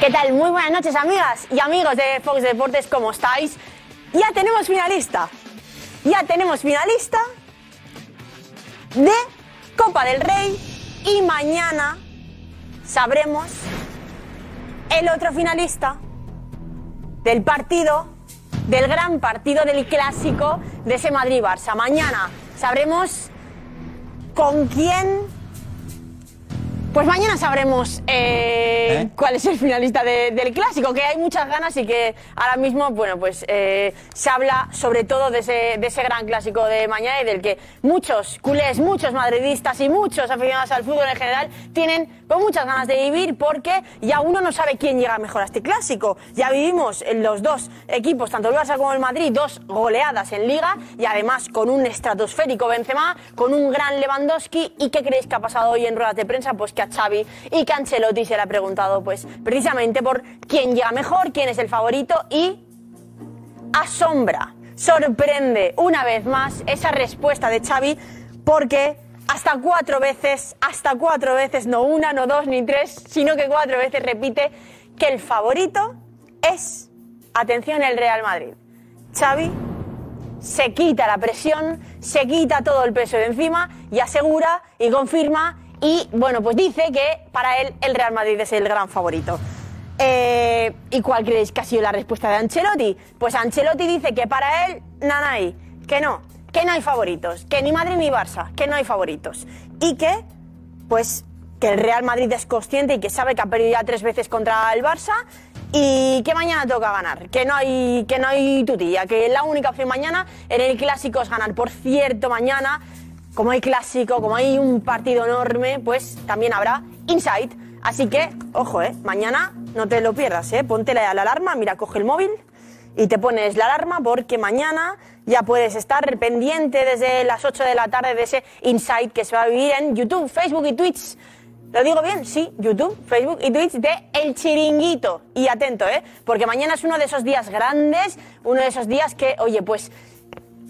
¿Qué tal? Muy buenas noches, amigas y amigos de Fox Deportes, ¿cómo estáis? Ya tenemos finalista. Ya tenemos finalista de Copa del Rey y mañana sabremos el otro finalista del partido, del gran partido, del clásico de ese Madrid-Barça. Mañana sabremos con quién. Pues mañana sabremos eh, cuál es el finalista de- del clásico, que hay muchas ganas y que ahora mismo, bueno, pues eh, se habla sobre todo de ese, de ese gran clásico de mañana y del que muchos culés, muchos madridistas y muchos aficionados al fútbol en general tienen con muchas ganas de vivir porque ya uno no sabe quién llega mejor a este clásico. Ya vivimos en los dos equipos, tanto el Barça como el Madrid, dos goleadas en liga y además con un estratosférico Benzema, con un gran Lewandowski. ¿Y qué creéis que ha pasado hoy en ruedas de prensa? Pues que a Xavi y que a Ancelotti se le ha preguntado pues precisamente por quién llega mejor, quién es el favorito y asombra, sorprende una vez más esa respuesta de Xavi porque hasta cuatro veces, hasta cuatro veces, no una, no dos, ni tres, sino que cuatro veces repite que el favorito es, atención, el Real Madrid. Xavi se quita la presión, se quita todo el peso de encima y asegura y confirma y, bueno, pues dice que para él el Real Madrid es el gran favorito. Eh, ¿Y cuál creéis que ha sido la respuesta de Ancelotti? Pues Ancelotti dice que para él, Nanay, que no, que no hay favoritos, que ni Madrid ni Barça, que no hay favoritos. Y que, pues, que el Real Madrid es consciente y que sabe que ha perdido ya tres veces contra el Barça y que mañana toca ganar, que no hay, que no hay tutilla, que la única opción mañana en el clásico es ganar. Por cierto, mañana como hay clásico, como hay un partido enorme, pues también habrá Insight. Así que, ojo, ¿eh? mañana no te lo pierdas, ¿eh? ponte la, la alarma, mira, coge el móvil y te pones la alarma porque mañana ya puedes estar pendiente desde las 8 de la tarde de ese Insight que se va a vivir en YouTube, Facebook y Twitch. Lo digo bien, sí, YouTube, Facebook y Twitch de El Chiringuito. Y atento, ¿eh? Porque mañana es uno de esos días grandes, uno de esos días que, oye, pues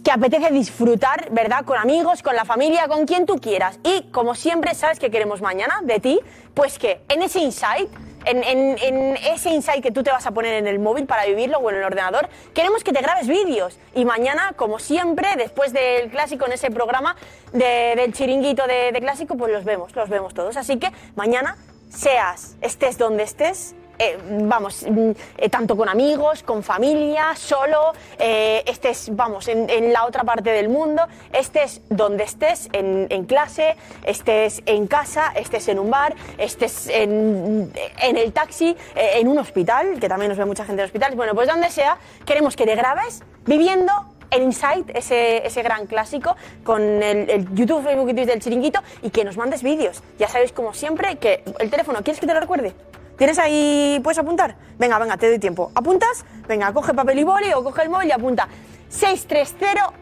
que apetece disfrutar, ¿verdad? Con amigos, con la familia, con quien tú quieras. Y como siempre, ¿sabes qué queremos mañana de ti? Pues que en ese insight, en, en- en ese insight que tú te vas a poner en el móvil para vivirlo o en el ordenador, queremos que te grabes vídeos. Y mañana, como siempre, después del clásico, en ese programa de- del chiringuito de, de clásico, pues los vemos, los vemos todos. Así que mañana, seas, estés donde estés, eh, vamos, mm, eh, tanto con amigos, con familia, solo, eh, estés, vamos, en, en la otra parte del mundo, estés donde estés, en, en clase, estés en casa, estés en un bar, estés en, en el taxi, eh, en un hospital, que también nos ve mucha gente en hospitales, bueno, pues donde sea, queremos que te grabes viviendo el Insight, ese, ese gran clásico, con el, el YouTube, Facebook y Twitch del chiringuito, y que nos mandes vídeos. Ya sabéis, como siempre, que el teléfono, ¿quieres que te lo recuerde? ¿Tienes ahí, puedes apuntar? Venga, venga, te doy tiempo. ¿Apuntas? Venga, coge papel y boli o coge el móvil y apunta.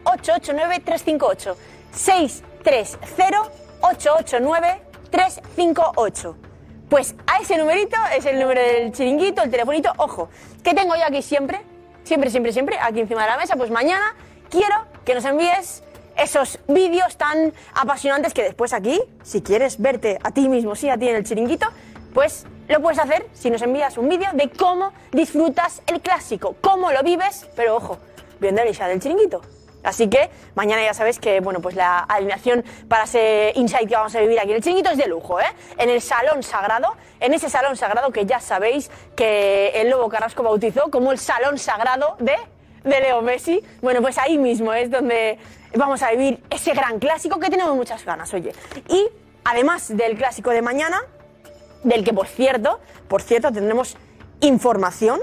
630-889-358. 630-889-358. Pues a ese numerito es el número del chiringuito, el telefonito. Ojo, ¿qué tengo yo aquí siempre? Siempre, siempre, siempre, aquí encima de la mesa. Pues mañana quiero que nos envíes esos vídeos tan apasionantes que después aquí, si quieres verte a ti mismo, sí, a ti en el chiringuito, pues lo puedes hacer si nos envías un vídeo de cómo disfrutas el clásico, cómo lo vives, pero ojo, viendo el Isha del chiringuito. Así que mañana ya sabéis que bueno, pues la alineación para ese insight que vamos a vivir aquí en el chiringuito es de lujo, ¿eh? En el salón sagrado, en ese salón sagrado que ya sabéis que el Lobo Carrasco bautizó como el salón sagrado de, de Leo Messi. Bueno, pues ahí mismo es donde vamos a vivir ese gran clásico que tenemos muchas ganas, oye. Y además del clásico de mañana, del que por cierto, por cierto, tendremos información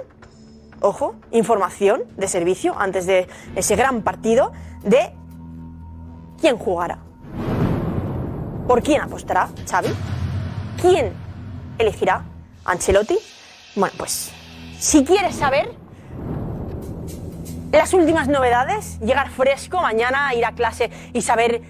ojo, información de servicio antes de ese gran partido de quién jugará. ¿Por quién apostará Xavi? ¿Quién elegirá Ancelotti? Bueno, pues si quieres saber las últimas novedades, llegar fresco mañana, ir a clase y saber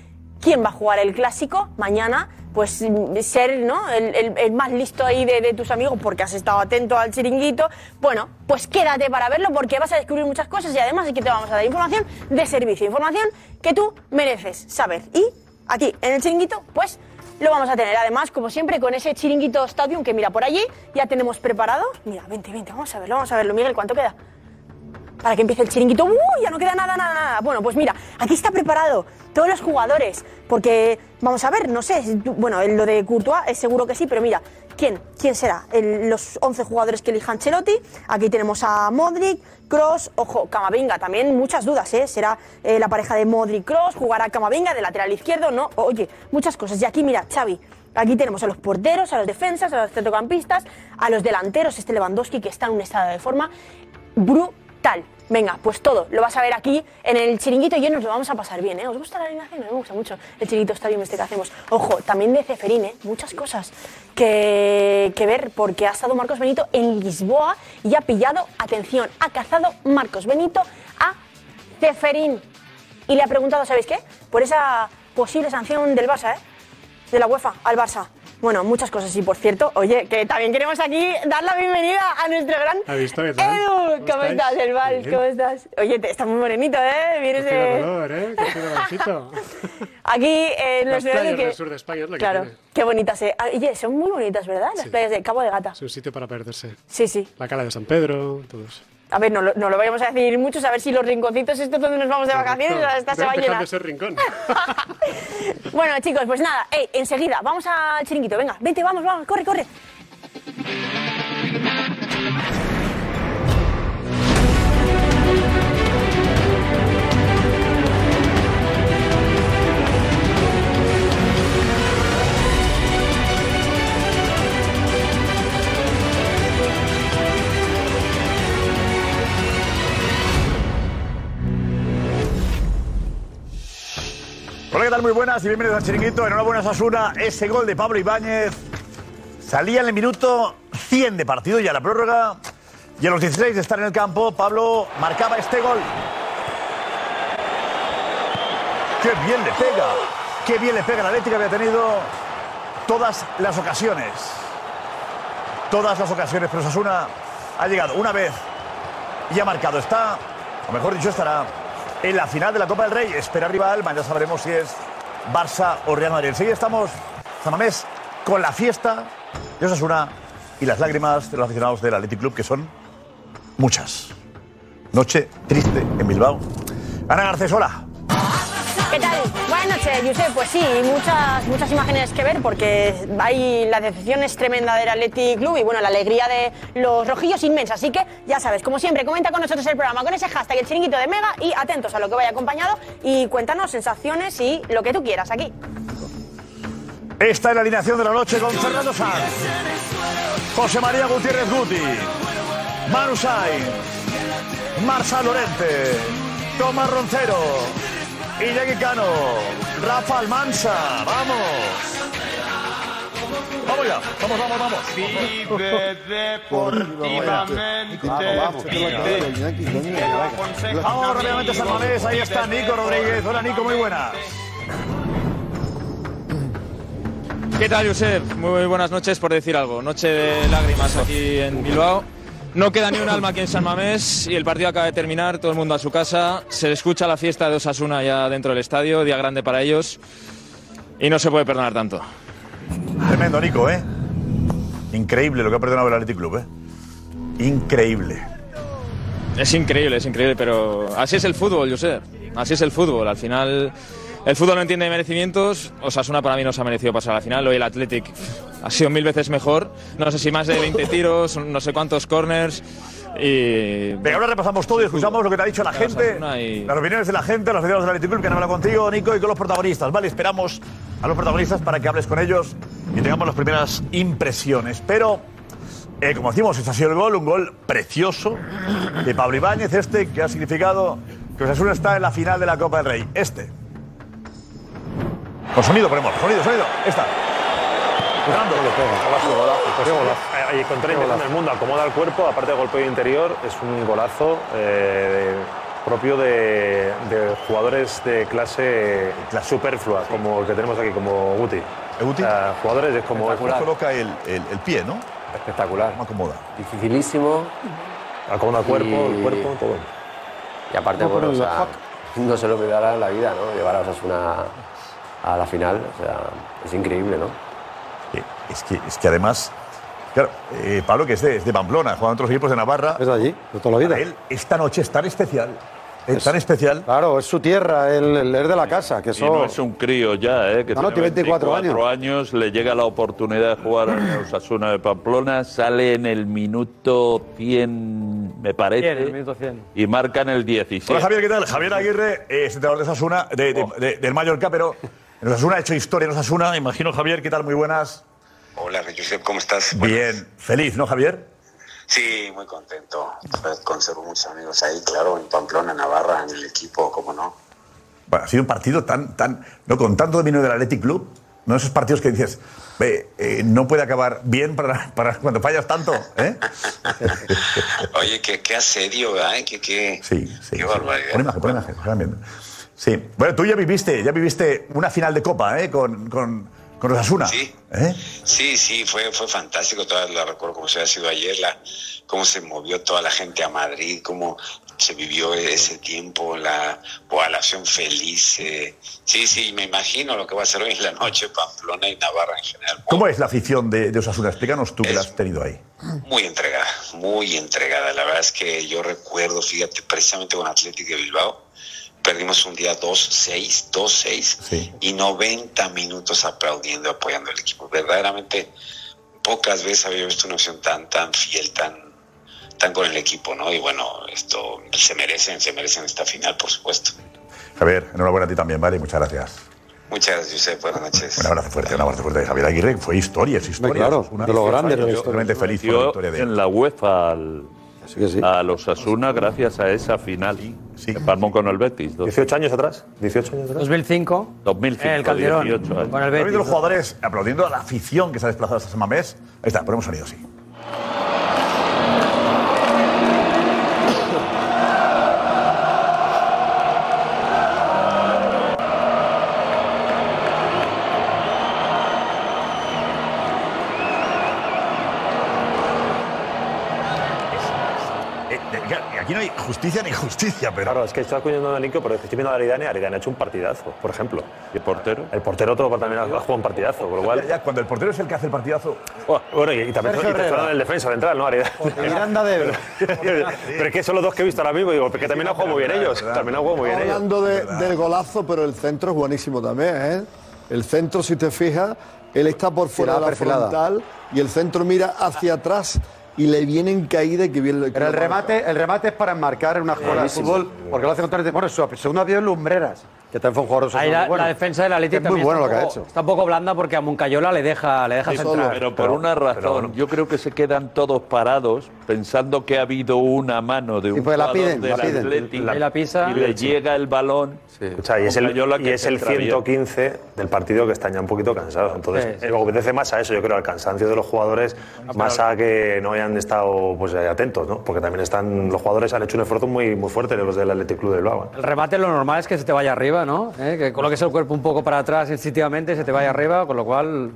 quién va a jugar el clásico mañana, pues mm, ser ¿no? el, el- el más listo ahí de, de tus amigos porque has estado atento al chiringuito. Bueno, pues quédate para verlo porque vas a descubrir muchas cosas y además es que te vamos a dar información de servicio, información que tú mereces saber. Y aquí en el chiringuito, pues lo vamos a tener. Además, como siempre, con ese chiringuito stadium que mira por allí, ya tenemos preparado. Mira, 20, 20, vamos a verlo, vamos a verlo, Miguel, ¿cuánto queda? Para que empiece el chiringuito. ¡Uh! Ya no queda nada, nada, nada. Bueno, pues mira, aquí está preparado todos los jugadores. Porque, vamos a ver, no sé, es- bueno, lo de Courtois es seguro que sí, pero mira, ¿quién? ¿Quién será? El- los 11 jugadores que elijan Ancelotti. Aquí tenemos a Modric, Cross, ojo, Camavinga. También muchas dudas, ¿eh? ¿Será eh, la pareja de Modric-Cross? ¿Jugará Camavinga de lateral izquierdo? No, oye, muchas cosas. Y aquí, mira, Xavi. Aquí tenemos a los porteros, a los defensas, a los centrocampistas, a los delanteros, este Lewandowski que está en un estado de forma brutal. Venga, pues todo, lo vas a ver aquí en el chiringuito y hoy nos lo vamos a pasar bien, ¿eh? ¿Os gusta la alineación? A mí me gusta mucho el chiringuito stadium este que hacemos. Ojo, también de Ceferín, ¿eh? Muchas cosas que, que ver porque ha estado Marcos Benito en Lisboa y ha pillado, atención, ha cazado Marcos Benito a Ceferín. Y le ha preguntado, ¿sabéis qué? Por esa posible sanción del Barça, ¿eh? de la UEFA al Barça. Bueno, muchas cosas y por cierto, oye, que también queremos aquí dar la bienvenida a nuestro gran ¿Ha visto qué tal? Edu. ¿Cómo estáis? estás, el Val? Bien. ¿Cómo estás? Oye, te, estás muy bonito, ¿eh? Vienes Qué de... color, ¿eh? Qué colorcito. aquí eh, en Las los lugares playas que... del sur de España es la que claro, tiene. qué bonitas. Eh. Ah, Oye, son muy bonitas, ¿verdad? Las Sí. playas de Cabo de Gata. Es un sitio para perderse. Sí, sí. La cala de San Pedro, todos. A ver, no, lo- no lo vayamos a decir mucho, a ver si los rinconcitos estos donde nos vamos de vacaciones, Correcto. hasta se va a Dejan llenar. de ser rincón. Bueno, chicos, pues nada, ey, enseguida, vamos al chiringuito, venga, vente, vamos, vamos, corre, corre. Hola, ¿qué tal? Muy buenas y bienvenidos a Chiringuito. Enhorabuena, Sasuna. Ese gol de Pablo Ibáñez salía en el minuto 100 de partido, ya la prórroga. Y a los 16 de estar en el campo, Pablo marcaba este gol. ¡Qué bien le pega! ¡Qué bien le pega! La Atlética había tenido todas las ocasiones. Todas las ocasiones, pero Sasuna ha llegado una vez y ha marcado. Está, o mejor dicho, estará en la final de la Copa del Rey. Espera rival, mañana sabremos si es Barça o Real Madrid. Enseguida estamos, Samamés, con la fiesta de Osasuna y las lágrimas de los aficionados del Athletic Club, que son muchas. Noche triste en Bilbao. Ana Garcés, hola. ¿Qué tal? Buenas noches, Josep. Pues sí, muchas, muchas imágenes que ver porque hay la decepción es tremenda del Athletic Club y bueno, la alegría de los rojillos inmensa. Así que ya sabes, como siempre, comenta con nosotros el programa con ese hashtag el chiringuito de Mega y atentos a lo que vaya acompañado y cuéntanos sensaciones y lo que tú quieras aquí. Esta es la alineación de la noche con Fernando Sanz, José María Gutiérrez Guti, Manu Sainz, Marza Lorente, Tomás Roncero, Iñaki Cano, Rafa Almansa, vamos. Vamos ya, vamos, vamos, vamos. Vamos rápidamente a San Mamés, ahí está Nico Rodríguez. Hola Nico, muy buenas. ¿Qué tal, Josep? Muy buenas noches, por decir algo. Noche de lágrimas aquí en Bilbao. No queda ni un alma aquí en San Mamés y el partido acaba de terminar, todo el mundo a su casa. Se escucha la fiesta de Osasuna ya dentro del estadio, día grande para ellos. Y no se puede perdonar tanto. Tremendo, Nico, ¿eh? Increíble lo que ha perdonado el Athletic Club, ¿eh? Increíble. Es increíble, es increíble, pero así es el fútbol, Josep. Así es el fútbol. Al final, el fútbol no entiende de merecimientos. Osasuna para mí no se ha merecido pasar a la final. Hoy el Athletic ha sido mil veces mejor. No sé si más de 20 tiros, no sé cuántos corners. Y. Venga, ahora repasamos todo y escuchamos lo que te ha dicho la Claro, gente, Osasuna y- las opiniones de la gente, los videos del Athletic Club que han hablado contigo, Nico, y con los protagonistas. Vale, esperamos a los protagonistas para que hables con ellos y tengamos las primeras impresiones. Pero, eh, como decimos, este ha sido el gol, un gol precioso de Pablo Ibáñez, este que ha significado que Osasuna está en la final de la Copa del Rey. Este. Con sonido ponemos, sonido, sonido. Esta. Fernando. Golazo, golazo. Qué golazo. Eh, eh, Contra Qué el golazo. del mundo, acomoda el cuerpo, aparte de golpeo interior, es un golazo eh, propio de, de jugadores de clase, superflua, como el que tenemos aquí, como Guti. ¿Eh, Guti? O sea, jugadores es como Coloca el, el- el pie, ¿no? espectacular. Cómo acomoda. Dificilísimo. Acomoda el cuerpo, el Y- cuerpo, todo. Y aparte, No, bueno, pero o la sea, no se lo olvidará en la vida, ¿no? Llevar a Osasuna a la final. O sea, es increíble, ¿no? Eh, Es que, es que además, claro, eh, Pablo, que es de, es de Pamplona, juega en otros equipos de Navarra. Es de allí, de toda la vida. Para él, esta noche es tan especial, es, tan especial. Claro, es su tierra, él, él es de la casa, que Y eso... no es un crío ya, ¿eh? que No, no, tiene 24 años. Le llega la oportunidad de jugar en el Osasuna de Pamplona. Sale en el minuto 100, me parece. Y marca en el 17. Hola Javier, ¿qué tal? Javier Aguirre, eh, es entrenador de Osasuna, de, de- de- del Mallorca, pero en Osasuna ha hecho historia en Osasuna. Imagino, Javier, ¿qué tal? Muy buenas. Hola, Josep, ¿cómo estás? Bien, feliz, ¿no, Javier? Sí, muy contento. Pues Conservo muchos amigos ahí, claro, en Pamplona, Navarra, en el equipo, cómo no. Bueno, ha sido un partido tan, tan, no con tanto dominio del Athletic Club, no esos partidos que dices, "Ve, eh, no puede acabar bien para, para cuando fallas tanto, ¿eh? Oye, qué, qué asedio, ¿verdad? ¿eh? Qué, qué, Sí, sí. qué sí. barbaridad. Pon imagen, pon imagen, también. Sí. Bueno, tú ya viviste, ya viviste una final de Copa, ¿eh? Con, con, con Osasuna. Sí. ¿eh? Sí, sí, fue, fue fantástico. Todavía la recuerdo como se había sido ayer, la, cómo se movió toda la gente a Madrid, cómo se vivió e-, ese tiempo, la población feliz. eh. Sí, sí, me imagino lo que va a ser hoy en la noche, Pamplona y Navarra en general. ¿Cómo es la afición de, de Osasuna? Explícanos tú que la has tenido ahí. Muy entregada, muy entregada. La verdad es que yo recuerdo, fíjate, precisamente con Athletic de Bilbao, perdimos un día 2-6, 2-6 Sí. y 90 minutos aplaudiendo, apoyando al equipo. Verdaderamente, pocas veces había visto una opción tan, tan fiel, tan, tan con el equipo, ¿no? Y bueno, esto se merecen, se merecen esta final, por supuesto. Javier, enhorabuena a ti también, ¿vale? Muchas gracias. Muchas gracias, Josep. Buenas noches. Un abrazo fuerte, un abrazo fuerte. Javier Aguirre fue historia, es historia. Hombre, claro, Osasuna. de lo grande de la Yo historia. Realmente feliz por la Metió victoria de él. en la UEFA al, Así que sí. a los Asuna gracias a esa final. sí. que palmó con el Betis. dos- 18 años atrás, 18 años atrás. 2005. 2005, en Eh, el Calderón. 18 años. con el Pero Betis. viendo los jugadores aplaudiendo a la afición que se ha desplazado hasta San Mamés. Ahí está, ponemos sonido, sí. Eh, eh, Aquí no hay justicia ni justicia, pero Claro, es que estoy escuchando a Nico, pero estoy viendo a Aridane y Aridane ha hecho un partidazo, por ejemplo. ¿Y el portero? El portero todo también ha jugado un partidazo, con lo ya- cual. ya, cuando el portero es el que hace el partidazo, Oh, Bueno, y, y también Sergio y te Herrera. suena el defensa central, ¿no, Aridane? Miranda de Ebro. pero es que son los dos que he visto ahora mismo, digo, porque también han jugado muy bien ellos. También han jugado muy bien ellos. Hablando de- del golazo, pero el centro es buenísimo también, ¿eh? El centro, si te fijas, él está por fuera de la Tirada perfilada. frontal y el centro mira hacia atrás y le viene en caída y que bien le- Pero el remate, el remate es para enmarcar en una jugada de fútbol, porque lo hace contra el... Bueno, su segundo avión Lumbreras, que también fue un jugador Ahí la, muy Pues bueno. la defensa del Atlético Es muy bueno lo que ha hecho. Está un poco blanda porque a Moncayola le deja, le deja centrar. Pero por una razón, yo creo que se quedan todos parados pensando que ha habido una mano de un pues la jugador piden, del la piden. Atleti Ahí la pisa. y le llega el balón. Escucha, y es el, Rayola y que es el entra bien. 115 del partido que están ya un poquito cansados. Entonces, Sí, sí. eh, obedece más a eso, yo creo, al cansancio de los jugadores, más a que no hayan estado pues, eh, atentos, ¿no? Porque también están los jugadores han hecho un esfuerzo muy, muy fuerte los del Athletic Club de Bilbao. ¿eh? El remate lo normal es que se te vaya arriba, ¿no? ¿Eh? Que coloques el cuerpo un poco para atrás instintivamente, se te vaya arriba, con lo cual.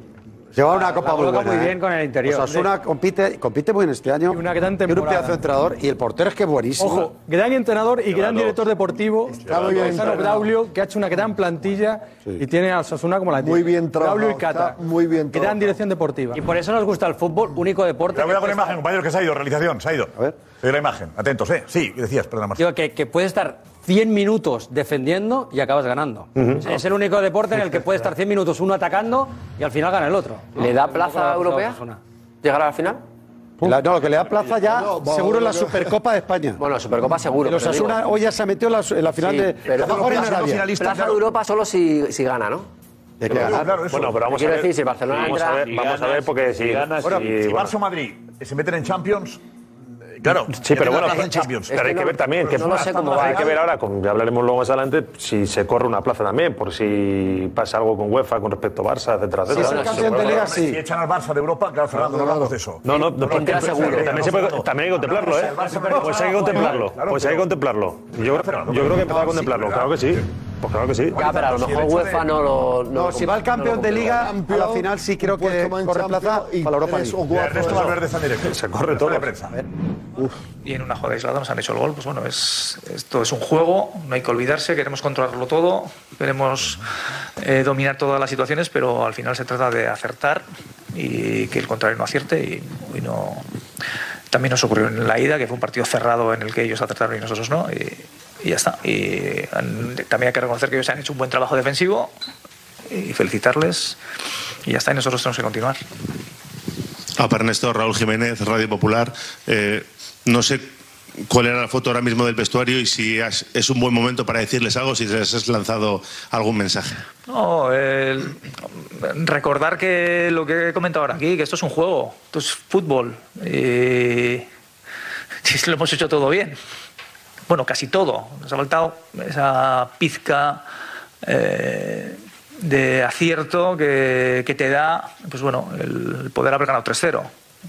Llevaba una La- copa la muy coloca buena. muy ¿eh? bien con el interior. Osasuna compite, compite muy bien este año. Y una gran Tiene un temporada. pedazo de entrenador y el portero es que es buenísimo. Ojo, gran entrenador y gran director deportivo. Está muy bien Gonzalo entrenado. Braulio, que ha hecho una gran plantilla y tiene a Osasuna como la Muy tiene. bien trabajado, Braulio y Cata. está muy bien Gran trabajado. dirección deportiva. Y por eso nos gusta el fútbol, único deporte. Pero voy a poner que imagen, compañeros, que se ha ido, realización, se ha ido. A ver. Se ha ido la imagen, atentos, ¿eh? Sí, decías, perdona, Marcelo. Digo, que, que puedes estar 100 minutos defendiendo y acabas ganando. Es- Es el único deporte en el que puede estar 100 minutos uno atacando y al final gana el otro. ¿no? ¿Le da Es un poco plaza la- europea? la persona. ¿Llegar a la final? La- no, lo que le da plaza ya, seguro en la Supercopa de España. Bueno, Supercopa seguro. el pero Osasuna digo, hoy ya se ha metido en la, su- en la final Sí, de. pero- a lo mejor en Plaza Arabia. finalista, plaza claro. de Europa solo si, si gana, ¿no? De que ganar. Claro, eso. Bueno, pero vamos a Quiero ver. decir, si Barcelona vamos entra- a ver, si vamos a ganas- ver porque si si ganas bueno, y- y, si bueno. Barça o Madrid se meten en Champions, eh, claro. Sí, pero bueno, que, que- en Champions. pero hay que ver también, que no lo sé cómo hay va. que ver ahora, con- ya hablaremos luego más adelante, si se corre una plaza también, por si pasa algo con UEFA con respecto a Barça, etcétera, Si etcétera. es el campeón de Liga, Si sí. echan al Barça de Europa, claro, Fernando, no hablamos de eso. No, no, no, porque- entra pero- seguro. pero También, se puede- también hay que contemplarlo, ¿eh? Barça no Pues hay que juega, contemplarlo. claro, Pues hay que pero- contemplarlo. Yo, yo creo que hay que contemplarlo, claro que sí. Pues claro que sí. Ya, pero a lo mejor UEFA no lo. No, si va el campeón de liga, a la final sí creo que corre plaza para la Europa League. Ernesto Valverde está en directo. Se corre todo. Y en una jugada aislada nos han hecho el gol. Pues bueno, es, esto es un juego, no hay que olvidarse, queremos controlarlo todo, queremos eh, dominar todas las situaciones, pero al final se trata de acertar y que el contrario no acierte. Y, y no... También nos ocurrió en la ida, que fue un partido cerrado en el que ellos acertaron y nosotros no. Y, y ya está. Y han- también hay que reconocer que ellos han hecho un buen trabajo defensivo y felicitarles. Y ya está, y nosotros tenemos que continuar. A Ah, Ernesto, Raúl Jiménez, Radio Popular. Eh, no sé cuál era la foto ahora mismo del vestuario y si has- es un buen momento para decirles algo, si les has lanzado algún mensaje. No, el- recordar que lo que he comentado ahora aquí, que esto es un juego, esto es fútbol. Y lo hemos hecho todo bien. Bueno, casi todo. Nos ha faltado esa pizca eh, de acierto que, que te da, pues bueno, el poder haber ganado 3-0.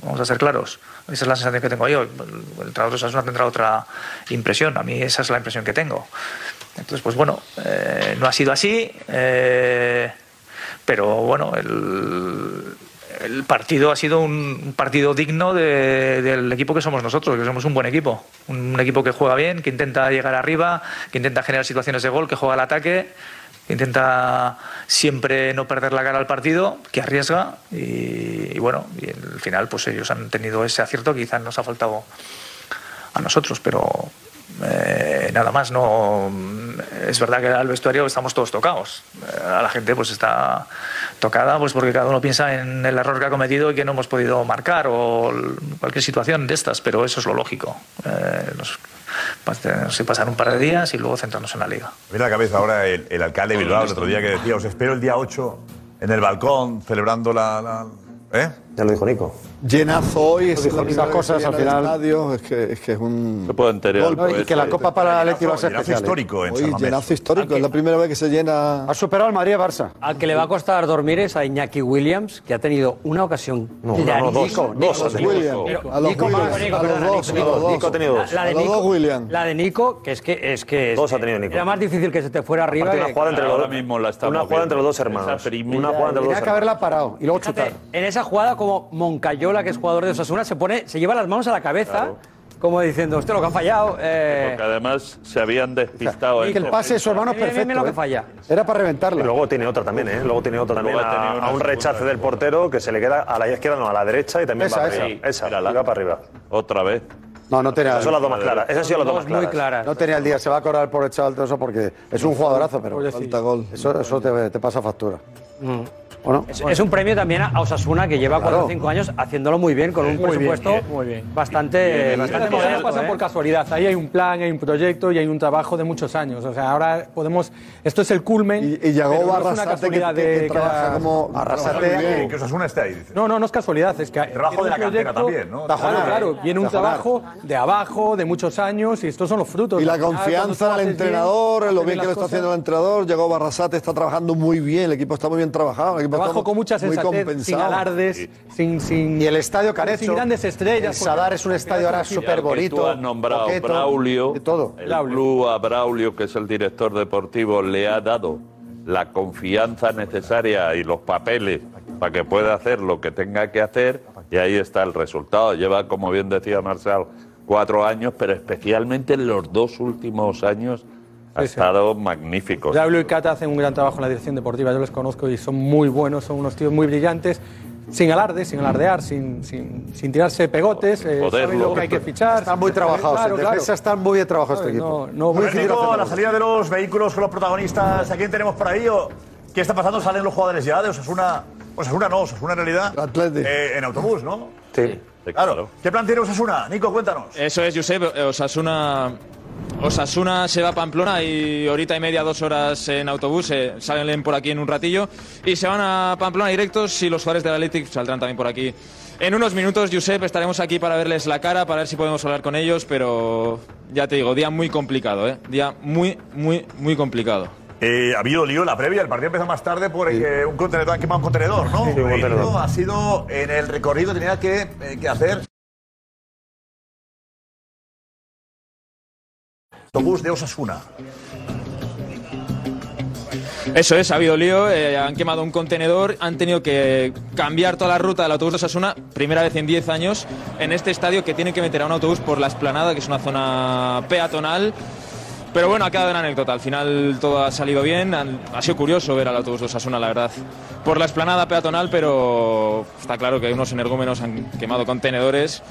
Vamos a ser claros. Esa es la sensación que tengo yo. El el entrenador de Osasuna tendrá otra impresión. A mí esa es la impresión que tengo. Entonces, pues bueno, eh, no ha sido así, eh, pero bueno, el, el partido ha sido un un partido digno de- del equipo que somos nosotros, que somos un buen equipo. Un, un equipo que juega bien, que intenta llegar arriba, que intenta generar situaciones de gol, que juega al ataque, que intenta siempre no perder la cara al partido, que arriesga y, y bueno, y al final pues ellos han tenido ese acierto que quizás nos ha faltado a nosotros, pero eh, nada más, no. mm, Es verdad que al vestuario estamos todos tocados. Eh, A la gente pues está tocada, pues porque cada uno piensa en el error que ha cometido y que no hemos podido marcar o l- cualquier situación de estas, pero eso es lo lógico. Eh, nos- pas- tenemos que pasar un par de días y luego centrarnos en la liga. Mira la cabeza ahora el, el alcalde de Bilbao el otro día que decía, os espero el día 8 en el balcón celebrando la... la- ¿Eh? Ya lo dijo Nico. Llenazo hoy, es la primera Esas vez cosas que al llena el final. estadio, es que, es que es un. puedo enterar, golpe. No, y que la Copa para el Atleti va a ser Llenazo especial, ¿eh? histórico en Hoy, San Mamés. Llenazo histórico, es la primera vez que se llena. Ha superado al María Barça. Al que le va a costar dormir es a Iñaki Williams, que ha tenido una ocasión. No, no, no, dos. Nico, Dos Nico, ha Nico, tenido. Williams, Nico, a los Nico, Nico, Williams, Nico, a los perdona, dos, Nico, a los dos. Nico ha tenido dos. La, la de A los Nico, dos Williams. La de Nico, que es que es que Dos ha tenido Nico. Era más difícil que se te fuera arriba. Aparte, una que- jugada entre los, Ahora dos- mismo la estamos una jugada entre los dos viendo. hermanos. Esa primera- Una jugada entre los dos Tenía que hermanos. haberla parado y luego Fíjate, chutar. en esa jugada como Moncayola, que es jugador de Osasuna, se pone, se lleva las manos a la cabeza, como diciendo, usted lo que ha fallado. Eh, Porque además se habían despistado. Y que el pase de su hermano es Mira, mira, perfecto. mira lo que ¿eh? falla. Era para reventarla. Luego tiene otra también, ¿eh? Luego tiene otra también Luego ha a, tenido a un unas rechace del portero que se le queda a la izquierda, no, a la derecha y también Esa, va esa. para arriba. Esa, y va para arriba. Otra vez. No, no tenía. Esas son las dos más claras. Esas han sido las dos más claras. No tenía el día, se va a acordar por el chaval todo eso porque es un jugadorazo, pero falta gol. Eso, eso te, te pasa factura. mm. Bueno, Es, es un premio también a Osasuna que lleva 4 o Claro. 5 años haciéndolo muy bien con un Muy bien, presupuesto muy bien. bastante, bastante Las cosas no moderno, pasan ¿eh? por casualidad. Ahí hay un plan, hay un proyecto y hay un trabajo de muchos años. O sea, ahora podemos. Esto es el culmen. Y llegó pero no es una Arrasate, que, casualidad que- que de trabaja cada- como. Arrasate. Que Osasuna esté ahí. No, no, no es casualidad, es que trabajo de la cantera también, ¿no? Claro, Tajonar, claro, ¿eh? viene un Tajonar. trabajo de abajo, de muchos años y estos son los frutos. Y la Al final, cuando tú confianza al haces bien, entrenador, haces lo bien bien que lo las está cosas, haciendo el entrenador. Llegó Barrasate, está trabajando muy bien, el equipo está muy bien trabajado. El equipo Trabajo está con mucha muy sensatez, sin compensado. alardes, sin, sin... Y el estadio que han hecho, Sin grandes estrellas. el Sadar es un estadio ahora Y al que súper Tú bonito. has nombrado coqueto, Braulio. De todo. El club a Braulio, que es el director deportivo, le ha dado la confianza necesaria y los papeles para que pueda hacer lo que tenga que hacer. Y ahí está el resultado. Lleva, como bien decía Marcial, cuatro años, pero especialmente en los dos últimos años ha Sí, sí. estado magnífico. Diablo y Cata hacen un gran trabajo en la dirección deportiva, yo los conozco y son muy buenos, son unos tíos muy brillantes, sin alarde, sin alardear, sin, sin, sin tirarse pegotes, eh, Joderlo. saben lo que hay que fichar. Están muy trabajados. Claro, en claro. defensa están muy bien trabajados este equipo. No, no, A ver, muy Nico, fácil. la salida de los vehículos con los protagonistas. ¿A quién tenemos por ahí? ¿O ¿Qué está pasando? ¿Salen los jugadores ya de Osasuna? Osasuna no, Osasuna en realidad. eh, en autobús, ¿no? Sí. Claro. ¿Qué plan tiene Osasuna? Nico, cuéntanos. Eso es, Josep. Eh, Osasuna, Osasuna se va a Pamplona y horita y media, dos horas en autobús. eh, salen por aquí en un ratillo. Y se van a Pamplona directos y los jugadores del Athletic saldrán también por aquí. En unos minutos, Josep, estaremos aquí para verles la cara, para ver si podemos hablar con ellos, pero ya te digo, día muy complicado, ¿eh? Día muy, muy, muy complicado. Eh, ha habido lío en la previa, el partido empezó más tarde porque un contenedor han quemado un contenedor, ¿no? Sí, un contenedor. Esto Ha sido en el recorrido que tenía que, eh, que hacer. Autobús de Osasuna. Eso es, ha habido lío, eh, han quemado un contenedor, han tenido que cambiar toda la ruta del autobús de Osasuna, primera vez en 10 años, en este estadio que tienen que meter a un autobús por la esplanada, que es una zona peatonal. Pero bueno, ha quedado en anécdota. Al final todo ha salido bien. Han- Ha sido curioso ver al autobús de Osasuna, la verdad. Por la esplanada peatonal, pero está claro que unos energúmenos han quemado contenedores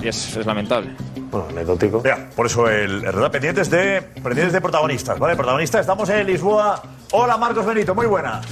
y es- es lamentable. Bueno, anecdótico. Ya, eh, por eso el el verdad pendientes de pendientes de protagonistas, ¿vale? Protagonistas, estamos en Lisboa. Hola, Marcos Benito, muy buenas.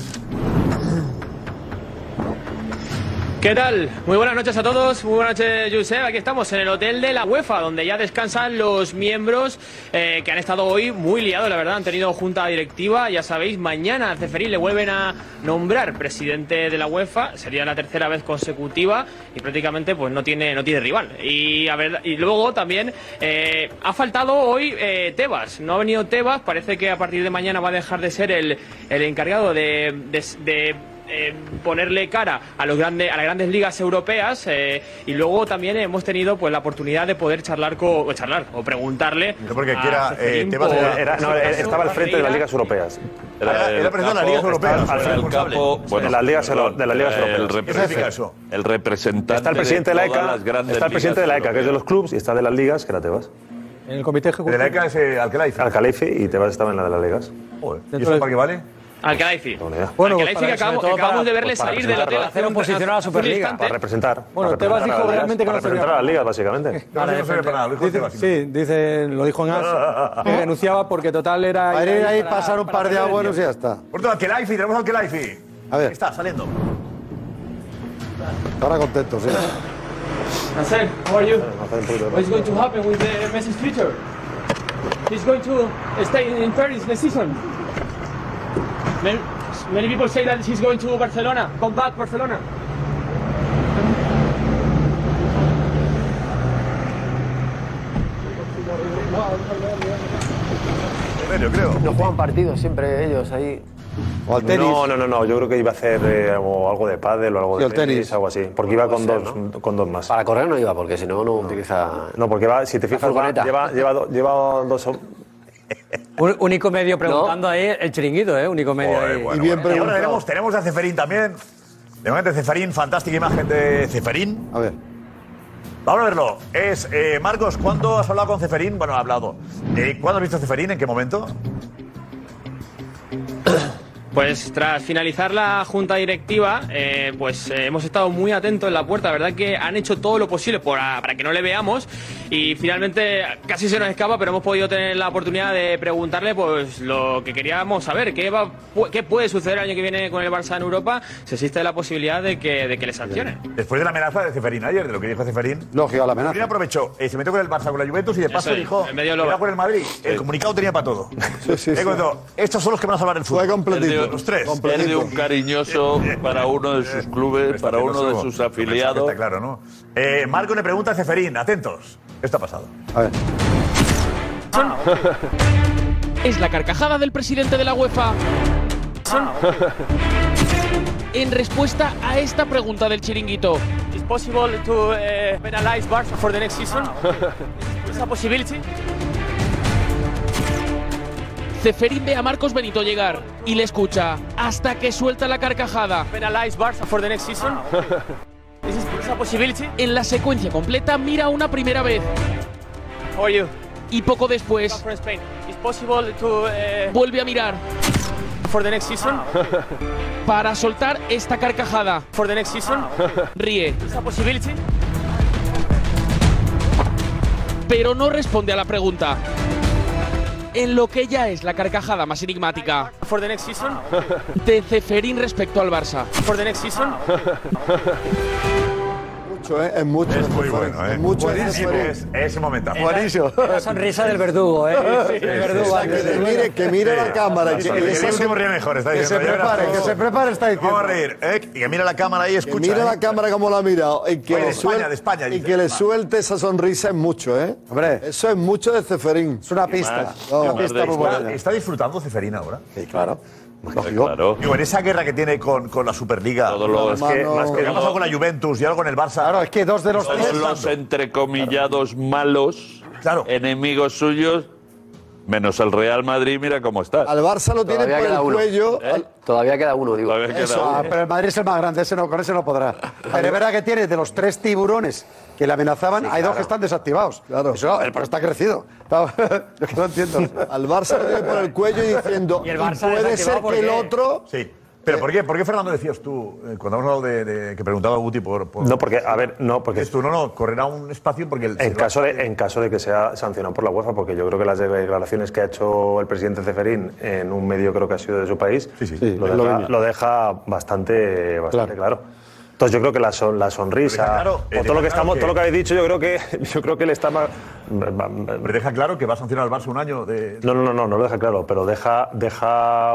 ¿Qué tal? Muy buenas noches a todos. Muy buenas noches, Josep. Aquí estamos en el hotel de la UEFA, donde ya descansan los miembros eh, que han estado hoy muy liados, la verdad. Han tenido junta directiva. Ya sabéis, mañana a Ceferín le vuelven a nombrar presidente de la UEFA. Sería la tercera vez consecutiva y prácticamente pues no tiene, no tiene rival. Y, a ver, y luego también eh, ha faltado hoy eh, Tebas. No ha venido Tebas. Parece que a partir de mañana va a dejar de ser el, el encargado de- de- de eh, ponerle cara a los grandes a las grandes ligas europeas eh, y luego también hemos tenido pues la oportunidad de poder charlar con o charlar o preguntarle porque a quiera, eh, Ceferín Tebas por- era- Era- no, por su era- caso, estaba al frente de las Barreira. ligas europeas. Era- era presidente de las ligas europeas, Al era el frente del capo, capo, bueno, de las ligas, perdón, de las ligas eh, europeas. el ¿Qué representante- significa eso? El representante Está el presidente de la todas ECA, las grandes está el presidente de la ECA, que es de los ligas clubes, y está de las ligas, que era Tebas. En el comité ejecutivo. es Alcalaife. y Tebas estaba en la de las ligas. ¿Y eso para qué vale? al Calaifi Bueno, al Calaifi pues para- que acabamos, sobre todo acabamos para- de verle pues para salir del hotel representar, hace un- oposicionar hace un instante. Para representar. Bueno, para Tebas dijo representar a las ligas, realmente que para no servía representar a las ligas, básicamente. Dice- Sí, dice, lo dijo en As, que renunciaba porque total era... Madrid era ahí para- pasar un para par de hacer el abuelos y lío. ya está. Por tanto, Alcalaife, tenemos Alcalaife. A ver. Está saliendo. Estará contento, sí. Marcel, how are you? What's going to happen with the Messi's future? He's going to stay in Paris next season. Many, many people say that he's going to Barcelona. Come back, Barcelona. creo. No juegan partidos siempre ellos ahí. O al tenis. No, no, no, no, yo creo que iba a hacer eh, o algo de pádel o algo Sí, de al tenis. algo así, porque iba con Puede dos, ser, con dos más. Para correr no iba, porque si no, no utiliza. No, porque va, si te fijas, va- furgoneta. lleva, lleva, do- lleva dos... Un- Único medio preguntando ahí el chiringuito, ¿eh? Único medio Joder, ahí. Bueno, bueno, y ahora tenemos, tenemos a Ceferín también. De momento Ceferín, fantástica imagen de Ceferín. A ver. Vamos a verlo. Es eh, Marcos, ¿cuándo has hablado con Ceferín? Bueno, ha hablado. Eh, ¿Cuándo has visto a Ceferín? ¿En qué momento? Pues tras finalizar la junta directiva, eh, pues eh, hemos estado muy atentos en la puerta. La verdad que han hecho todo lo posible por- para que no le veamos y finalmente casi se nos escapa, pero hemos podido tener la oportunidad de preguntarle pues lo que queríamos saber, qué, va, pu- qué puede suceder el año que viene con el Barça en Europa, si existe la posibilidad de que, de que le sancionen. Después de la amenaza de Ceferín ayer, de lo que dijo Ceferín. Lógico, la Ceferín aprovechó. eh, se metió con el Barça, con la Juventus y de Eso paso es, dijo, en medio loba. "Cuidado con el Madrid. El comunicado tenía para todo. Te cuento, estos son los que van a salvar el fútbol. Pierde- Los tres. Pierde un cariñoso para uno de sus Este clubes, para uno de sus afiliados. Está claro, ¿no? Eh, Marco le pregunta a Ceferín, atentos. Esto ha pasado. A ver. Ah, Es la carcajada del presidente de la UEFA. En respuesta a esta pregunta del chiringuito. Is possible to eh, penalize Barça for the next season? Is a possibility? Ceferín ve a Marcos Benito llegar y le escucha hasta que suelta la carcajada. Penalize Barça for the next season? Is a possibility? En la secuencia completa mira una primera vez. How are you? Y poco después vuelve a mirar. For the next season? Para soltar esta carcajada. For the next season? Ríe. possibility? Pero no responde a la pregunta. En lo que ya es la carcajada más enigmática. For the next season? Ah, De Ceferín respecto al Barça. For the next season? Ah, Mucho, ¿eh? Es mucho. Es muy bueno, ¿eh? Es mucho. Buenísimo. Es, es un momentazo. Buenísimo. La sonrisa del verdugo, ¿eh? Sí, el verdugo. antes. Que mire, que mire la cámara. Que, Que, que el se- último ríe mejor, está que se diciendo. Ya era prepare, todo. que se prepare, está diciendo. Vamos a reír, ¿eh? Y que mire la cámara ahí y Que escucha. mire ¿eh? la cámara como la ha mirado. Y que, Oye, le, de España, suel- de España, y dice. que le suelte esa sonrisa es mucho, ¿eh? Hombre. Eso es mucho de Ceferín. Es una Pista. No, Pista pista muy popular. buena. ¿Está disfrutando Ceferín ahora? Sí, claro. Claro. Digo, en esa guerra que tiene con, con la Superliga, Todo lo- más que, Hermano. más que- lo que ha pasado con la Juventus y ahora con el Barça. Claro, es que dos de Todos los entrecomillados malos, enemigos suyos, Menos el Real Madrid, mira cómo está. ¿Eh? Al Barça lo tiene Todavía por el queda uno. cuello. Todavía queda uno, digo. Todavía queda Eso, uno. ah, pero el Madrid es el más grande, ese no, con ese no podrá. Pero es verdad que tiene de los tres tiburones que le amenazaban, hay dos que están desactivados. Claro. Eso, el pero está crecido. Yo que no entiendo. Al Barça lo tiene por el cuello y diciendo, Y el Barça puede desactivado ser que el porque- otro... Sí. Pero ¿por qué, por qué Fernando decías tú, eh, cuando hemos hablado de, de- que preguntaba Guti por, por- No, porque, a ver, no, porque. Dices tú, no, no, correrá un espacio porque el. En caso, de, en caso de que sea sancionado por la UEFA, porque yo creo que las declaraciones que ha hecho el presidente Ceferín en un medio, creo que ha sido de su país, lo, Eslovenia. deja, lo deja bastante, bastante claro. Entonces yo creo que la, son- la sonrisa claro, eh, o todo deja lo que claro estamos, que- todo lo que habéis dicho, yo creo que yo creo que le está más, Pero deja claro que va a sancionar al Barça un año de. no, no, no, no, no lo deja claro, pero deja, deja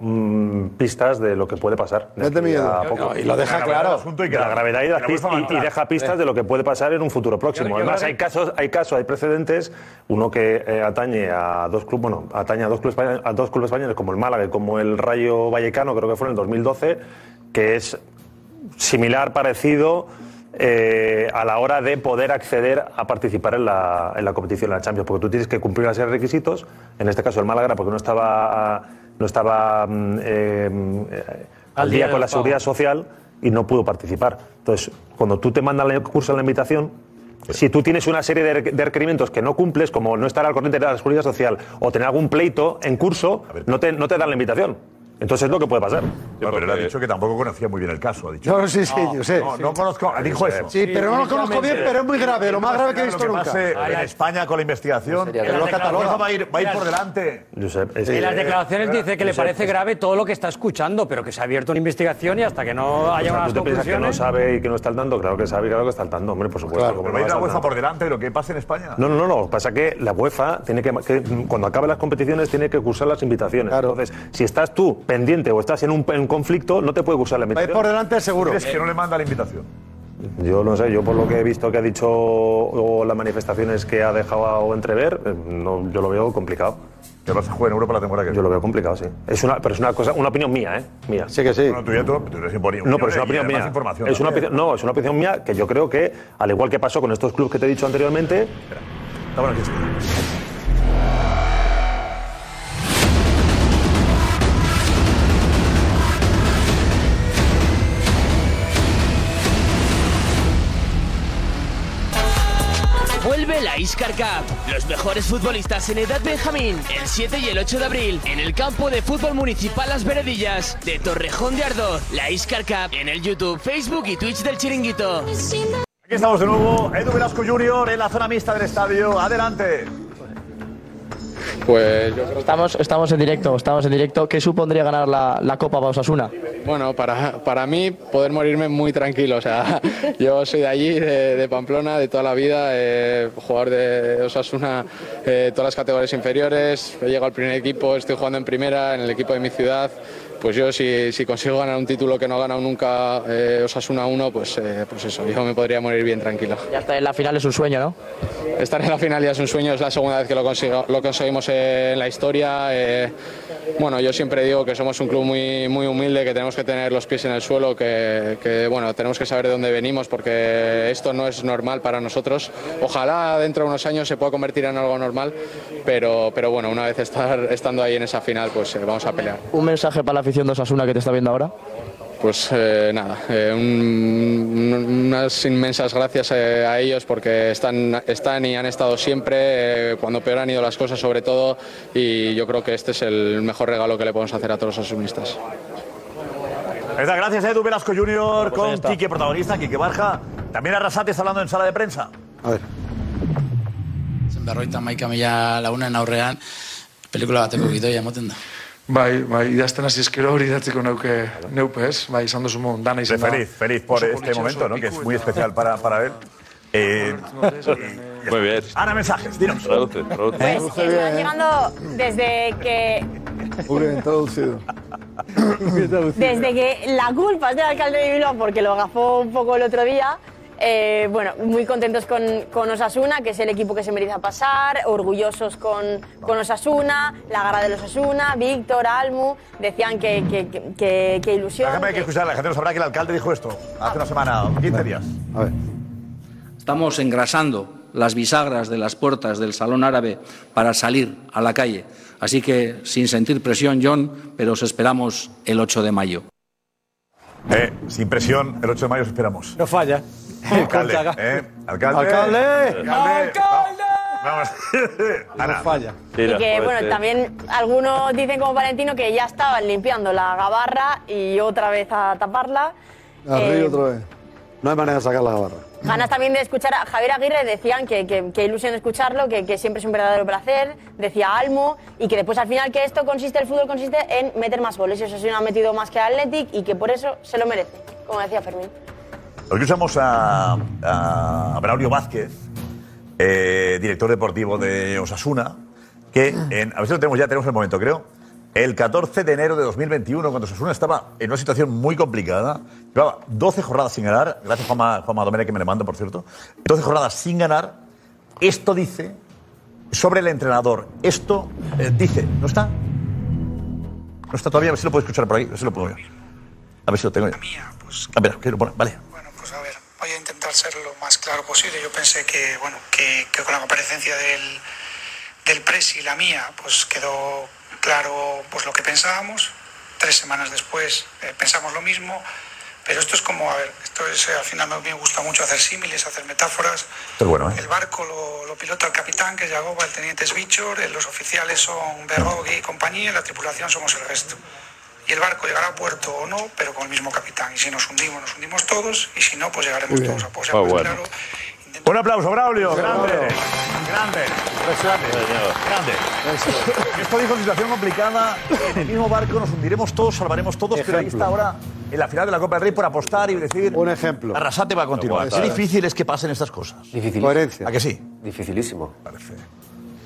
mm, pistas de lo que puede pasar. de Mete aquí miedo. a poco. No, y lo deja La gravedad claro. del asunto y que la gravedad y, Que la las pis- UEFA va a y- y hablar. deja pistas de lo que puede pasar en un futuro próximo. Yo- yo Además, creo que- hay casos, hay casos, hay precedentes. Uno que eh, atañe a dos clubes, bueno, atañe a dos clubes, españoles, a dos clubes españoles como el Málaga y como el Rayo Vallecano, creo que fue en el 2012, que es similar, parecido eh, a la hora de poder acceder a participar en la, en la competición, en la Champions, porque tú tienes que cumplir una serie de requisitos, en este caso el Málaga, era porque no estaba, no estaba mm, eh, mm, eh, al, día día, de con la los pagos. seguridad social y no pudo participar. Entonces, cuando tú te mandan la curso en la invitación, si tú tienes una serie de de requerimientos que no cumples, como no estar al corriente de la seguridad social o tener algún pleito en curso, no te, no te dan la invitación. Entonces es lo que puede pasar. Bueno, pero él ha dicho que tampoco conocía muy bien el caso. Ha dicho. No, sí, sí, No, yo sé. No, no conozco. Dijo eso. Sí, pero no lo conozco bien, pero es muy grave, lo más grave que he visto Lo nunca. pase en España con la investigación. Sería que grave. lo cataloga. Va a ir, va a ir Mira, por delante. Josep, es En que- las declaraciones dice que le Josep, parece es- grave todo lo que está escuchando, pero que se ha abierto una investigación y hasta que no haya O sea, unas Pues, ¿Tú te piensas que no conclusiones... sabe y que no está al tanto? Claro que sabe y claro que está al tanto, hombre, por supuesto. como Pero no va a ir vas la al UEFA tanto. por delante de lo que pase en España. No, no, no, no. Lo que pasa es que la UEFA tiene que, que cuando acaben las competiciones tiene que cursar las invitaciones. Entonces, si estás tú pendiente o estás en un, en un conflicto, no te puede cursar la Va a ir invitación. por delante seguro. Es que no le manda la invitación. Yo no sé, yo por lo que he visto que ha dicho o las manifestaciones que ha dejado entrever, eh, no, yo lo veo complicado. Que vas a jugar en Europa la temporada que Yo lo veo complicado, sí. Es una, pero es una cosa, una opinión mía, ¿eh? Mía. Sí que sí. Bueno, tú ya tú, tú eres imponible. No, pero es Y una opinión además mía. información es una también. opinión- no, es una opinión mía que yo creo que, al igual que pasó con estos clubes que te he dicho anteriormente. Está bueno, aquí estoy. Vuelve la Iscar Cup. Los mejores futbolistas en edad Benjamín. El 7 y el 8 de abril. En el campo de fútbol municipal Las Veredillas. De Torrejón de Ardoz. La Iscar Cup. En el YouTube, Facebook y Twitch del Chiringuito. Aquí estamos de nuevo. Edu Velasco Junior en la zona mixta del estadio. Adelante. Pues estamos, estamos en directo, estamos en directo. ¿Qué supondría ganar la, la Copa para Osasuna? Bueno, para, para mí poder morirme muy tranquilo. O sea, yo soy de allí, de, de Pamplona, de toda la vida, eh, jugador de Osasuna, eh, todas las categorías inferiores. He llegado al primer equipo, estoy jugando en primera, en el equipo de mi ciudad. Pues yo, si, si consigo ganar un título que no ha ganado nunca eh, Osasuna 1, pues, eh, pues eso, yo me podría morir bien tranquilo. Ya está en la final, es un sueño, ¿no? Estar en la final ya es un sueño, es la segunda vez que lo, consigo- lo conseguimos en la historia. eh, bueno, yo siempre digo que somos un club muy, muy humilde, que tenemos que tener los pies en el suelo, que, que, bueno, tenemos que saber de dónde venimos porque esto no es normal para nosotros. Ojalá dentro de unos años se pueda convertir en algo normal, pero, pero bueno, una vez estar, estando ahí en esa final, pues eh, vamos a pelear. Un mensaje para la afición de Osasuna que te está viendo ahora. Pues eh, nada, eh, un- un- unas inmensas gracias eh, a ellos porque están, están y han estado siempre, eh, cuando peor han ido las cosas sobre todo, y yo creo que este es el mejor regalo que le podemos hacer a todos los asumistas. Ahí está, gracias a Edu Velasco Junior ahí con está. Quique, protagonista, Quique Barja. También Arrasate está hablando en sala de prensa. Berroita maika mila lagunen aurrean, pelikula bateko gidoia ematen da. Bai, bai, idazten hasi eskero hori idatziko neuke, neupe ez, bai, izan duzu mon, dana De izan da. feliz, feliz por Oso este politxo, momento, oso ¿no? Que es piku muy eta- especial para, para él. Eh, Muy bien. Ahora mensajes, dinos. Eh, Traduce, traduce. Pues que están llegando desde que, Muy bien traducido. desde que la culpa es del alcalde de Bilbao porque lo agafó un poco el otro día. eh, bueno, muy contentos con, con Osasuna, que es el equipo que se merece pasar, orgullosos con, con Osasuna, la gara de los Osasuna, Víctor, Almu, decían que, que, que- que- que ilusión. Déjame que escuchar, la gente no sabrá que el alcalde dijo esto hace una semana, 15 días. Estamos engrasando las bisagras de las puertas del Salón Árabe para salir a la calle. Así que, sin sentir presión, John, pero os esperamos el 8 de mayo. Eh, sin presión, el 8 de mayo os esperamos. No falla. Alcalde, eh, alcalde. Alcalde. Alcalde. Vamos. Ana. falla. Y que, bueno, este- también algunos dicen como Valentino que ya estaban limpiando la gabarra y otra vez a taparla. Eh, Arriba otra vez. No hay manera de sacar la barra. Ganas también de escuchar a Javier Aguirre, decían que, que, que ilusión escucharlo, que, que siempre es un verdadero placer, decía Almo, y que después al final que esto consiste, el fútbol consiste en meter más goles, y eso sí no ha metido más que Athletic y que por eso se lo merece, como decía Fermín. Hoy usamos a, a Braulio Vázquez, eh, director deportivo de Osasuna, que en, a ver si lo tenemos ya, tenemos el momento, creo. El 14 de enero de 2021, cuando Osasuna estaba en una situación muy complicada, llevaba 12 jornadas sin ganar, gracias Juanma, Juanma Domene que me le manda, por cierto, 12 jornadas sin ganar, esto dice sobre el entrenador, esto eh, dice, ¿no está? No está todavía, a ver si lo puedo escuchar por ahí, a ver si lo puedo ver. A ver si lo tengo yo. Ah, espera, que lo pone, vale. Voy a intentar ser lo más claro posible. Yo pensé que, bueno, que, que con la comparecencia del, del Presi y la mía, pues quedó claro pues, lo que pensábamos. Tres semanas después eh, pensamos lo mismo. Pero esto es como, a ver, esto es, eh, al final me, me gusta mucho hacer símiles, hacer metáforas. Esto es bueno, ¿eh? El barco lo, lo pilota el capitán, que es Yagoba, el teniente es Bichor, eh, los oficiales son Berrogui y compañía, y la tripulación somos el resto. Y el barco llegará a puerto o no, pero con el mismo capitán. Y si nos hundimos, nos hundimos todos, y si no, pues llegaremos Muy bien. todos a puerto. Ah, Oh, bueno. Un aplauso, Braulio. Bravo. Grande. Grande. Impresionante. Grande. Esto dijo en situación complicada. En el mismo barco nos hundiremos todos, salvaremos todos, pero ahí Ejemplo. está ahora en la final de la Copa del Rey por apostar y decir. Un ejemplo. Arrasate va a continuar. Aguanta, Es eh. difícil es que pasen estas cosas. Difícil. Coherencia. ¿A que sí? Dificilísimo. Parece.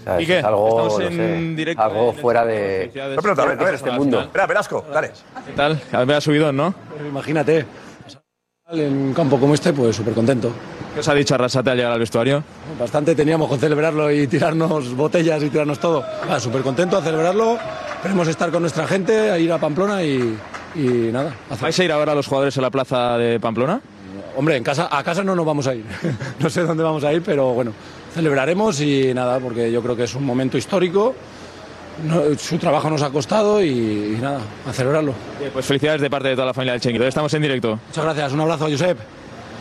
¿Sabes? ¿Y qué? Es algo, Estamos no en sé, directo algo en el fuera centro de, Pero, pero, a ver, a ver, este mundo. Espera, Velasco, dale. ¿Qué tal? Había subido, ¿no? Imagínate, en un campo como este, pues súper contento. ¿Qué os ha dicho Arrasate al llegar al vestuario? Bastante teníamos con celebrarlo y tirarnos botellas y tirarnos todo. Ah, súper contento a celebrarlo. Queremos estar con nuestra gente, a ir a Pamplona y, y nada. ¿Vais a ir a ver a los jugadores en la plaza de Pamplona? Hombre, en casa, a casa no nos vamos a ir. no sé dónde vamos a ir, pero bueno, celebraremos y nada, porque yo creo que es un momento histórico. No- su trabajo nos ha costado y, y nada, a celebrarlo. Bien, Pues felicidades de parte de toda la familia del Chenguito. Estamos en directo. Muchas gracias, un abrazo, Josep.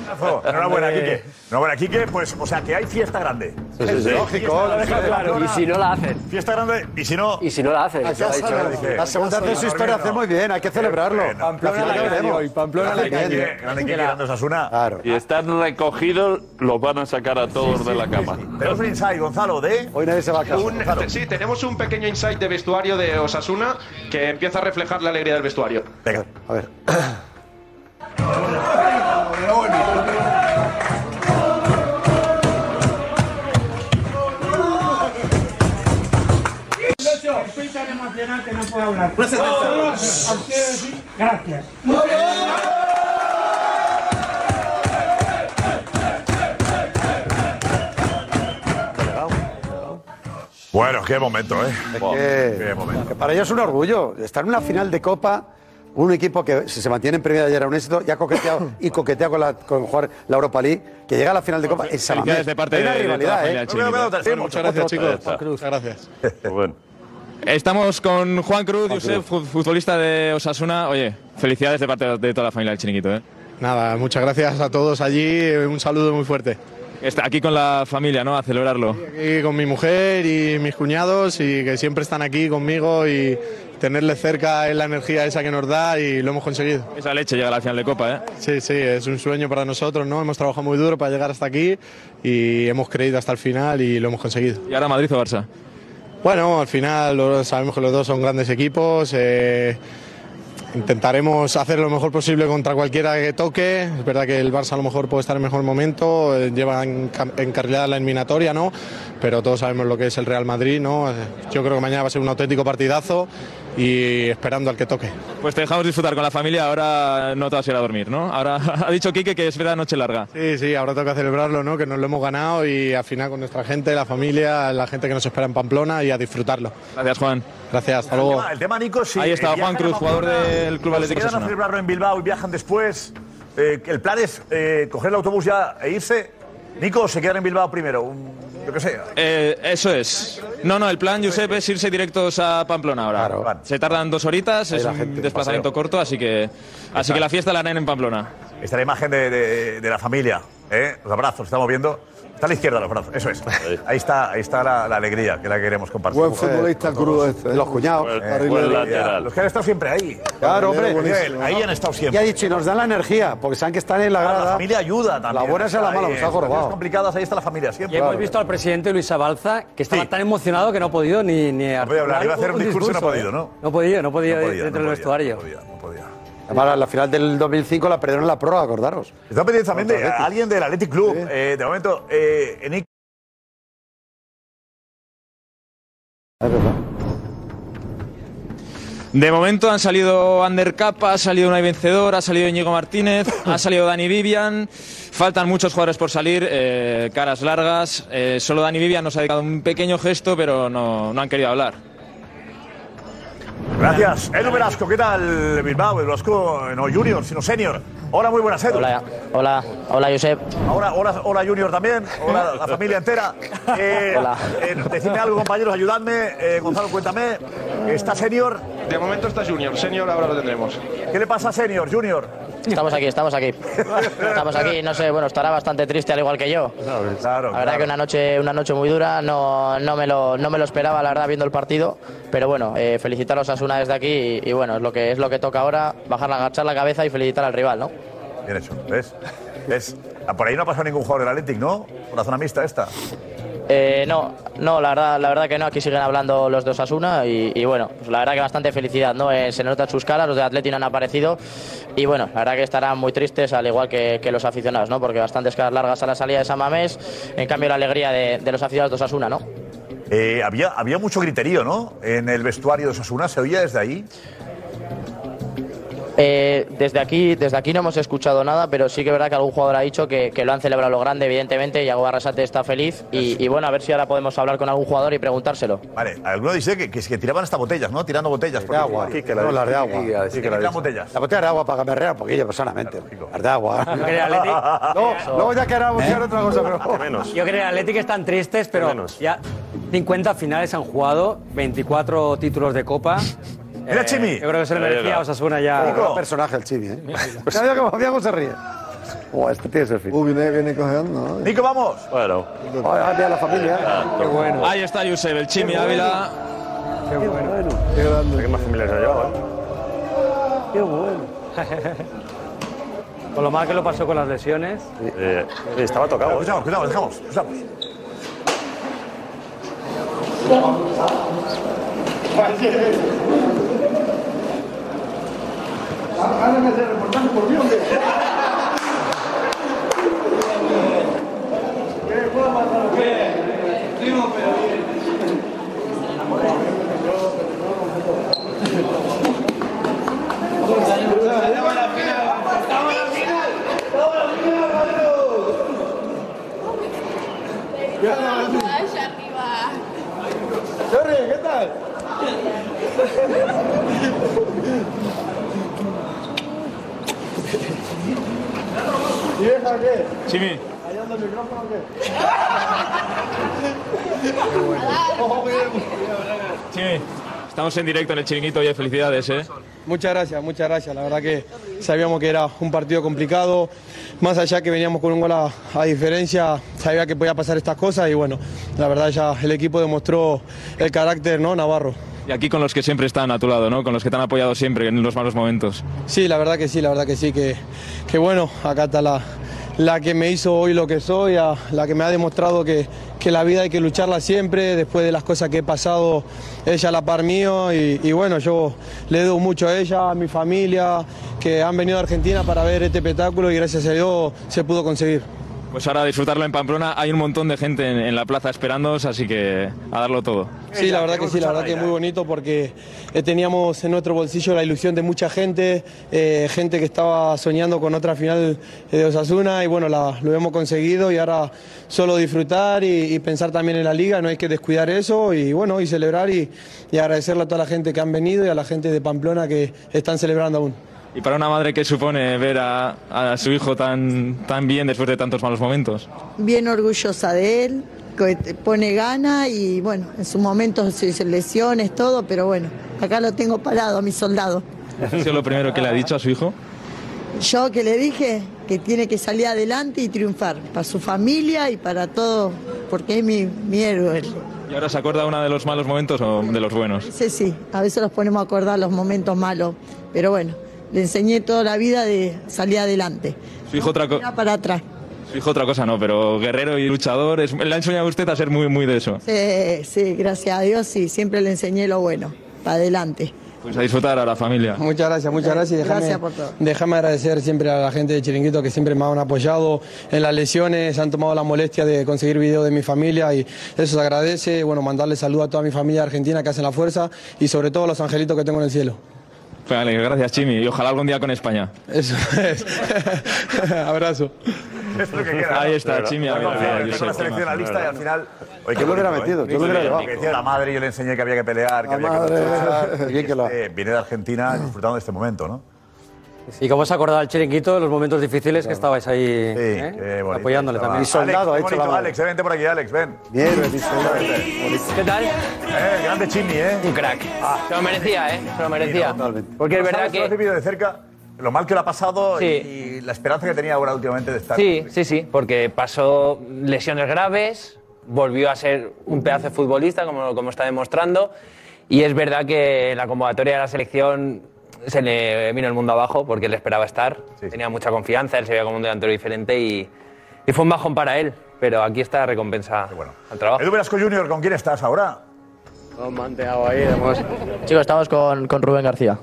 Abrazo. Enhorabuena, Quique. Enhorabuena, Quique. Pues, o sea, que hay fiesta grande. Sí, sí, sí. Fiesta grande, Lógico, Pamplona. y si no la hacen. Fiesta grande, y si no. Y si no la hacen. Acá se lo ha dicho. sale, dice. La segunda de su historia hace muy bien, hay que celebrarlo. Pamplona la veremos. Grande Quique, grande Quique, grande Osasuna. Claro. Y están recogidos, los van a sacar a todos de la cama. Tenemos un insight, Gonzalo, de. Hoy nadie se va a Un- sí, tenemos un pequeño insight de vestuario de Osasuna que empieza a reflejar la alegría del vestuario. Venga, a ver. emocionante, no puedo hablar. A ustedes sí. Gracias. Bueno, qué momento, ¿eh? Que- Qué momento. que para ellos es un orgullo estar en una final de Copa. Un equipo que, si se mantiene en primera, ya era un éxito, ya ha coqueteado y coquetea con, la, con jugar la Europa League, que llega a la final de Copa en Samamés. Felicidades de parte Hay de, una de toda la rivalidad, familia ¿eh? del Chiringuito. Muchas gracias, chicos. Muchas gracias. Pues Bueno. Estamos con Juan Cruz, Juan Josep, fu- futbolista de Osasuna. Oye, felicidades de parte de toda la familia del Chiringuito. ¿eh? Nada, muchas gracias a todos allí, un saludo muy fuerte. Está aquí con la familia, ¿no? A celebrarlo. Aquí con mi mujer y mis cuñados y que siempre están aquí conmigo y tenerles cerca es la energía esa que nos da y lo hemos conseguido. Esa leche llega a la final de Copa, ¿eh? Sí, sí, es un sueño para nosotros, ¿no? Hemos trabajado muy duro para llegar hasta aquí y hemos creído hasta el final y lo hemos conseguido. ¿Y ahora Madrid o Barça? Bueno, al final lo- sabemos que los dos son grandes equipos. eh, intentaremos hacer lo mejor posible contra cualquiera que toque. Es verdad que el Barça a lo mejor puede estar en mejor momento, eh, lleva enca- encarrilada la eliminatoria, ¿no? Pero todos sabemos lo que es el Real Madrid, ¿no? Eh, Yo creo que mañana va a ser un auténtico partidazo y esperando al que toque. Pues te dejamos disfrutar con la familia, ahora no te vas a ir a dormir, ¿no? Ahora ha dicho Quique que espera noche larga. Sí, sí, ahora toca celebrarlo, ¿no? Que nos lo hemos ganado y al final con nuestra gente, la familia, la gente que nos espera en Pamplona y a disfrutarlo. Gracias, Juan. Gracias, hasta El luego. tema, el tema, Nico, sí. Ahí está eh, Juan viajan Cruz, a Pamplona, jugador del Club se Atlético quedan a Osasuna. celebrarlo en Bilbao y viajan después. Eh, el plan es eh, coger el autobús ya e irse. Nico, se quedan en Bilbao primero. un- Yo qué sé. Eh, eso es. No, no, el plan, Josep, es irse directos a Pamplona ahora. Se tardan dos horitas, Ahí es la un gente, desplazamiento corto, así que, así que la fiesta la harán en Pamplona. Está la imagen de, de- de la familia. ¿eh? Los abrazos, estamos viendo. Está a la izquierda los brazos, eso es. Ahí está, ahí está la, la alegría que la queremos compartir. Buen futbolista crudo este. ¿eh? Los cuñados. Buen- Eh, buen la- lateral. Los que han estado siempre ahí. Claro, hombre. Miguel, ahí han estado siempre. Y ha dicho, y nos dan la energía, porque saben que están en la grada. La familia ayuda también. eh, La buena es la mala, Ahí, nos ha en situaciones jorobado. complicadas, ahí está la familia siempre. Y hemos visto al presidente Luis Abalza que estaba tan emocionado que no ha podido ni, ni hablar, iba a hacer un discurso y no ha podido, ¿no? ¿eh? No podía, no podía, No podía, dentro no del podía, vestuario. Además, la final del 2005 la perdieron en la prórroga, acordaros. Está pendiente también de alguien del Athletic Club. Eh, de momento, eh, Nico. De momento han salido Ander Capa, ha salido Unai Vencedor, ha salido Íñigo Martínez, ha salido Dani Vivian. Faltan muchos jugadores por salir, eh, caras largas. Eh, solo Dani Vivian nos ha dedicado un pequeño gesto, pero no, no han querido hablar. Gracias. Edu Velasco, ¿qué tal Bilbao? Edu Velasco, eh, no junior, sino senior. Hola, muy buenas, Edu. Hola, Hola, hola Josep. Ahora, hola, hola junior también. Hola, la familia entera. Eh, Hola. eh, decidme algo, compañeros, ayudadme. Eh, Gonzalo, cuéntame. ¿Está senior? De momento está Junior, Senior ahora lo tendremos. ¿Qué le pasa a senior, junior? Estamos aquí, estamos aquí. Estamos aquí, no sé, bueno, estará bastante triste al igual que yo. Claro, La verdad que una noche, una noche muy dura, no, no, me lo, no me lo esperaba, la verdad, viendo el partido. Pero bueno, eh, felicitaros a Asuna desde aquí y, y bueno, es lo que es lo que toca ahora, bajar la, agachar la cabeza y felicitar al rival, ¿no? Bien hecho, ¿ves? ¿Ves? Ah, Por ahí no ha pasado ningún jugador del Athletic, ¿no? Por la zona mixta esta. Eh, no, no, la verdad, la verdad que no, aquí siguen hablando los dos Asuna y, y bueno, pues la verdad que bastante felicidad, ¿no? Eh, se notan sus caras, los de Atleti no han aparecido y bueno, la verdad que estarán muy tristes al igual que, que los aficionados, ¿no? Porque bastantes caras largas a la salida de San Mamés, en cambio la alegría de, de los aficionados de Asuna, ¿no? Eh, había, había mucho griterío, ¿no? En el vestuario de Sasuna, ¿se oía desde ahí? Eh, desde aquí, desde aquí no hemos escuchado nada, pero sí que es verdad que algún jugador ha dicho que, que lo han celebrado lo grande, evidentemente. Yago Barrasate está feliz y, y bueno, a ver si ahora podemos hablar con algún jugador y preguntárselo. Vale, alguno dice que, que, es que tiraban hasta botellas, ¿no? Tirando botellas. por el agua. vestuario. no, las de agua. Sí, que tiran botellas. Eh, La botella de agua para cambiar un poquillo, personalmente. Las de agua. Yo creo que el Atleti- ¿Eh? No, luego ya querrá buscar otra cosa, pero. Yo creo que el Atleti que están tristes, pero ya 50 finales han jugado, 24 títulos de Copa. Mira, Eh, Chimi. Yo creo que se le Ahí merecía va. Osasuna ya. Nico. Buen personaje el Chimi, ¿eh? Pues- Mira cómo- mira cómo se ríe. Oh, Buah, este tiene ese fin. Uy, viene, viene cojeando. Nico, vamos. Bueno. Ah, mira la familia. Qué bueno. Ahí está Josep, el Chimi Ávila. Qué bueno. Qué grande. más familia se ha llevado, ¿eh? Qué bueno. Con lo mal que lo pasó con las lesiones. Eh, estaba tocado. ¿eh? Cuidado, cuidado, dejamos, dejamos. Jorge, ¿qué tal? ¿Y esa qué? Chimi. ¿Hallando el micrófono o qué? Chimi. Estamos en directo en el chiringuito, oye, felicidades, ¿eh? Muchas gracias, muchas gracias. La verdad que sabíamos que era un partido complicado. Más allá que veníamos con un gol a, a diferencia, sabía que podía pasar estas cosas y bueno, la verdad ya el equipo demostró el carácter, ¿no? Navarro. Y aquí con los que siempre están a tu lado, ¿no? Con los que te han apoyado siempre en los malos momentos. Sí, la verdad que sí, la verdad que sí, que, que bueno, acá está la, la que me hizo hoy lo que soy, a- la que me ha demostrado que, que la vida hay que lucharla siempre, después de las cosas que he pasado, ella a la par mío y, y bueno, yo le debo mucho a ella, a mi familia, que han venido a Argentina para ver este espectáculo y gracias a Dios se pudo conseguir. Pues ahora a disfrutarlo en Pamplona. Hay un montón de gente en, en la plaza esperándoos, así que a darlo todo. Sí, la verdad que sí, la verdad que es muy bonito porque eh, teníamos en nuestro bolsillo la ilusión de mucha gente, eh, gente que estaba soñando con otra final eh, de Osasuna y bueno, la- lo hemos conseguido y ahora solo disfrutar y, y pensar también en la liga, no hay que descuidar eso y bueno, y celebrar y, y agradecerle a toda la gente que han venido y a la gente de Pamplona que están celebrando aún. Y para una madre, ¿qué supone ver a, a su hijo tan, tan bien después de tantos malos momentos? bien orgullosa de él, que te pone gana y bueno, en su momento se se lesiones, todo, pero bueno, acá lo tengo parado a mi soldado. ¿Eso ha sido lo primero que le ha dicho a su hijo? Yo que le dije que tiene que salir adelante y triunfar, para su familia y para todo, porque es mi, mi héroe. él. ¿Y ahora se acuerda uno de los malos momentos o de los buenos? Ese sí, a veces nos ponemos a acordar los momentos malos, pero bueno, le enseñé toda la vida de salir adelante, Su hijo otra, co- Mira para atrás. su hijo otra cosa no, pero guerrero y luchador, es- le ha enseñado a usted a ser muy, muy de eso. Sí, sí, gracias a Dios, sí, siempre le enseñé lo bueno, para adelante. Pues a disfrutar a la familia. Muchas gracias, muchas gracias. y Gracias déjame- por todo. Déjame agradecer siempre a la gente de Chiringuito que siempre me han apoyado en las lesiones, han tomado la molestia de conseguir videos de mi familia y eso se agradece. Bueno, mandarle saludos a toda mi familia argentina que hacen la fuerza y sobre todo a los angelitos que tengo en el cielo. Pues vale, gracias Chimi y ojalá algún día con España. Eso es. Abrazo. Es lo que queda. Ahí está, Chimi, Una a ver, confianza, a ver, que yo con la sé, selección a Chima, la lista de y al verdad. final. pues, Yo lo hubiera metido, yo lo hubiera llevado. decía pues, la madre, yo le enseñé que había que pelear, que había que luchar. Y este Viene de Argentina disfrutando de este momento, ¿no? ¿Y cómo se acordaba el chiringuito de los momentos difíciles que estabais ahí ¿eh? apoyándole también? Alex, qué bonito, Alex, eh, vente por aquí, Alex, ven. Bien, ¿Qué tal? Eh, grande Chimi, ¿eh? Un crack. Se lo merecía, ¿eh? Se lo merecía. Porque Pero es verdad sabes, Lo has que... vivido de cerca, lo mal que lo ha pasado y- Sí. y la esperanza que tenía ahora últimamente de estar. Sí, sí, sí, porque pasó lesiones graves, volvió a ser un pedazo de futbolista, como, como está demostrando, y es verdad que en la convocatoria de la selección se le vino el mundo abajo porque él esperaba estar, tenía mucha confianza, él se veía como un delantero diferente y, y fue un bajón para él, pero aquí está la recompensa al trabajo. Edu Velasco Junior, ¿con quién estás ahora? Chicos, estamos con, con Rubén García.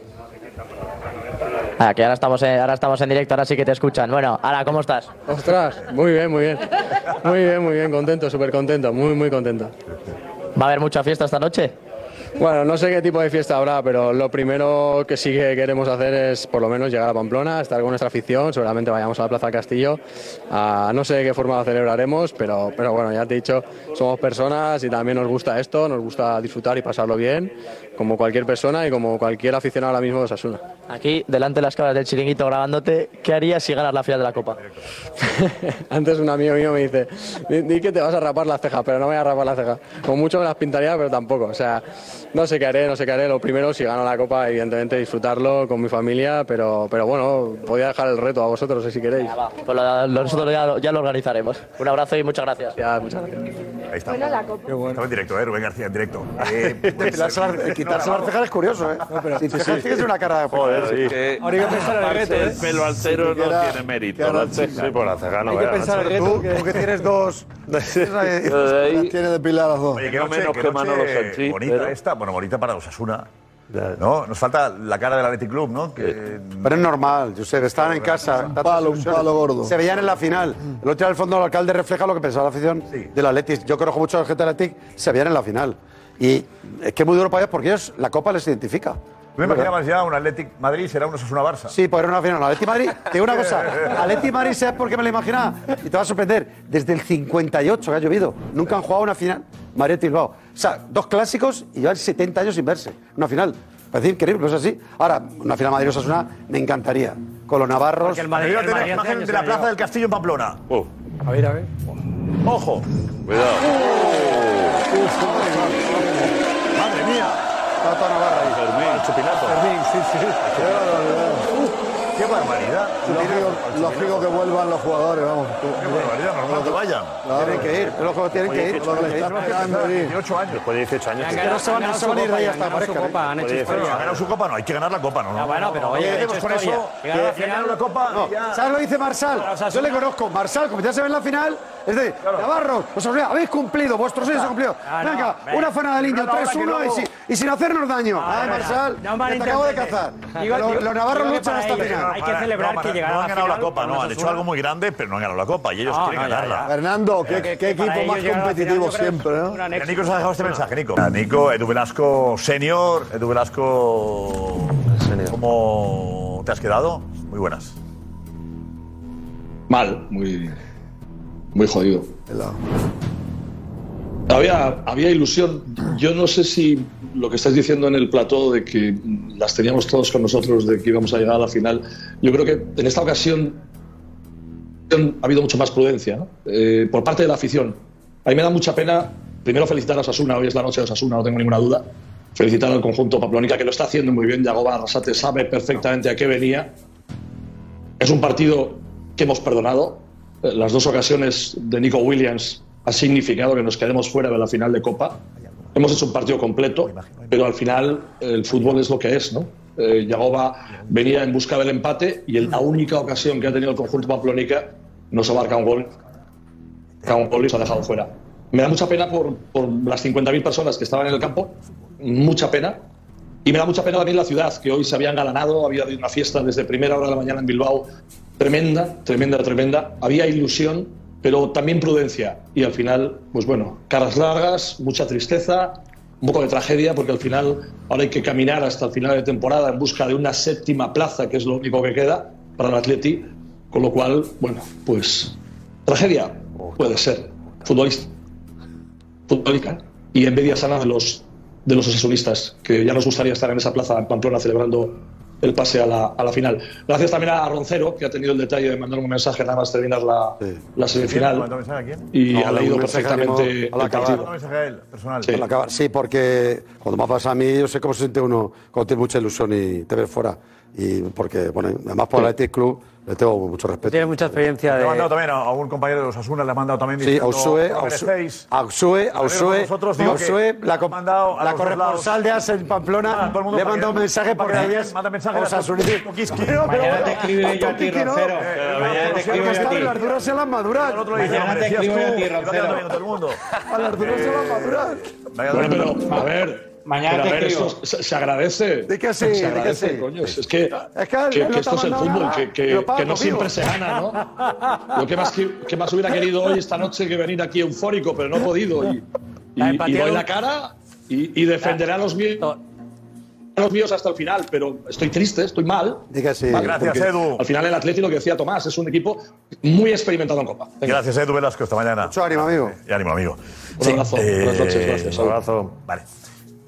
Ah, que ahora estamos, en, ahora estamos en directo, ahora sí que te escuchan. Bueno, ahora, ¿cómo estás? Ostras, muy bien, muy bien. Muy bien, muy bien, contento, súper contento, muy, muy contento. ¿Va a haber mucha fiesta esta noche? Bueno, no sé qué tipo de fiesta habrá, pero lo primero que sí que queremos hacer es por lo menos llegar a Pamplona, estar con nuestra afición, seguramente vayamos a la Plaza Castillo, a- no sé de qué forma lo celebraremos, pero, pero bueno, ya te he dicho, somos personas y también nos gusta esto, nos gusta disfrutar y pasarlo bien, como cualquier persona y como cualquier aficionado ahora mismo de Osasuna. Aquí, delante de las cámaras del chiringuito grabándote, ¿qué harías si ganas la final de la Copa? Antes un amigo mío me dice, di, di que te vas a rapar las cejas, pero no me voy a rapar las cejas. Con mucho me las pintaría, pero tampoco. O sea, no sé qué haré, no sé qué haré. Lo primero, si gano la copa, evidentemente disfrutarlo con mi familia, pero, pero bueno, voy a dejar el reto a vosotros si queréis. Pues lo- lo- nosotros ya, lo- ya lo organizaremos. Un abrazo y muchas gracias. muchas gracias. Ahí está. Estaba en directo, ¿eh? Rubén García, en directo. Eh, pues, puede Depilarse ser. las- quitarse las cejas es curioso, ¿eh? Si te cejas tienes una cara de Ahora hay que pensar en el Eh, ¿eh? El pelo al cero no tiene mérito. la ceja. Sí, por la ceja no era, macho. Tú, tú que tienes dos. Tiene depiladas dos. Oye, qué qué noche, menos qué que noche Manolo Sanchís, Bonita pero- esta, bueno, bonita para Osasuna. ¿No? Nos falta la cara del Athletic Club, ¿no? Que, Pero es normal, Josep, estaban en casa. Un palo, un palo gordo. Se veían en la final. El otro día, al fondo, el alcalde refleja lo que pensaba la afición del Atleti. Yo conozco mucho a la gente del Atleti, se veían en la final. Y es que es muy duro para ellos porque ellos, la Copa les identifica. ¿No imaginabas ya un Athletic Madrid será un Osasuna Barça? Sí, pues era una final. Atleti Madrid, te digo una cosa. Atleti Madrid, ¿sabes por qué me lo imaginaba? Y te va a sorprender. Desde el 58 que ha llovido. Nunca han jugado una final Madrid Bilbao. O sea, dos clásicos y llevan 70 años sin verse. Una final. Parece increíble, ¿no es así? Ahora, una final Madrid Osasuna me encantaría. Con los navarros. Porque el Madrid- Mira, el tenemos Madrid hace imagen años de la que no Plaza llega. del Castillo en Pamplona. A ver, a ver. ¡Ojo! Cuidado. ¡Madre mía! Fermín. Chupinazo. Fermín, sí, sí. ¡Qué barbaridad! Lógico, lógico que vuelvan los jugadores, vamos. Qué barbaridad, normal que vayan. Tienen que ir, los juegos tienen que ir. Lo que le está pegando, ir. 18 años. Después de 18 años. que no se van- no se van a ir de ahí hasta aparezcan, ¿eh? Después de 18 Bueno, ha ganado su copa, no, hay que ganar la copa, ¿no? Ah, no bueno, pero oye, ¿Qué ha hacemos hecho con historia. eso? Que Eh, ganó la Que final. ganar la copa, No, ya. ¿Sabes lo que dice Marsal? Yo le conozco. Marsal, como ya se ve en la final, es de Navarro, os habéis cumplido, vuestros sueños se han cumplido. Ah, no, Venga, venga. una fuera de línea, Pero no, ahora 3-1 que y, luego- si- y sin hacernos daño. Ah, Ay, venga. Marsal, No que te acabo de cazar. malinterpretes. Digo, Los, digo- los navarros digo que luchan para hasta el ellos final. hay que celebrar que llegar a No la han ganado la final copa, con no. una Han hecho Osasuna. algo muy grande, pero no han ganado la copa y ellos No, quieren no, ya, ganarla. ya. Fernando, qué- qué equipo más competitivo siempre, ¿no? Mira, Nico nos ha dejado este mensaje, Nico. Ah, Nico, Edu Velasco senior, Edu Velasco... ¿Cómo te has quedado? Muy buenas. Mal, muy, muy jodido. Había, había ilusión. Yo no sé si lo que estás diciendo en el plató de que las teníamos todos con nosotros, de que íbamos a llegar a la final, yo creo que en esta ocasión ha habido mucho más prudencia ¿no? Eh, por parte de la afición. A mí me da mucha pena, primero felicitar a Osasuna, hoy es la noche de Osasuna, no tengo ninguna duda, felicitar al conjunto Paplónica que lo está haciendo muy bien, Yagoba Arrasate sabe perfectamente a qué venía. Es un partido que hemos perdonado, Eh, las dos ocasiones de Nico Williams ha significado que nos quedemos fuera de la final de Copa. Hemos hecho un partido completo, pero al final el fútbol es lo que es, ¿no? Eh, Yagoba venía en busca del empate y en la única ocasión que ha tenido el conjunto pamplonica nos abarca un gol, marca un gol y se ha dejado fuera. Me da mucha pena por, por las 50.000 personas que estaban en el campo, mucha pena. Y me da mucha pena también la ciudad, que hoy se habían galanado, había habido una fiesta desde primera hora de la mañana en Bilbao, tremenda, tremenda, tremenda. Había ilusión, pero también prudencia. Y al final, pues bueno, caras largas, mucha tristeza, un poco de tragedia, porque al final ahora hay que caminar hasta el final de temporada en busca de una séptima plaza, que es lo único que queda para el Atleti. Con lo cual, bueno, pues tragedia puede ser. Futbolista. Futbolica. Y envidia sana de los, de los osasunistas, que ya nos gustaría estar en esa plaza en Pamplona celebrando el pase a la, a la final. Gracias también a Roncero, que ha tenido el detalle de mandar un mensaje nada más terminar la, la ¿Quién? semifinal. ¿Mandó mensaje a quién? Y No, ha le leído mandó mensaje a Memo perfectamente el al acabar. partido. Mandó mensaje a él, personal. Sí. Al acabar. Sí, porque cuando me ha pasado a mí, yo sé cómo se siente uno cuando tiene mucha ilusión y te ves fuera. Y porque, bueno, además por el Athletic Club le tengo mucho respeto. Tiene mucha experiencia Le ha de. mandado también a algún compañero de los Asuna, le ha mandado también. Sí, diciendo, a Usue, "No a lo Usue, merecéis". a Usue, a También Usue, nosotros digo a que Usue, la, han mandado a la los dos corresponsal de AS en Ah, Pamplona todo el mundo le para mandó que- un mensaje para porque que habías manda mensaje a a la- Osasunir. Quisquero, pero bueno, Ah, a Toki que no. Eh, Eh, Mañana te escribo yo a ti. Las duras se las maduras. Mañana te escribo yo a ti, Roncero. A las duras se las maduras. Bueno, pero a ver. Mañana pero a te ver, escribo. esto se, se agradece. Di que sí, di que se agradece, sí. coño. Es que, Es que que- él no que te esto es el mandó fútbol, nada. que, que- Pero, Paco, que no vivo. siempre se gana, ¿no? Yo que más, que, que más hubiera querido hoy, esta noche, que venir aquí eufórico, pero no he podido. Y, y- La empatía y doy de un- la cara y, y defenderé a los míos. a los míos hasta el final, pero estoy triste, estoy mal. ¿vale? Gracias, Porque Edu. Al final el Atlético, lo que decía Tomás, es un equipo muy experimentado en Copa. Venga. Gracias, Edu Velasco, hasta mañana. Mucho ánimo, amigo. Y ánimo, amigo. eh, Un abrazo. Buenas noches, gracias. Un abrazo. Vale.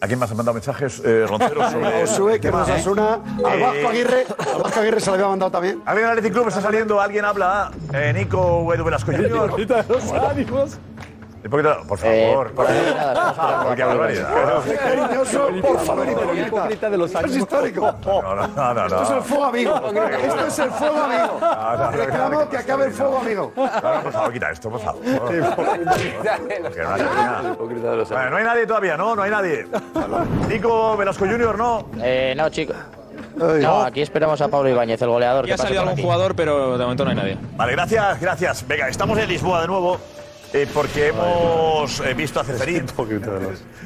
¿A quién más han mandado mensajes? Eh, Roncero sobre. A Usue, que ¿Qué más más, eh? Osasuna. Al Eh, Vasco Aguirre, al Vasco Aguirre se lo había mandado también. Alguien del Athletic Club está saliendo, alguien habla. Eh, Nico o Edu Velasco Junior. Ahorita los ánimos. Un poquito- Por favor, por favor. Porque barbaridad. Cariñoso, por favor, hipócrita de los Es histórico. No, no, no, no. Esto es el fuego amigo. Esto es el fuego amigo. Reclamo que acabe el fuego amigo. Claro, por favor, quita esto, por favor. Porque no hay nada. Bueno, no hay nadie todavía, ¿no? No hay nadie. Nico Velasco Junior, ¿no? Eh, no, chico. No, aquí esperamos a Pablo Ibáñez, el goleador. Ya ha que pase salido por algún aquí. jugador, pero de momento no hay nadie. Vale, gracias, gracias. Venga, estamos en Lisboa de nuevo eh, porque hemos eh, visto a Ceferín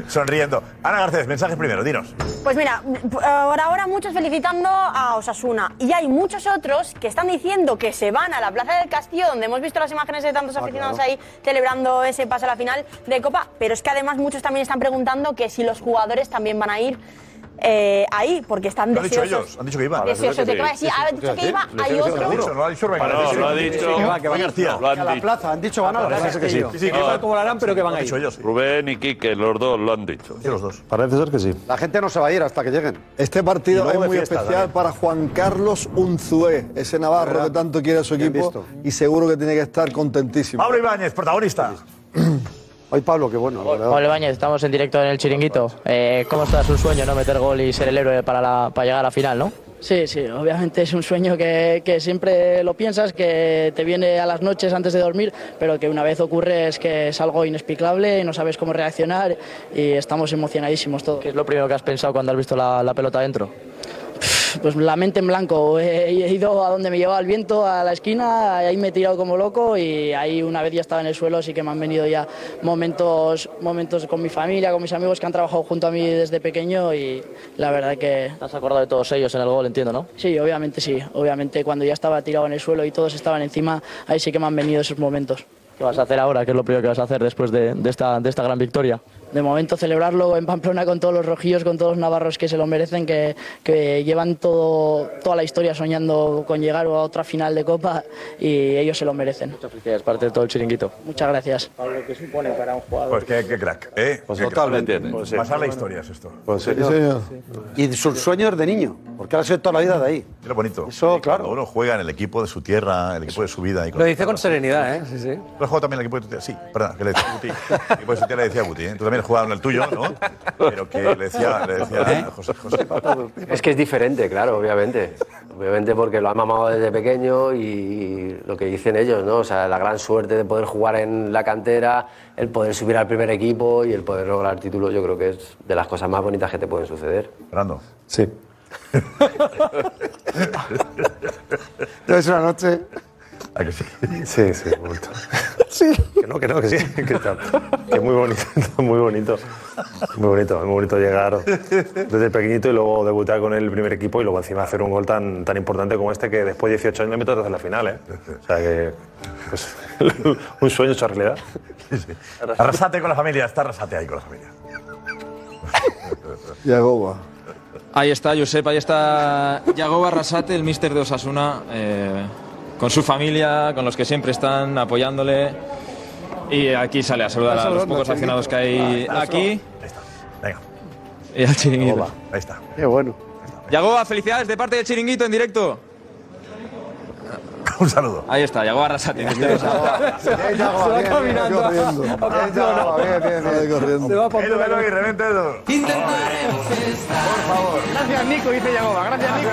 sonriendo. Ana Garcés, mensajes primero, dinos. Pues mira, por ahora muchos felicitando a Osasuna y hay muchos otros que están diciendo que se van a la Plaza del Castillo, donde hemos visto las imágenes de Ah, tantos aficionados claro. ahí celebrando ese paso a la final de Copa, pero es que además muchos también están preguntando que si los jugadores también van a ir eh, ahí, porque están Lo han dicho deseosos. ellos, han dicho que iban. Deseosos de que vaya. Sí, ha dicho que iba, hay otro. Lo ha dicho, lo ha dicho Rubén Pero García. lo ha dicho- Que va, que va Sí. García. Lo han A la dicho. plaza, han dicho van a la plaza. este Parece que sí. Sí, sí, que iban como la harán, pero que van Lo han ahí. dicho ellos, sí. Rubén y Quique, los dos lo han dicho. los dos. Parece ser que sí. La gente no se va a ir hasta que lleguen. Este Y partido luego es de muy fiesta, especial también. para Juan Carlos Unzué, ese navarro ¿Verdad? que tanto quiere a su Bien equipo visto. y seguro que tiene que estar contentísimo. Pablo Ibáñez, protagonista. Ay, Pablo, qué bueno. Pablo Ibáñez, estamos en directo en el chiringuito. Eh, ¿Cómo estás? Un sueño, ¿no? Meter gol y ser el héroe para, la- para llegar a la final, ¿no? Sí, sí, obviamente es un sueño que, que siempre lo piensas, que te viene a las noches antes de dormir, pero que una vez ocurre es que es algo inexplicable y no sabes cómo reaccionar y estamos emocionadísimos todos. ¿Qué es lo primero que has pensado cuando has visto la, la pelota dentro? Pues la mente en blanco, he he ido a donde me llevaba el viento, a la esquina, ahí me he tirado como loco y ahí una vez ya estaba en el suelo, así que me han venido ya momentos, momentos con mi familia, con mis amigos que han trabajado junto a mí desde pequeño y la verdad que Te has acordado de todos ellos en el gol, entiendo, ¿no? Sí, obviamente sí. Obviamente cuando ya estaba tirado en el suelo y todos estaban encima, ahí sí que me han venido esos momentos. ¿Qué vas a hacer ahora? ¿Qué es lo primero que vas a hacer después de, de esta, de esta gran victoria? de momento celebrarlo en Pamplona con todos los rojillos, con todos los navarros que se lo merecen, que, que llevan todo, toda la historia soñando con llegar a otra final de Copa y ellos se lo merecen. Muchas felicidades, parte de todo el chiringuito. Muchas gracias. Pablo, ¿qué supone para un jugador? Pues qué, qué crack, ¿eh? Pues Qué crack. totalmente. Pues sí. Pasar la historia es esto. Pues Y de sus sueños de niño, porque ha sido toda la vida de ahí. Es lo bonito. Eso, claro. Cuando uno juega en el equipo de su tierra, el equipo de su vida. Y Lo dice con serenidad, ¿eh? Sí, sí. ¿Tú has jugado también el equipo de tu tía? Sí, perdón, que le decía a Guti. El equipo de su tía le decía a Guti, ¿eh? Tú también has jugado en el tuyo, ¿no? Pero que le decía, le decía ¿Eh? a José, José. Es que es diferente, claro, obviamente. Obviamente porque lo han mamado desde pequeño y lo que dicen ellos, ¿no? O sea, la gran suerte de poder jugar en la cantera, el poder subir al primer equipo y el poder lograr títulos, yo creo que es de las cosas más bonitas que te pueden suceder. Fernando. Sí. Entonces una noche. ¿A que sí? Sí, sí, bonito. Sí. Que no, que no, que sí. Que, está- que muy bonito, muy bonito. Muy bonito, muy bonito llegar desde pequeñito y luego debutar con el primer equipo y luego encima hacer un gol tan, tan importante como este que después de 18 años le meto atrás en la final, ¿eh? O sea que. pues, un sueño hecho realidad. Arrasate con la familia, está arrasate ahí con la familia. Yagoba. Ahí está, Josep, ahí está Yagoba Arrasate, el mister de Osasuna, eh, con su familia, con los que siempre están apoyándole. Y aquí sale a saludar a los pocos aficionados que hay aquí. Venga. Y al chiringuito. Ahí está. Qué bueno. Yagoba, felicidades de parte del chiringuito en directo. Un saludo. Ahí está, Yagoba Arrasate, mister de Osasuna. corriendo. Se va Edu, Edu, Aguirre, vente, Edu. Gracias, Nico, dice Yagoba. Gracias, Nico.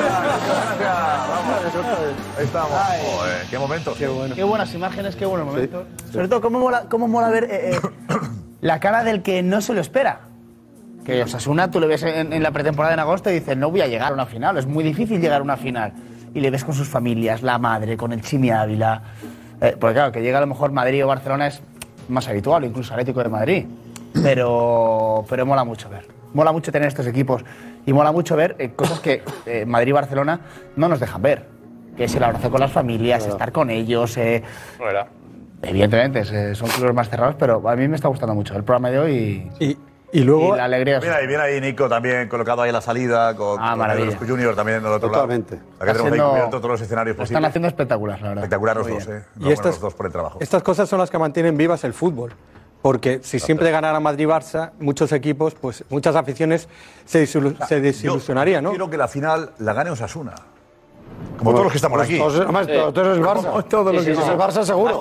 Ahí estamos. Joder, qué momento. Qué bueno. Qué buenas imágenes, qué buenos momentos. Sobre todo, ¿cómo mola, cómo mola ver eh, eh, la cara del que no se lo espera? Que Osasuna, tú le ves en, en la pretemporada en agosto y dices, no voy a llegar a una final, es muy difícil llegar a una final. Y le ves con sus familias, la madre, con el Chimi Ávila. Eh, porque claro, que llega a lo mejor Madrid o Barcelona es más habitual, incluso Atlético de Madrid. Pero, pero mola mucho ver. Mola mucho tener estos equipos y mola mucho ver eh, cosas que eh, Madrid y Barcelona no nos dejan ver. Que es el abrazo con las familias, estar con ellos, eh, Evidentemente, es- son clubes más cerrados, pero a mí me está gustando mucho el programa de hoy y, y la alegría. Oh, Mira ahí, mira ahí Nico también colocado ahí en la salida con, ah, maravilla. Junior también en el otro Totalmente. lado. Acá Está tenemos ahí siendo- cubiertos todos los escenarios Lo están posibles. haciendo espectacular, la verdad. Espectacular los Muy dos, bien. eh. Y este Enhorabuena a estas- los dos por el trabajo. Estas cosas son las que mantienen vivas el fútbol. Porque si siempre ganara Madrid-Barça, muchos equipos, pues muchas aficiones se, desilu- se desilusionarían, ¿no? Quiero que la final la gane Osasuna. Como todos los que estamos aquí. Pues, Todos, además, Eh, todos, todos es Barça. Todos los Sí, sí, que- sí. Es Barça seguro.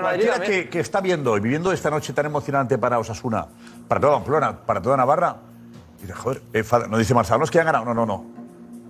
Cualquiera que, que está viendo y viviendo esta noche tan emocionante para Osasuna, para toda Pamplona, para toda Navarra, dice, joder, eh, fa- no dice Marcelo, no es que han ganado. No, no, no.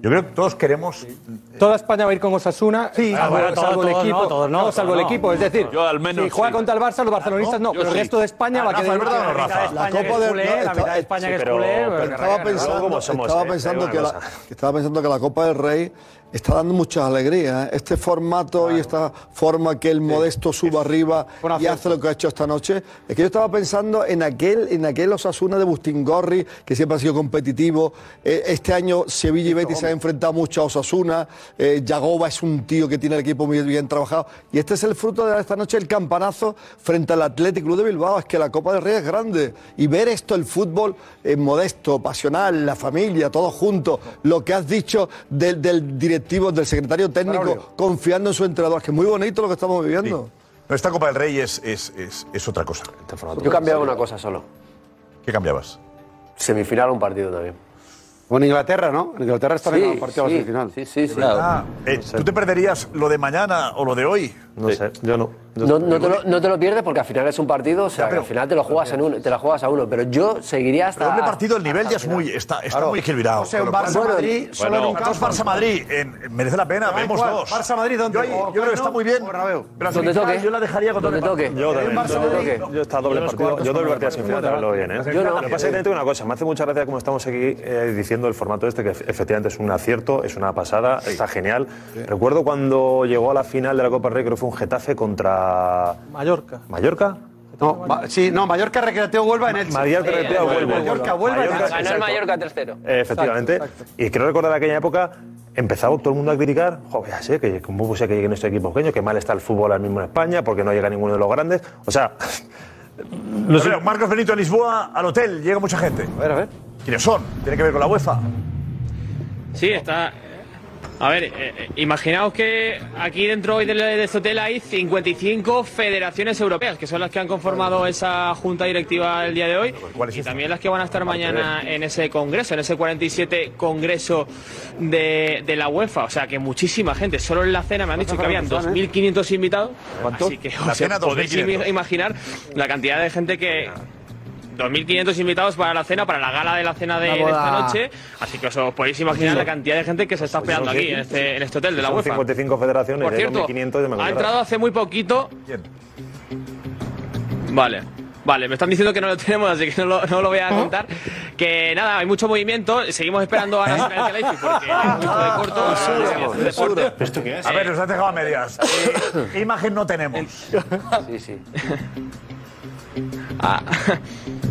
Yo creo que todos queremos. eh, Toda España va a ir con Osasuna, Sí. salvo, Ah, bueno, salvo todos, el todos equipo. no, todos no, todos salvo el no. equipo. Es decir, Yo al menos si juega sí. contra el Barça, los barcelonistas no, yo pero el sí. resto de España Ah, va a Rafa, quedar. ¿es verdad o no, Rafa? La Copa del no, estaba- que sí, pero- pero estaba pensando, estaba pensando que la, que estaba pensando que la Copa del Rey está dando muchas alegrías. ¿eh? Este formato y esta forma que el modesto suba arriba y hace lo que ha hecho esta noche. Es que yo estaba pensando en aquel, en aquel Osasuna de Bustingorri, que siempre ha sido competitivo. Eh, Este año Sevilla y Betis se han enfrentado mucho a Osasuna. Eh, Yagoba es un tío que tiene el equipo muy bien trabajado. Y este es el fruto de esta noche, el campanazo frente al Athletic Club de Bilbao. Es que la Copa del Rey es grande. Y ver esto, el fútbol eh, modesto, pasional, la familia, todos juntos. Lo que has dicho del, del directivo, del secretario técnico, confiando en su entrenador, que es muy bonito lo que estamos viviendo. No, esta Copa del Rey es, es, es, es otra cosa. Este Yo cambiaba una cosa solo. ¿Qué cambiabas? Semifinal a un partido también. Con Inglaterra, ¿no? En Inglaterra está Sí, ganando partido sí, a la final. Sí, sí, sí. Ah, eh, ¿Tú te perderías lo de mañana o lo de hoy? No sé, yo no. No, no te lo, no te lo pierdes porque al final es un partido, o sea, que al final te lo juegas en uno, te la juegas a uno, pero yo seguiría hasta. Pero doble partido el nivel hasta ya es final. muy está, está Claro. muy equilibrado. O sea, un Con lo cual- Barça-Madrid Bueno, solo en un dos campo. Barça Madrid en- merece la pena, vemos ¿Cuál? dos. Barça Madrid, ¿dónde? Yo, ahí- yo ¿O creo que Camp está Nou muy bien. o Bernabéu? Pero la semifinal yo la dejaría con doble partido. Yo El también. Barça doble Madrid, toque. Yo está Yo doble los partido. cuartos Yo doble son partido los semifinal cuartos. también lo veo bien, ¿eh? Yo no. Lo que pasa es que te digo una cosa. Me hace mucha gracia como estamos aquí eh, diciendo el formato este, que efectivamente es un acierto, es una pasada, está genial. Recuerdo cuando llegó a la final de la Copa del Rey, creo que fue un Getafe contra. Mallorca. ¿Mallorca? No, ma- sí, no, Mallorca Recreativo Huelva en Elche. Mallorca Recreativo Huelva. Eh, Mallorca Huelva en Elche. exacto. Mallorca 3-0. Eh, Efectivamente. Y quiero recordar aquella época, empezaba todo el mundo a criticar, joder, ya sé, que cómo puede ser que lleguen estos equipos pequeños, que mal está el fútbol ahora mismo en España, porque no llega ninguno de los grandes. O sea, A ver, Marcos Benito en Lisboa, al hotel, llega mucha gente. A ver, a ver. ¿Quiénes son? Tiene que ver con la UEFA. Sí, está. A ver, eh, eh, imaginaos que aquí dentro hoy de, de este hotel hay 55 federaciones europeas, que son las que han conformado esa junta directiva el día de hoy, y también las que van a estar mañana en ese congreso, en ese 47 congreso de, de la UEFA. O sea que muchísima gente. Solo en la cena me han dicho que habían eh? 2.500 invitados. ¿Cuánto? Así que La os cena, podéis 2.500. imaginar la cantidad de gente que... 2.500 invitados para la cena, para la gala de la cena de, Una de esta boda. noche. Así que os os podéis imaginar la cantidad de gente que se está esperando aquí, en este, en este hotel de la pues Son UEFA. 55 federaciones, Por de cierto, 2.500 de ha Manuel entrado hace muy poquito. Vale. Vale, me están diciendo que no lo tenemos, así que no lo, no lo voy a contar. Que nada, hay mucho movimiento. Seguimos esperando a la Israel Khelaifi, porque es mucho de corto. ¿Esto qué es? A ver, nos has dejado a medias. Eh, imagen no tenemos. Sí, sí.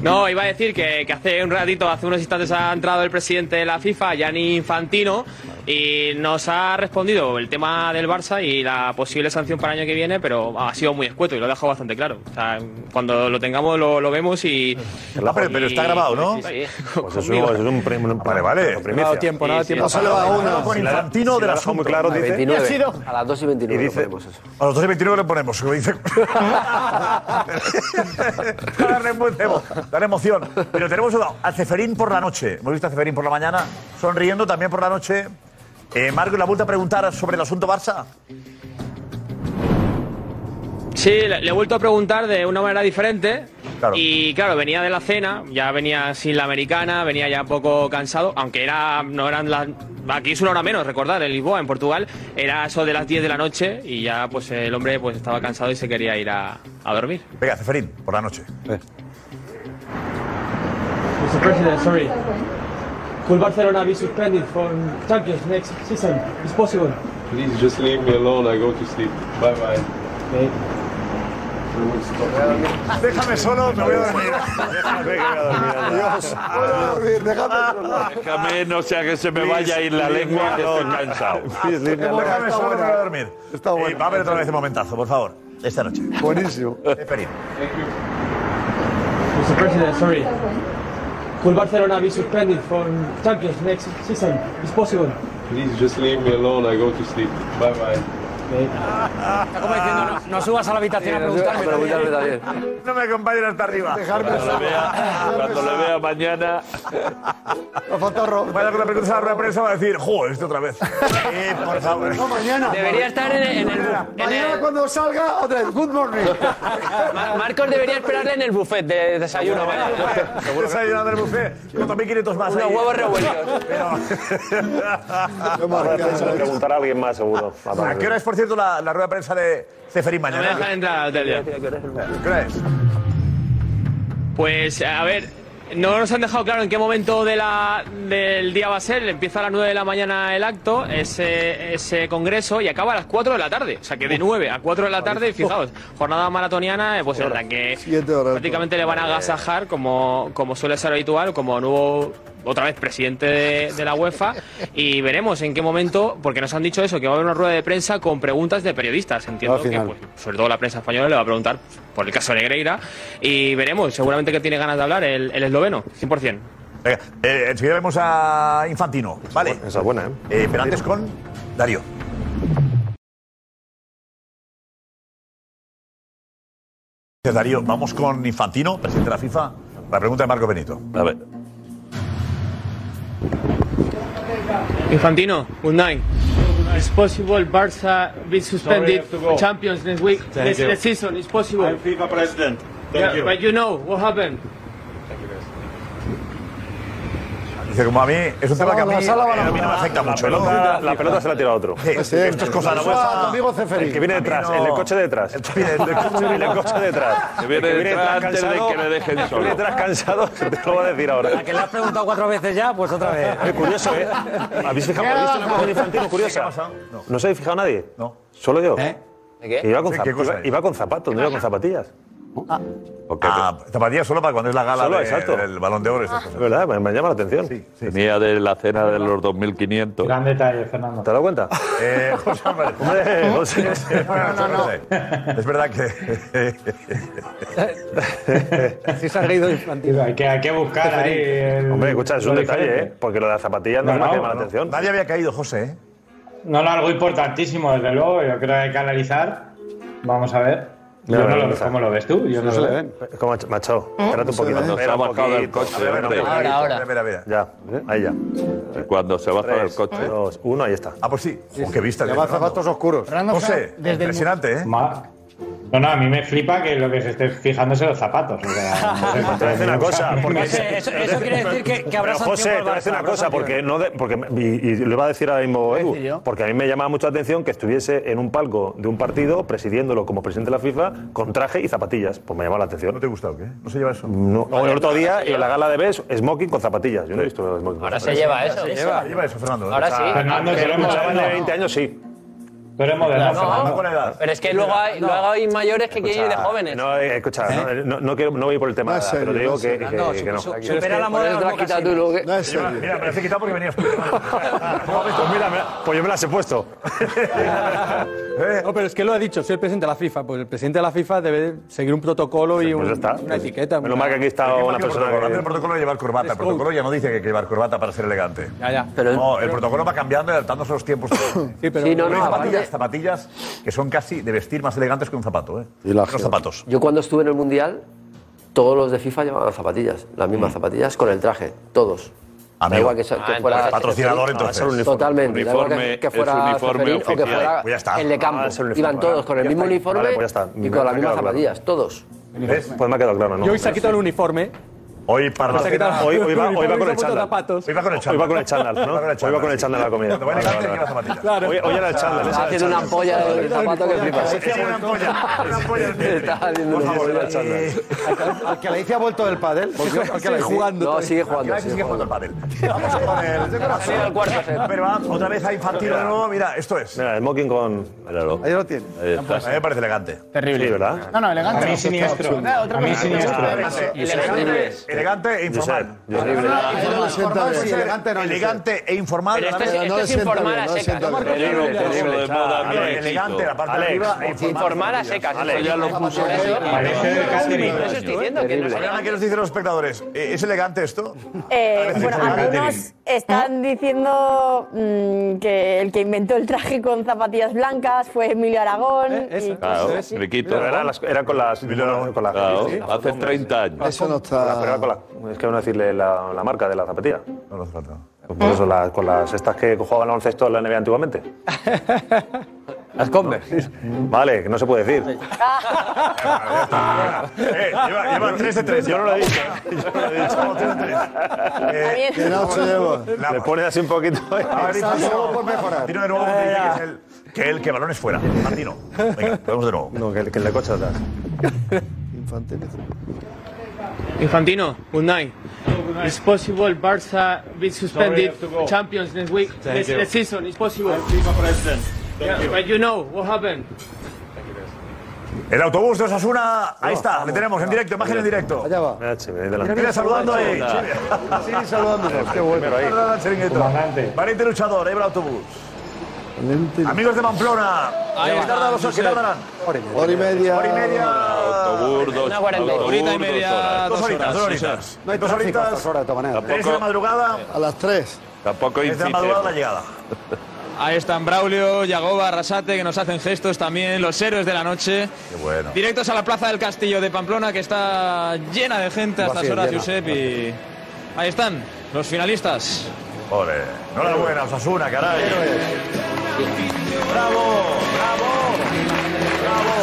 No, iba a decir que, que hace un ratito, hace unos instantes ha entrado el presidente de la FIFA, Gianni Infantino, y nos ha respondido el tema del Barça y la posible sanción para el año que viene, pero ha sido muy escueto y lo ha dejado bastante claro. O sea, cuando lo tengamos lo, lo vemos y... Ah, pero, pero está grabado, ¿no? Sí, sí, sí. Pues eso, es un prim- un- Vale, vale. una primicia. Sí, sí, sí. Con Infantino si del la dejo muy claro, dice- Ha sido- A las 2 y 29 Y dice- lo ponemos eso. A los 12 y 29 le ponemos. Como dice. Para darle muy- emo- dar emoción. Pero tenemos a Ceferín por la noche. Hemos visto a Ceferín por la mañana sonriendo también por la noche. Eh, Marco, ¿la vuelta a preguntar sobre el asunto Barça? Sí, le, le he vuelto a preguntar de una manera diferente. Y claro, venía de la cena, ya venía sin la americana, venía ya un poco cansado, aunque era no eran las aquí es una hora menos, recordad, en Lisboa, en Portugal, era eso de las 10 de la noche y ya pues el hombre pues estaba cansado y se quería ir a, a dormir. Venga, Ceferín, por la noche. Mr. President, sorry. Could Barcelona be suspended for Champions next season? It's possible. Please just leave me alone, I go to sleep. Bye bye. Déjame solo, me voy a dormir. Adiós. Déjame, no sea que se me vaya a ir la lengua, que estoy cansado. Déjame solo, me voy a dormir. Eh, va a haber otra vez un momentazo, por favor. Esta noche. Buenísimo. Ceferín. Mr. President, sorry. Could Barcelona be suspended for Champions next season? It's possible. Please just leave me alone, I go to sleep. Bye bye. Como diciendo, no, no subas a la habitación a preguntarme. también. No me acompañen hasta arriba. Cuando le vea, cuando le vea mañana. Vaya con la pregunta de la prensa va a decir, jo, este otra vez. Eh, por favor. No, mañana. Debería estar en el- en el- Mañana cuando salga, otra vez. Good morning. Ma- Marcos debería esperarle en el buffet de desayuno, ¿vale? Desayunado del buffet, con 2.500 más. Unos ahí. huevos revueltos. Pero- Se lo preguntará a alguien más, seguro. ¿A qué hora es, por cierto, la, la rueda de prensa de Ceferín No me mañana? dejan entrar al hotel ya. ¿Qué hora es? Pues a ver, no nos han dejado claro en qué momento de la- del día va a ser. Empieza a las 9 de la mañana el acto, ese, ese congreso, y acaba a las 4 de la tarde. O sea que de 9 a 4 de la tarde, fijaos, jornada maratoniana, eh, pues en la que Siete horas. prácticamente le van a agasajar, como, como suele ser habitual, como nuevo, otra vez, presidente de, de la UEFA. Y veremos en qué momento, porque nos han dicho eso, que va a haber una rueda de prensa con preguntas de periodistas. Entiendo Al que, final. pues, sobre todo la prensa española, le va a preguntar por el caso Negreira. Y veremos, seguramente que tiene ganas de hablar el, el esloveno, 100%. Venga, eh, enseguida vemos a Infantino, ¿vale? Esa es buena, ¿eh? Pero antes con Darío. Gracias, Darío, vamos con Infantino, presidente de la FIFA. La pregunta de Marco Benito. A ver. Infantino, good night. It's possible Barca be suspended have to go. Champions next week, Thank next, you. este next season. It's possible. I'm FIFA president. Thank yeah, you. But you know what happened. Dice, como a mí, es un tema que a mí, eh, La sala va la a mí no me bola. afecta La mucho. pelota- ¿no? la pelota se la tira a otro. Sí, esto es cosa de UEFA. El que viene detrás, el del coche detrás. El que viene del coche detrás. Que viene El detrás antes de que le dejen el que viene solo. detrás cansado, te lo voy a decir ahora. La que le has preguntado cuatro veces ya, pues otra vez. Oye, curioso, ¿eh? ¿Habéis fijado? ¿Habéis visto la imagen infantil curiosa? No. se habéis fijado nadie? No. ¿Solo yo? ¿De ¿Eh? qué? Iba con, Sí, zap- ¿qué cosa iba- es? iba con zapatos, no iba con zapatillas. Ah, zapatillas solo para cuando es la gala pues, Solo, de- exacto. del Balón de Oro. Ah. Es verdad, me, llama la atención. Venía de la cena de los 2.500. Gran detalle, Fernando. ¿Te has dado cuenta? Eh, José Álvarez. Hombre, José. No, no, no. Es verdad que. Sí, se ha reído infantil. Hay que, buscar ahí eh, el- Hombre, escucha, es un lo detalle, ¿eh? diferente. Porque lo de las zapatillas no, No, me no, llama la no. atención. Nadie había caído, José, ¿eh? No, no, algo importantísimo, desde luego. Yo creo que hay que analizar. Vamos a ver. Yo no lo- ¿Cómo lo ves tú? Yo no, lo veo. Es Como macho, espérate un se poquito. ve. Cuando se espera ha un bajado del poquito. coche, hombre. Ahora, ahora. Mira, mira. Ya, ahí ya. Cuando se baja del coche. Dos, uno, ahí está. Ah, pues sí. Oh, qué vista. Lleva zapatos oscuros. José, impresionante, ¿eh? No, no, a mí me flipa que lo que se esté fijándose los zapatos. o sea, Te no sé, voy a decir una cosa, porque José, eso- eso quiere decir que- que habrá Pero, sanción José, para te voy a decir Barça, una habrá cosa, porque no de- porque y, y lo iba a decir ahora mismo Edu, porque a mí me llamaba mucho la atención que estuviese en un palco de un partido presidiéndolo como presidente de la FIFA con traje y zapatillas, pues me llamaba la atención. ¿No te gusta o qué? ¿No se lleva eso? No, o el otro día en la gala de BES, smoking con zapatillas. Yo no he visto smoking. con Ahora se zapatillas. lleva eso. Se Ahora lleva, sí. lleva eso, Fernando. Ahora sí. Fernando, Fernando, que tú era eres un chaval de moderno. 20 años, sí. Tú eres moderno, Fernando. Pero es que luego hay, luego hay mayores que quieren ir de Escucha, jóvenes. No, eh, escucha, no, eh, no, no quiero, no voy por el tema, No de es edad, pero serio, te digo no es que, serio. que- No, que su- no. su- Aquí. supera Pero la moda de las bocas quitado tú, llenas. lo que- No es Mira, serio. Mira, me las he quitado porque venías tú. pues, mira, me la- pues yo me las he puesto. Eh. No, pero es que lo ha dicho, soy el presidente de la FIFA. Pues el presidente de la FIFA debe seguir un protocolo pues y un- una etiqueta. Menos una- mal que aquí está una Marca el persona protocolo, que- hace el protocolo de llevar corbata. El protocolo ya no dice que hay que llevar corbata para ser elegante. Ya, ya. no, el protocolo va cambiando y adaptándose a los tiempos. sí, pero- Sí, no, no, zapatillas, aparte- zapatillas que son casi de vestir más elegantes que un zapato, ¿eh? Y los zapatos. Yo cuando estuve en el Mundial, todos los de FIFA llevaban zapatillas, las mismas zapatillas con el traje, todos. Da Mm. Amigo. igual que, se- Ah, que entonces, fuera patrocinador, Ah, entonces. es el uniforme. Totalmente. da igual que- Uniforme- que, fuera es uniforme Ceferín o que oficial. fuera Pues ya está. el de campo. Ah, es el uniforme, Iban todos vale. con el Ya mismo está. uniforme Vale, pues ya está. y Me ha con las mismas quedado claro. zapatillas, todos. ¿Ves? Pues me ha quedado claro, ¿no? y hoy se ha quitado el uniforme. Hoy para Hoy la se ha quitado- Hoy, hoy va, hoy va Hoy con se el ha puesto chándal. zapatos. Hoy va con el chándal. Hoy va con el chándal, ¿no? Hoy va con el chándal a la comida. Cuando va Vale, elegante, vale, lleva vale. zapatillas. Hoy, hoy era el chándal. Está Ah, haciendo una ampolla de zapato que flipas. una ampolla. Una ampolla del Está haciendo Eh, una ampolla. Al que le dice ha vuelto del pádel. porque- al que le dice- No, sigue jugando. Gracias, sigue jugando al pádel. al cuarto set. Pero va otra vez a infantil de nuevo. Mira, esto es. Mira, smoking con. Ahí lo tiene. A mí me parece elegante. Terrible. Sí, ¿verdad? No, no, elegante. A mí no. siniestro. Claro, otra A mí cosa. siniestro. Elegante, elegante, elegante e informal. Informal, sí, Elegante no, elegante e informal. Pero esto a la es- vez. esto es informal a secas. Terrible, terrible. de moda, Ah, bien Elegante hecho. la parte de Alex. arriba. e Informal a secas. Alex, eso ya lo yo- puso. por eso- Parece por eso catering. estoy diciendo que no se Ahora, llama- ¿Qué nos dicen los espectadores? ¿Eh, ¿Es elegante esto? Eh, Parece bueno, que fue algunos están diciendo mm, que el que inventó el traje con zapatillas blancas fue Emilio Aragón. Eh, y Claro, cosas así. riquito. Pero era, las- era con las. Con las Claro, hace 30 años. Eso no está. Pero era con la- es que no decirle la, la marca de la zapatilla. No lo falta. Pues por eso, las- con las estas que jugaban al baloncesto en la NBA antiguamente. Las Converse. Vale, que no se puede decir. Eh, lleva, lleva 3 de 3. Yo no lo he dicho. Yo no lo he dicho. Vamos, 3 de 3. Eh, Que no se lleva. Lama. Le pones así un poquito. Martino, Martino de nuevo que dice que es el que, el que balones fuera. Martino. Venga, vamos de nuevo. No, que el, que el de coche atrás. Infantil. Infantino, good night. It's possible Barca Sorry, I be suspended have to go. champions next week, Thank next, you. next season. It's possible. Yeah, you. But you know what happened. El autobús de Osasuna, ahí No, está, vamos, le tenemos en no. directo, imagen en directo. Allá va. Mira, Chimi, ahí delante. Mira, saludando ahí. Sí, saludándonos, qué bueno. Hola, Chiringuito. Valiente luchador, ahí va el autobús. Amigos de Pamplona, Ahí ¿qué está, tardan los ¿Qué Josep. tardarán? Hora y media. Hora y media. Autobús, dos, Una cuarenta y- autobús, horita y dos media, horas. dos horitas, dos horitas. No hay Dos tráfico a horitas. estas horas, de todas maneras. Tres de la madrugada. A las 3. Tampoco Tres de la madrugada la llegada. Ahí están Braulio, Yagoba, Arrasate, que nos hacen gestos también, los héroes de la noche. Qué bueno. Directos a la Plaza del Castillo de Pamplona, que está llena de gente a Vacío, estas horas, llena, Josep. Y ahí están, los finalistas. Ole, enhorabuena, Osasuna, caray. Bravo, bravo, bravo.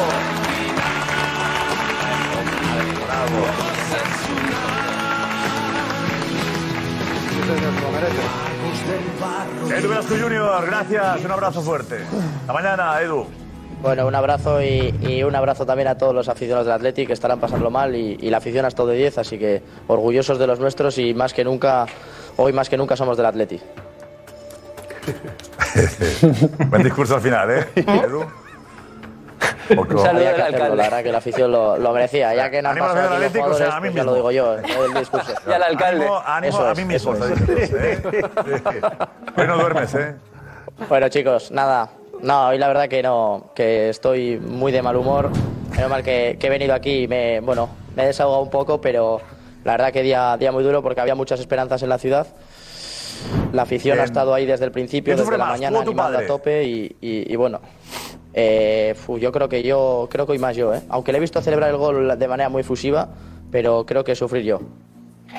Bravo. Edu Velasco Junior, gracias, un abrazo fuerte. Hasta mañana, Edu. Bueno, un abrazo y, y un abrazo también a todos los aficionados del Atleti que estarán pasando mal y, y la afición ha estado de 10, así que orgullosos de los nuestros y más que nunca, hoy más que nunca somos del Atleti. Buen discurso al final, ¿eh? Edu. Un saludo del alcalde. La verdad que la afición lo, lo merecía. Ya que no han Anima a la pasado afición aquí los atlética, o sea, jugadores, a mí pues ya lo digo yo, el discurso. Y al alcalde. Ánimo, ánimo Eso a es, mí eso mismo. ¿eh? es. Hoy no duermes, ¿eh? Bueno, chicos, nada. No, hoy la verdad que no, que estoy muy de mal humor. Menos mal que, que he venido aquí y me, bueno, me he desahogado un poco, pero la verdad que día, día muy duro porque había muchas esperanzas en la ciudad. La afición Eh, ha estado ahí desde el principio, ¿quién desde sufre la más, tú mañana, o tu animando padre? a tope y, y- y bueno. eh, fu, yo creo que yo, creo que hoy más yo, ¿eh? Aunque le he visto celebrar el gol de manera muy fusiva, pero creo que sufrir yo.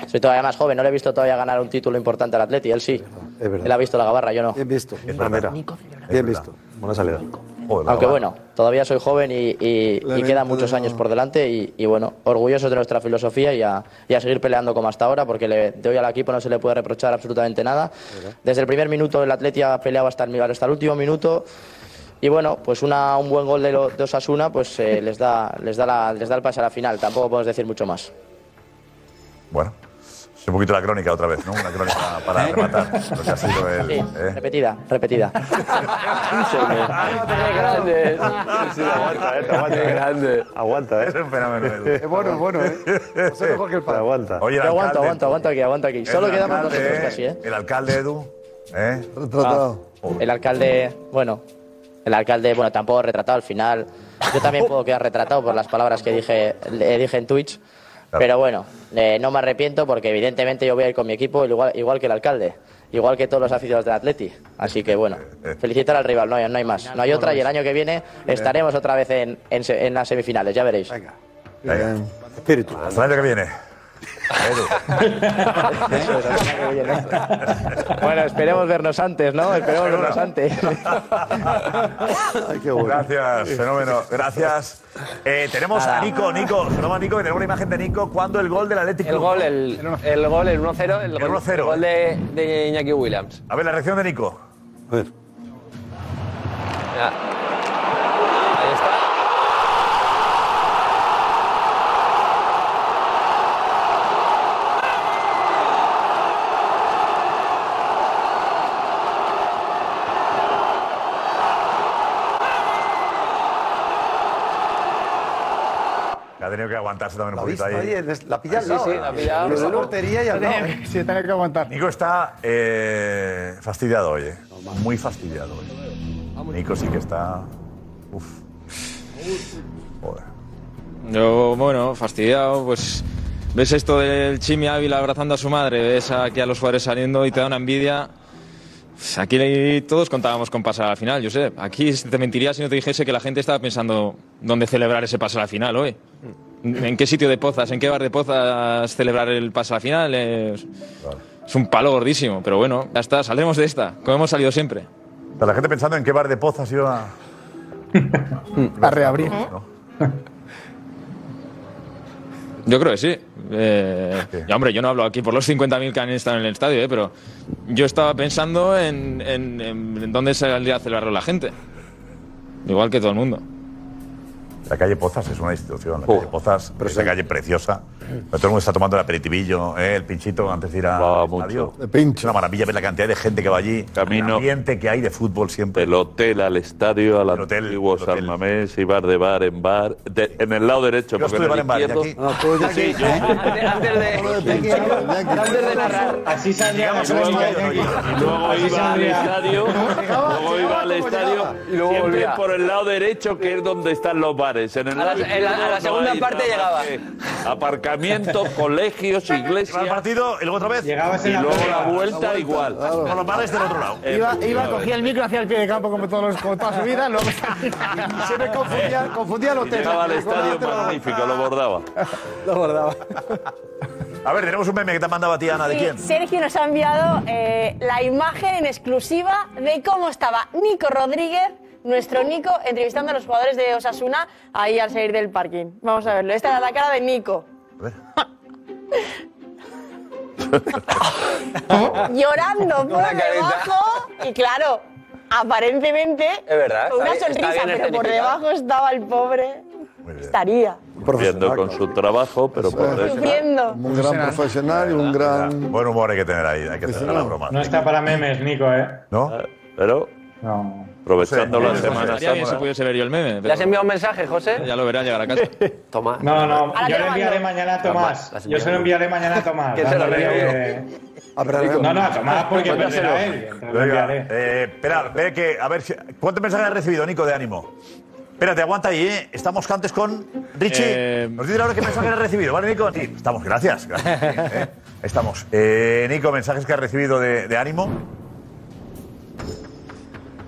Soy todavía más joven, no le he visto todavía ganar un título importante al Atleti, él sí. Él ha visto la gabarra, yo no. Bien visto. Bien visto. Buena salida. Aunque bueno, todavía soy joven y, y- y quedan muchos años por delante y, y bueno, orgullosos de nuestra filosofía y a, y a seguir peleando como hasta ahora porque le, de hoy al equipo no se le puede reprochar absolutamente nada. Desde el primer minuto el Atleti ha peleado hasta el, hasta el último minuto y bueno, pues una, un buen gol de, lo- de Osasuna pues eh, les, da, les, da la- les da el pase a la final, tampoco podemos decir mucho más. Bueno, es un poquito la crónica otra vez, ¿no? Una crónica para ¿Eh? rematar lo que ha sido el. Sí, ¿eh? repetida, repetida. aguanta, eh, aguanta. grande. Aguanta, eh. Es un fenómeno. Es bueno, es bueno, eh. Eso es mejor que el padre. Aguanta. Oye, el Pero aguanta, alcalde, aguanta, aguanta aquí, aguanta aquí. Solo el quedamos alcalde, nosotros casi, ¿eh? El alcalde, Edu. ¿eh? Ah, el alcalde, bueno, el alcalde, bueno, tampoco retratado al final. Yo también puedo quedar retratado por las palabras que dije, le dije en Twitch. Pero bueno, eh, no me arrepiento porque evidentemente yo voy a ir con mi equipo igual, igual que el alcalde, igual que todos los aficionados del Atleti. Así que bueno, Eh, felicitar al rival, no hay, no hay más. No hay otra y el año que viene estaremos otra vez en, en se- en las semifinales, ya veréis. Venga. Espíritu. Hasta el año que viene. Bueno, esperemos vernos antes, ¿no? Esperemos vernos antes. Gracias, fenómeno. Gracias. Eh, tenemos Nada. a Nico, Nico, se llama Nico, que tenemos una imagen de Nico cuando el gol del Atlético. El gol, el, el gol, el 1-0, el, El gol- 1-0. el gol de, de Iñaki Williams. A ver, la reacción de Nico. Ya. Ahí está. Que ha tenido que aguantarse también un ¿La poquito viste? ahí. Oye, les- la Ah, pilla al Sí, lado, sí, ¿eh? la pilla al Esa lado. portería y al lado. Sí, tiene que aguantar. Nico está eh, fastidiado hoy, eh. Muy fastidiado hoy. Nico sí que está. Uf. Yo, bueno, fastidiado, pues ves esto del Chimi Ávila abrazando a su madre, ves aquí a los jugadores saliendo y te da una envidia. Pues Aquí todos contábamos con pasar a la final, yo sé. Aquí te mentiría si no te dijese que la gente estaba pensando dónde celebrar ese pase a la final hoy. ¿En qué sitio de Pozas, en qué bar de Pozas celebrar el pase a la final? Es, es un palo gordísimo, pero bueno, ya está, saldremos de esta, como hemos salido siempre. Está la gente pensando en qué bar de pozas iba a. A reabrir. Yo creo que sí. Eh, ya, hombre, yo no hablo aquí por los 50.000 que han estado en el estadio, eh, pero yo estaba pensando en, en- en- en dónde saldría a celebrarlo la gente. Igual que todo el mundo. La calle Pozas es una institución. La calle Pozas es una calle preciosa. Pero todo el mundo está tomando el aperitivillo, ¿eh? el pinchito antes de ir a estadio. Es una maravilla ver la cantidad de gente que va allí. El ambiente que hay de fútbol siempre. Del hotel al estadio, al antiguo San Mamés y bar de bar en bar. De- en el lado derecho, Yo porque estuve en bar el en bar, izquierdo- Iñaki. Sí, yo- Antes de narrar. Así saldría la Y luego Así iba al saldría. estadio, luego iba al estadio, Y luego siempre volvía. por el lado derecho, que es donde están los bares. En el A la- lado en la- a la izquierdo no segunda hay parte nada llegaba. que Aparcamientos, colegios, iglesias. Iba al partido y luego otra vez. Llegabas y en la luego previa. la vuelta, La vuelta, igual. Eh, claro. Con los bares del otro lado. Iba, iba, cogía el micro hacia el pie de campo como, todos los, como toda su vida, luego siempre confundía, confundía los Y llegaba al estadio magnífico, lo bordaba. Lo guardaba. A ver, tenemos un meme que te ha mandado a ti, Ana. ¿De Sí, quién? Sergio nos ha enviado eh, la imagen en exclusiva de cómo estaba Nico Rodríguez, nuestro Nico, entrevistando a los jugadores de Osasuna ahí al salir del parking. Vamos a verlo. Esta era la cara de Nico. Llorando por Una carita. debajo. Y claro, aparentemente. Es verdad, Con una está bien- está sonrisa, pero bien por escenificado. debajo estaba el pobre. Estaría Viendo con su trabajo, pero por dentro. sufriendo. Un gran profesional y un gran. Buen humor hay que tener ahí, hay que tener la broma. No está para memes, Nico, ¿eh? ¿No? Ah, Pero. No. aprovechando Sí, Pues la sí, Semana Estaría bien si Santa. pudiese ver yo el meme. ¿Le pero has enviado un mensaje, José? Ya lo verás llegar a casa. Toma. No, no, Ahora yo te le lo enviaré mando. mañana a Tomás. Las Yo se lo enviaré mañana a Tomás. Que se lo Pues dándole envío yo. que- Rico. No, no, a Tomás porque Cuéntaselo. perderá él. Entonces lo Venga, enviaré. eh, esperad, ve que, a ver, si- ¿cuántos mensajes has recibido, Nico, de ánimo? Espérate, aguanta ahí, ¿eh? Estamos antes con Richie. Eh, Nos dices ahora qué mensajes has recibido, ¿vale, Nico? Sí, estamos, gracias. gracias, eh, Estamos. Eh, Nico, mensajes que has recibido de, de ánimo.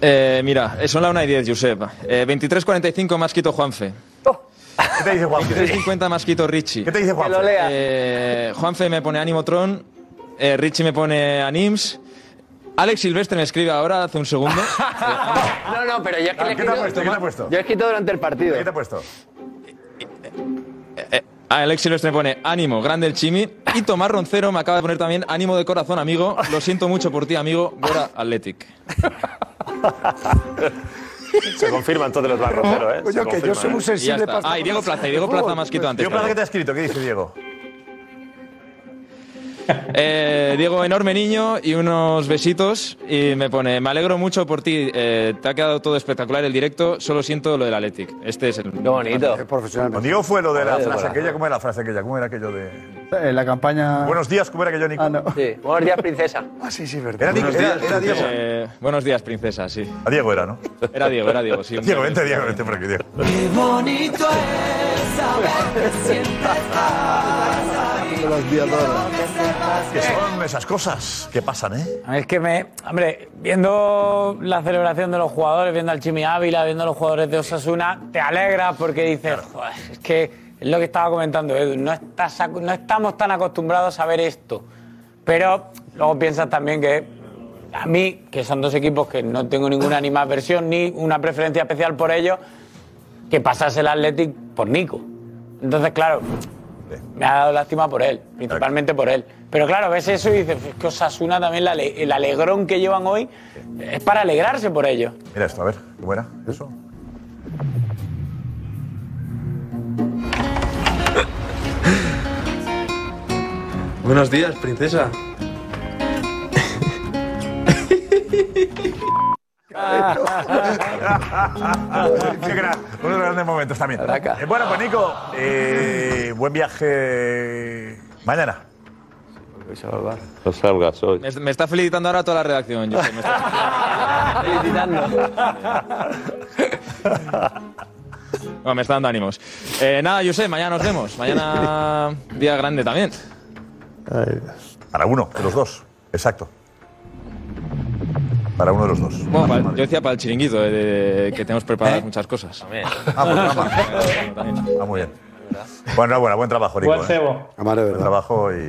Eh, mira, son la 1 y 10, Josep. Eh, 23.45 más quito Juanfe. ¿Qué te dice Juanfe? 23.50 más quito Richie. ¿Qué te dice Juanfe? Que lo lea. Eh, Juanfe me pone Animotron, eh, Richie me pone Anims. Alex Silvestre me escribe ahora, hace un segundo. No, no, pero yo es que le he Ah, ¿Qué te ha escrito- puesto? ¿Qué te ha puesto? Yo he escrito durante el partido. ¿Qué te ha puesto? Eh, Alex Silvestre me pone ánimo, grande el chimi. Y Tomás Roncero me acaba de poner también ánimo de corazón, amigo. Lo siento mucho por ti, amigo. Bora Athletic. Se confirma entonces los barros, pero, ¿eh? Se Coño, que yo confirma, soy ¿eh? muy sensible Y ya está. para estas Ah, y Diego cosas. Plaza, y Diego Plaza me has quitado antes, Diego Plaza, claro. ¿qué te ha escrito? ¿Qué dice Diego? Eh, Diego, enorme niño y unos besitos. Y me pone, me alegro mucho por ti. eh, te ha quedado todo espectacular el directo. Solo siento lo del Athletic. Este es el... Qué bonito. profesional. Con Diego fue lo de la Joder, frase Nicolás. aquella. ¿Cómo era la frase aquella? ¿Cómo era aquello de...? En la campaña. Buenos días, ¿cómo era aquello, Nico? Sí, buenos días, princesa. Ah, sí, sí, verdad. Era, Buenos Nico, era, días, era Diego. eh, buenos días, princesa, sí. A Diego era, ¿no? Era Diego, era Diego, sí. Diego, vente, Diego, vente por aquí, Diego. Qué bonito es saber que siempre Que son esas cosas que pasan, ¿eh? A mí es que me. Hombre, viendo la celebración de los jugadores, viendo al Chimi Ávila, viendo a los jugadores de Osasuna, te alegras porque dices, "Joder, es que es lo que estaba comentando Edu, no, estás acu- no estamos tan acostumbrados a ver esto. Pero luego piensas también que a mí, que son dos equipos que no tengo ninguna animadversión ni una preferencia especial por ellos, que pasase el Athletic por Nico. Entonces, claro, me ha dado lástima por él, principalmente por él. Pero claro, ves eso y dices, es que Osasuna también, la ale- el alegrón que llevan hoy, es para alegrarse por ello. Mira esto, a ver, ¿cómo era eso? Buenos días, princesa. Qué gran- unos grandes momentos también. Eh, bueno, pues Nico, eh, buen viaje mañana. No salgas hoy. Me, me está felicitando ahora toda la redacción. Josep, me está- Bueno, me está dando ánimos. Eh, nada, Josep, mañana nos vemos. Mañana día grande también. Para uno de los dos, exacto. Para uno de los dos. Bueno, pa- yo decía para el chiringuito, eh, de- que tenemos preparadas muchas cosas. Ah, pues nada más. Ah, muy bien. Bueno, enhorabuena, buen trabajo, Nico. ¿eh? Buen cebo. Buen trabajo y.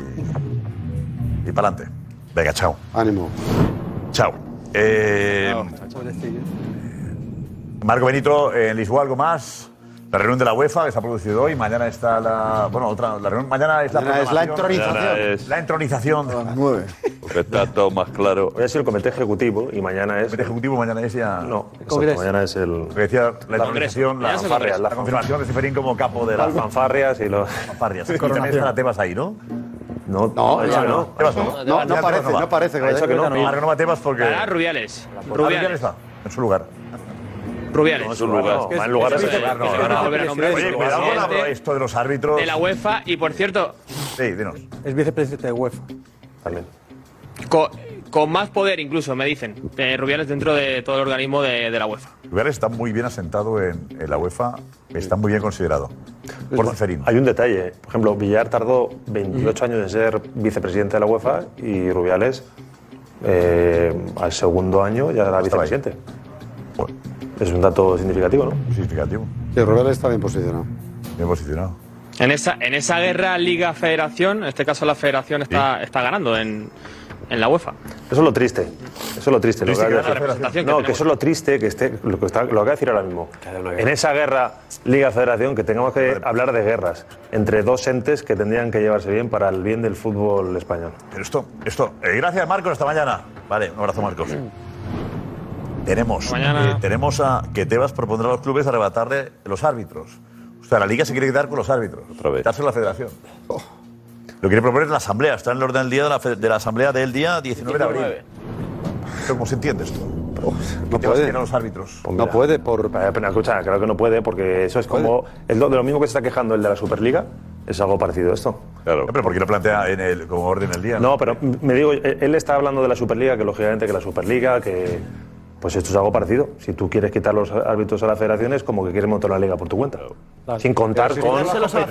Y para adelante. Venga, chao. Ánimo. Chao. Eh, ¿eh? Marco Benito, eh, en Lisboa, algo más. La reunión de la UEFA que se ha producido hoy. Mañana está la. Bueno, otra. La reunión, mañana es la. Mañana es la programación. entronización. Mañana es- La entronización. de la- Porque está todo más claro. Hoy ha sido el comité ejecutivo y mañana es. El comité ejecutivo mañana es ya. No, exacto, Congreso. mañana es el. decía la La entronización, la, Congreso. Mañana es el la Congreso. confirmación de Ciferín como capo de la. Las fanfarrias y los. Fanfarrias. Y también estará Tebas ahí, ¿no? No, No, eso ya no. Tebas no. No, no Tebas parece, va. no parece que Ha dicho vaya. que no. Ahorita no. Ahora no va Tebas porque. Ahora Rubiales. Rubiales Rubiales. va, Ah, en su lugar. Rubiales. No, en su lugar. Es que Va en es- lugar de es- es- Tebas, no, es- no, es- no. volver a nombrar Oye, como cuidado con la- presidente esto de los árbitros. De la UEFA. Y por cierto, Sí, dinos. Es vicepresidente de UEFA. co- con, más poder incluso, me dicen. eh, Rubiales dentro de todo el organismo de, de la UEFA. Rubiales está muy bien asentado en, en la UEFA, está muy bien considerado. Por Ciferino. Hay un detalle. Por ejemplo, Villar tardó 28 años en ser vicepresidente de la UEFA y Rubiales eh, al segundo año ya era Estaba vicepresidente. Es un dato significativo, ¿no? Significativo. Sí, Rubiales está bien posicionado. Bien posicionado. En esa, en esa guerra Liga-Federación, en este caso la Federación está, está ganando en, en la UEFA. Eso es lo triste. Eso es lo triste. Triste lo que acaba era la de decir. representación que no, que, tenemos. eso es lo triste que esté, lo que está, lo acaba de decir ahora mismo. En esa guerra Liga-Federación, que tengamos que hablar de guerras entre dos entes que tendrían que llevarse bien para el bien del fútbol español. Pero esto, esto. eh, gracias, Marcos, hasta mañana. Vale, un abrazo, Marcos. Tenemos, eh, tenemos a que Tebas propondrá a los clubes arrebatarle los árbitros. O sea, la liga se quiere quedar con los árbitros. Otra vez. Quitárselo a la federación. Oh. Lo quiere proponer la asamblea. Está en el orden del día de la, fe- de la asamblea del día 19 de abril. ¿Cómo se entiende esto? No Oh, puede. a los árbitros. Pues no puede por. eh, Pero, escucha, creo que no puede porque eso es como. Es lo, de lo mismo que se está quejando el de la Superliga, es algo parecido a esto. Claro. Pero porque lo plantea en el, como orden del día. No, pero me digo, eh, él está hablando de la Superliga, que lógicamente que la Superliga, que. Pues esto es algo parecido. Si tú quieres quitar los árbitros a las federaciones, como que quieres montar la liga por tu cuenta. Sin contar Pero si con. quitárselos a la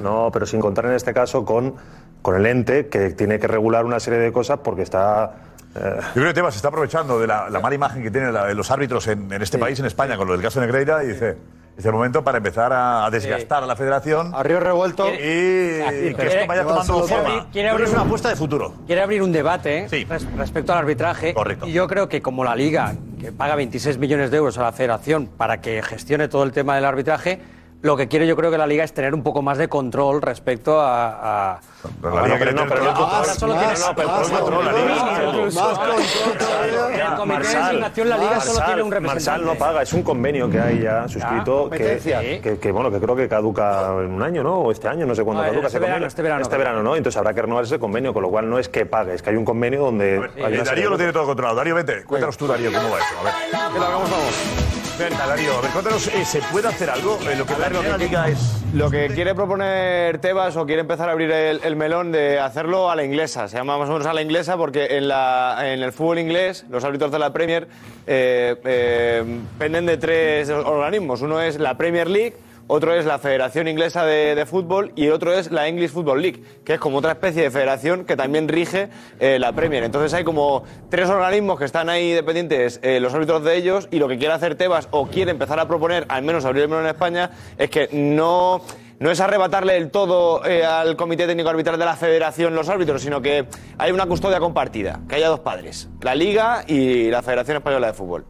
No, pero sin contar en este caso con, con el ente que tiene que regular una serie de cosas porque está. eh, Yo creo que Tebas se está aprovechando de la, la mala imagen que tienen la- los árbitros en, en este país, en España, con lo del caso Negreira, y dice, es el momento para empezar a, a desgastar a la federación. A río revuelto. Y, y que Eh, esto vaya tomando forma. Yo creo que es una apuesta de futuro. Quiere abrir un debate ¿eh? res- respecto al arbitraje. Y yo creo que como la Liga, que paga 26 millones de euros a la Federación para que gestione todo el tema del arbitraje, lo que quiere yo creo que la Liga es tener un poco más de control respecto a... a- Bueno, pero no, pero ahora solo tiene- no, pero por control, la Liga es algo. El comité de Marsal, designación, la Liga solo Marsal, tiene un Marsal representante. Ah, Ah, no paga, es un convenio que hay ya suscrito que, competencia. que- que, bueno, que creo que caduca en un año, ¿no? O este año, no sé cuándo No, caduca este ese verano, convenio. este verano. ¿no? Entonces habrá que renovar ese convenio, con lo cual no es que pague, es que hay un convenio donde. hay Eh, una serie Darío lo de- tiene todo controlado. Darío, vete. Cuéntanos tú, Darío, cómo va esto. A ver. ¿Qué tal? ¿Cómo estamos? Venga, Darío, a ver, cuéntanos, eh, ¿se puede hacer algo? Eh, lo que plantea la Liga es... Lo que quiere proponer Tebas o quiere empezar a abrir el, el melón de hacerlo a la inglesa. Se llama más o menos a la inglesa porque en, la- en el fútbol inglés los árbitros de la Premier eh, eh, penden de tres organismos. Uno es la Premier League, otro es la Federación Inglesa de, de Fútbol y el otro es la English Football League, que es como otra especie de federación que también rige eh, la Premier. Entonces hay como tres organismos que están ahí dependientes eh, los árbitros de ellos y lo que quiere hacer Tebas o quiere empezar a proponer, al menos abrir el melón en España, es que no no es arrebatarle el todo eh, al Comité Técnico Arbitral de la Federación los árbitros, sino que hay una custodia compartida, que haya dos padres, la Liga y la Federación Española de Fútbol.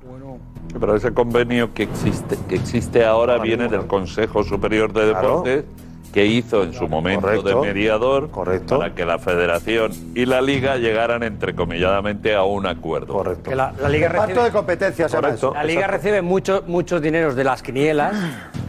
Pero ese convenio que existe, que existe ahora viene del Consejo Superior de Deportes, que hizo en su momento Correcto. de mediador para que la federación y la liga llegaran entrecomilladamente a un acuerdo. Correcto. Que la, la Liga Pacto recibe... de competencias, se llama eso. La Liga recibe muchos muchos dineros de las quinielas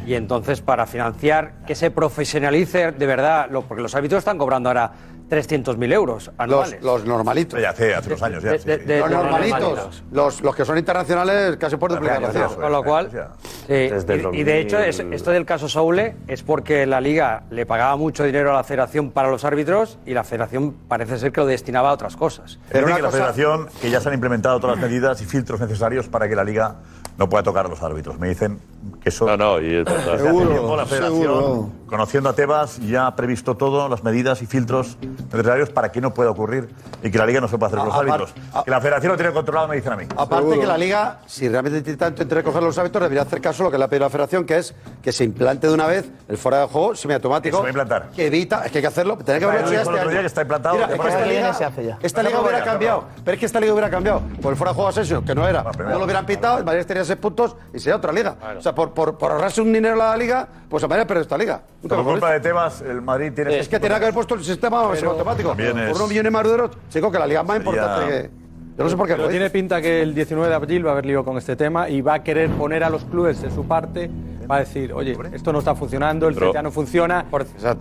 y entonces para financiar que se profesionalice de verdad, lo- porque los árbitros están cobrando ahora 300.000 euros anuales. Los, los normalitos. Ya hace, hace unos años ya. de- sí. de- de- los de- normalitos. normalitos. Los, los que son internacionales casi por Claro, eh. duplicación. Con lo cual, sí, Desde y- el y, de hecho, es- 2000. esto del caso Soule es porque la liga le pagaba mucho dinero a la federación para los árbitros y la federación parece ser que lo destinaba a otras cosas. Pero que la federación, que ya se han implementado todas las medidas y filtros necesarios para que la liga no pueda tocar a los árbitros. Me dicen que eso... No, no, y Desde hace Seguro, tiempo la federación, seguro. conociendo a Tebas, ya ha previsto todo, las medidas y filtros necesarios para que no pueda ocurrir y que la liga no se pueda hacer con los A- apar- árbitros. Que la federación lo tiene controlado, me dicen a mí. Aparte que la liga, si realmente tiene tanto interés coger los hábitos, debería hacer caso a lo que le ha pedido la federación, que es que se implante de una vez el fuera de juego semiautomático. Eso va a implantar. Que evita, es que hay que hacerlo, tendría que Bueno, haberlo hecho dijo el otro ya este año. día que está implantado, Mira, que es que para el esta año liga, que viene se hace ya. esta liga Está aprobado hubiera ya, cambiado, pero es que esta liga hubiera cambiado. Por el fuera de juego asesino, que no era, no lo hubieran pitado, el Madrid tenía seis puntos y sería otra liga. O sea, por, por, por ahorrarse un dinero a la liga, pues el Madrid perdió esta liga. Nunca Por mejor culpa de dicho. Tebas, el Madrid tiene... Es que tenía que haber puesto el sistema Pero semiautomático. también es- Por unos millones más de euros, chico, que la liga es más Sería- importante que... Yo no sé por qué Pero lo tiene pinta que el 19 de abril va a haber lío con este tema y va a querer poner a los clubes de su parte. Va a decir, oye, esto no está funcionando, el Pero- CTA no funciona.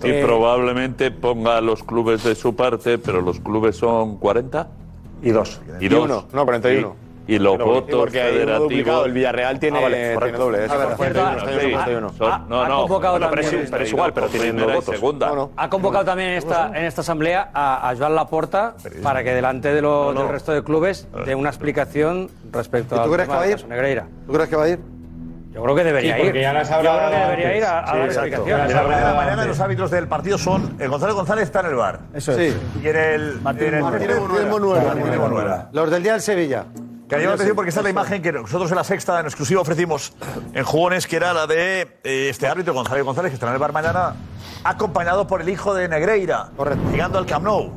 Y eh, probablemente ponga a los clubes de su parte, pero los clubes son 40 y dos. Y, Y dos. uno. No, 41. Y, y los Pero- votos porque hay uno federativos. Ah, duplicado, el Villarreal tiene- tiene correcto. doble, ¿eh? ese Ah, por verdad. 41, está bien, Sí. Ah, 41. Son- no, ha no, convocado bueno, también- es- es igual, pero tienen dos Primera y votos. Segunda. Ha convocado también en esta, en esta asamblea a, a Joan Laporta para que delante de lo- del resto de clubes dé una explicación respecto ¿Y tú al crees tema que va a del ir? caso Negreira. ¿Tú crees que va a ir? Yo creo que debería Sí, porque ir. ya las Yo habrá creo que dado debería ir a, a antes. dar Sí, exacto. explicación. En la reunión de mañana los árbitros del partido son eh, Gonzalo González está en el bar. Eso es. Y en el Martín, en el, Martín Monuera. Martín Monuera. Los del día del Sevilla. Que me llama la atención porque esta es la imagen que nosotros en la sexta en exclusiva ofrecimos en jugones, que era la de eh, este árbitro Gonzalo González, que estará en el bar mañana, acompañado por el hijo de Negreira, llegando al Camp Nou.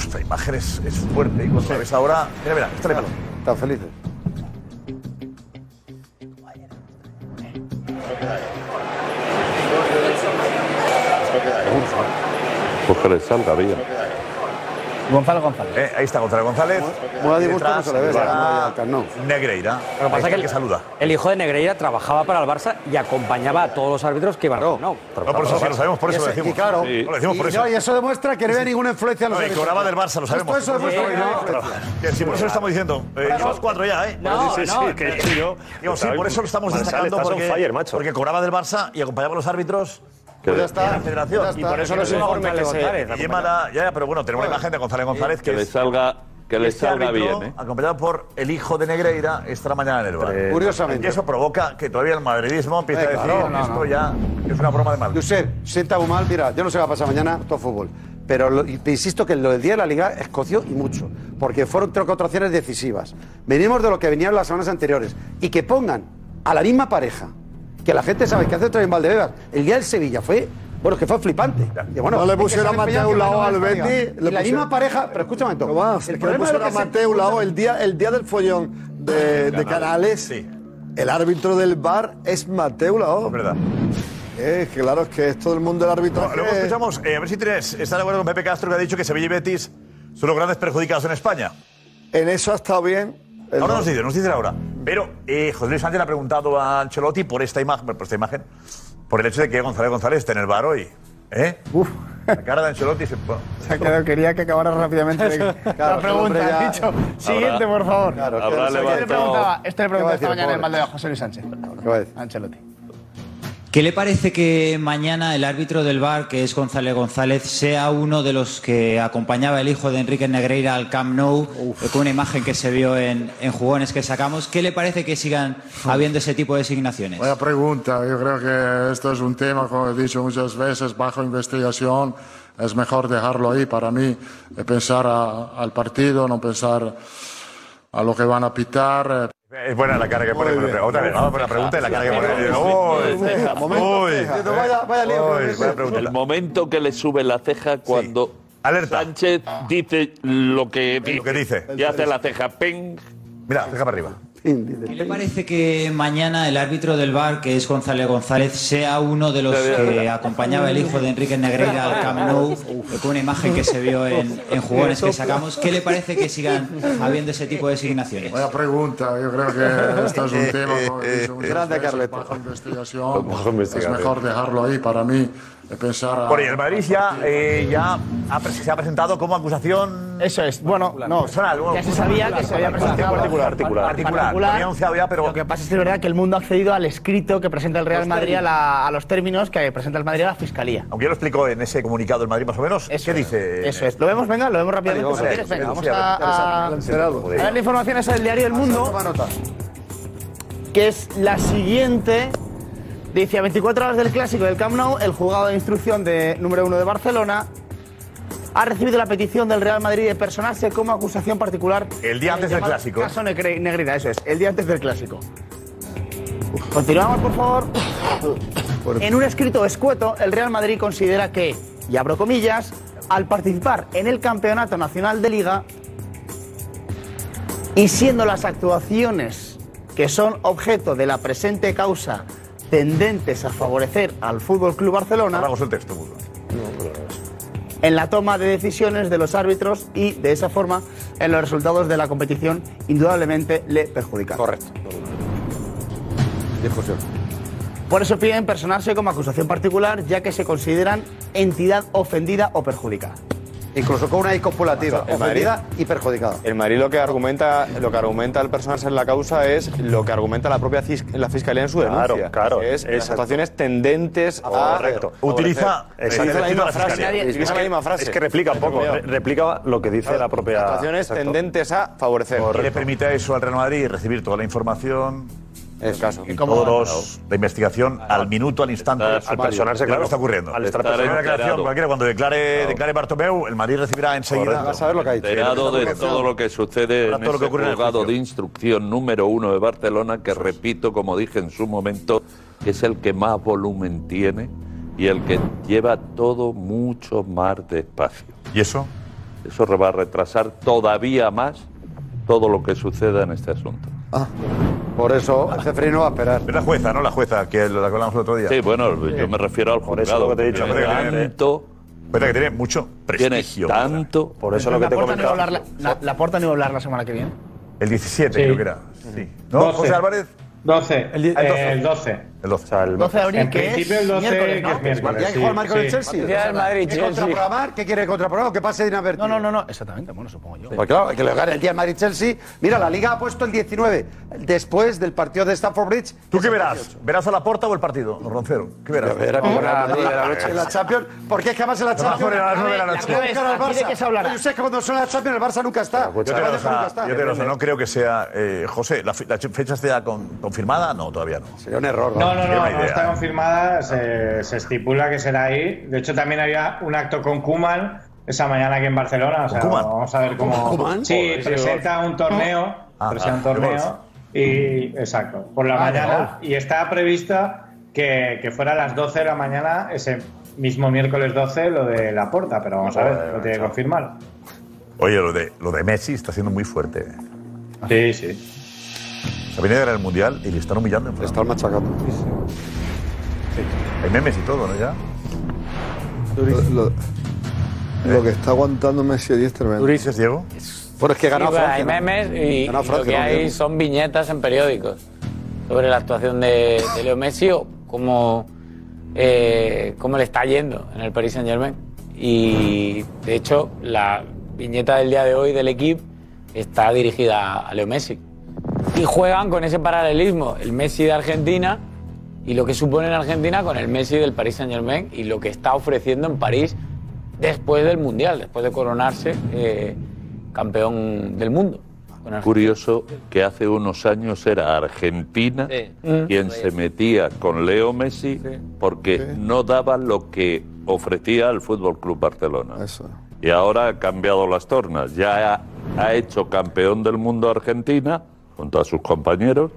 Esta imagen es, es fuerte. ¿eh? Y vos sabes ahora. Mira, mira, esta imagen. Están felices. Pues que les salga, vía. Gonzalo González. Eh, ahí está Gonzalo González. Muy a Y disgusto detrás no se le ve, va ¿no? Ya, Negreira. Lo que Ahí pasa está es el que que saluda. El hijo de Negreira trabajaba para el Barça y acompañaba a todos los árbitros que barró. No, No, por eso sí lo sabemos, por eso lo Ese- decimos. y claro. Sí. lo decimos por Y eso. no, y eso demuestra que no había ninguna influencia en los No, y árbitros. cobraba del Barça, lo Esto sabemos. es otra Sí, historia, no, ¿no? pero- que sí, por eso lo estamos diciendo. Eh, llevamos cuatro ya, ¿eh? No, Sí, sí, no, sí, que sí, yo- Digo, sí, por eso lo estamos Marsal, destacando. estás on Porque, fire, macho. porque cobraba del Barça y acompañaba a los árbitros. Que de ya está, la federación. ya está. Y por eso los informes que se- Y Yema da- ya, ya, pero bueno, tenemos la imagen de González González que, Que le es- salga, que le este salga árbitro, bien, ¿eh? acompañado por el hijo de Negreira, estará mañana en el bar. Tres. Curiosamente. Y eso provoca que todavía el madridismo empiece Eh, a decir, claro, no, esto no. ya es una broma de mal. Josep, sienta mal, mira, yo no sé qué va a pasar mañana, todo fútbol. Pero lo- y te insisto que lo del día de la liga escoció y mucho, porque fueron tres o cuatro acciones decisivas. Venimos de lo que venían las semanas anteriores. Y que pongan a la misma pareja, que la gente sabe que hace otra en Valdebebas, el día del Sevilla fue, bueno, que fue flipante. Y bueno, No le es que pusieron se han a empeñado Mateu que van Lao a al ganar esta liga. Betis, le Y la misma pusieron- pareja, pero escúchame un momento. El Le problema es pusieron lo a que se- Mateo Lao el día, el día del follón de, de Canales. El árbitro del bar es Mateo Lao. Es verdad. claro, es que es todo el mundo del árbitro. Luego escuchamos, eh, a ver si tienes, está de acuerdo con Pepe Castro que ha dicho que Sevilla y Betis son los grandes perjudicados en España. En eso ha estado bien. El Ahora bar. nos dice, nos dice ahora. Pero eh, José Luis Sánchez le ha preguntado a Ancelotti por esta imagen, por esta imagen, por el hecho de que González González esté en el bar hoy. ¿Eh? Uf. La cara de Ancelotti se. bueno, Se ha quedado- quería que acabara rápidamente la el hombre pregunta. ya- ha dicho, siguiente, por favor. Claro, que habrá Esto le levantado- preguntaba, esto le ¿Qué va preguntaba a esta decir, mañana en pobre? Valdebebas, José Luis Sánchez. Ancelotti. ¿Qué le parece que mañana el árbitro del VAR, que es González González, sea uno de los que acompañaba el hijo de Enrique Negreira al Camp Nou, eh, con una imagen que se vio en, en jugones que sacamos? ¿Qué le parece que sigan habiendo ese tipo de designaciones? Buena pregunta. Yo creo que esto es un tema, como he dicho muchas veces, bajo investigación. Es mejor dejarlo ahí para mí, eh, pensar a- al partido, no pensar a lo que van a pitar. eh, Es buena la cara que pone. con la pregunta. Otra vez, vamos por la pregunta y la cara que pone. Uy, uy. Vaya, vaya lío. Uy, buena pregunta. El momento que le sube la ceja cuando Sánchez dice lo que dice. Y hace la ceja. Ping. Mira, ceja para arriba. ¿Qué le parece que mañana el árbitro del VAR, que es González González, sea uno de los que acompañaba el hijo de Enrique Negreira al Camp Nou, eh, con una imagen que se vio en, en jugones que sacamos? ¿Qué le parece que sigan habiendo ese tipo de designaciones? Buena pregunta. Yo creo que esto es un tema, como he dicho muchas Grande, veces, Carleto. bajo investigación. Bajo Es investigación. mejor dejarlo ahí para mí, eh, pensar a. Bueno, y el Madrid ya, eh, ya ha pres- se ha presentado como acusación. Eso es. Bueno, no. Personal, bueno, Ya se sabía que se había presentado. Particular, particular. Particular. Lo había anunciado ya, pero. Lo que pasa es que es verdad que el mundo ha accedido al escrito que presenta el Real Los Madrid a, términos. la- a los términos que presenta el Madrid a la Fiscalía. Aunque ya lo explicó en ese comunicado del Madrid más o menos. ¿Qué dice? Eso es. Lo vemos, venga, lo vemos rápidamente. Vale, si vamos quieres, a ver, venga, vamos sí, a ver, a, a ver la información esa del diario El Mundo, que es la siguiente. Dice, a 24 horas del Clásico del Camp Nou, el juzgado de instrucción de número 1 de Barcelona ha recibido la petición del Real Madrid de personarse como acusación particular. El día en antes del llamado Clásico. Caso Negre- Negrita, eso es, el día antes del Clásico. Continuamos, por favor. En un escrito escueto, el Real Madrid considera que, y abro comillas, al participar en el Campeonato Nacional de Liga y siendo las actuaciones que son objeto de la presente causa tendentes a favorecer al Fútbol Club Barcelona, el texto, en la toma de decisiones de los árbitros y, de esa forma, en los resultados de la competición, indudablemente le perjudica. Correcto. Por eso piden personarse como acusación particular, ya que se consideran entidad ofendida o perjudicada. Incluso con una copulativa, El Madrid. ofendida y perjudicada. El Madrid lo que argumenta, lo que argumenta el personarse en la causa es lo que argumenta la propia cis- la fiscalía en su Claro, denuncia. claro, que Es las exacto. actuaciones tendentes a. Ah, Correcto. Utiliza utiliza la misma frase. Utiliza la misma frase. Es que replica poco. re- Replica lo que dice la propia. Actuaciones Exacto. tendentes a favorecer. ¿Qué le permite eso al Real Madrid recibir toda la información? Es caso. Y todos la investigación al minuto, al instante, Estar- al al personarse, claro, que está ocurriendo. al estar La primera enterado. declaración, cualquiera, cuando declare, declare Bartomeu, el Madrid recibirá enseguida. Correcto. Enterado de todo lo que sucede Ahora en todo lo que ese ocurre en el juzgado juicio. de instrucción número uno de Barcelona, que repito, como dije en su momento, que es el que más volumen tiene y el que lleva todo mucho más despacio. ¿Y eso? Eso va a retrasar todavía más todo lo que suceda en este asunto. Por eso el jefe no va a esperar. Es la jueza, ¿no? La jueza, que lo que hablamos el otro día. Sí, bueno, yo me refiero al Por eso juzgado. lo que te he dicho, que hombre, que tanto Verdad que tiene mucho prestigio. tanto. Por eso lo que la te porta no iba a hablar comentaba. la, la- la Porta no iba a hablar la semana que viene. El 17, Sí. creo que era. Sí. ¿No, Doce. José Álvarez? 12. El, di- eh, el 12. El 12. el 12 de abril, En que es principio el 12, miércoles, ¿no? que es miércoles. Ya sí, hay Juan Marco sí. en el Chelsea. ¿Qué contraprogramar? ¿Qué quiere contraprogramar? ¿Qué pase inadvertido? No, no, no, exactamente, bueno, supongo yo. Pues claro, hay que lo gane el día Madrid-Chelsea. Mira, la Liga ha puesto el 19, después del partido de Stamford Bridge. ¿Tú qué verás? ¿Verás a la puerta o el partido, Roncero? ¿Qué verás? Verá cómo gana el Madrid a la noche. En la Champions, porque es que además en la Vamos a Champions. poner a las nueve de la La noche. clave es buscar al Aquí de Barça. qué se hablará. Pero yo sé que cuando son las Champions, el Barça nunca está. Yo te El Barça lo nunca está. yo te lo sé, no creo que sea. eh, José, ¿la, fe- la fecha está con- confirmada? No, todavía no. Sería ¿eh? un error. No, no, no, no está confirmada, se, se estipula que será ahí. De hecho, también había un acto con Kuman esa mañana aquí en Barcelona. O sea, vamos a ver cómo. ¿Con Koeman? Sí, Joder, ese presenta golf. un torneo. Ah, presenta un ah, de torneo. golf. Y exacto, por la Ah, de mañana. Y está prevista que, que fuera a las 12 de la mañana, ese mismo miércoles 12, lo de la porta, pero vamos a ver, Joder, lo tiene que confirmar. Oye, lo de, lo de Messi está siendo muy fuerte. Sí, sí. Se viene de ganar el mundial y le están humillando. Le están machacando. Hay memes y todo, ¿no? Ya. Lo, lo- lo que está aguantando Messi allí es tremendo. ¿Durísimo, Diego? Bueno, es Sí, pues, Hay memes y, Ganó y Francia, lo que ¿no? hay son viñetas en periódicos sobre la actuación de, de Leo Messi o cómo, eh, cómo le está yendo en el Paris Saint Germain. Y de hecho, la viñeta del día de hoy del equipo está dirigida a Leo Messi. Y juegan con ese paralelismo, el Messi de Argentina y lo que supone en Argentina con el Messi del Paris Saint Germain y lo que está ofreciendo en París después del Mundial, después de coronarse eh, campeón del mundo. Ah. con Argentina. Curioso que hace unos años era Argentina Mm. quien se metía con Leo Messi porque no daba lo que ofrecía el Fútbol Club Barcelona. Y ahora ha cambiado las tornas. Ya ha, ha hecho campeón del mundo a Argentina junto a sus compañeros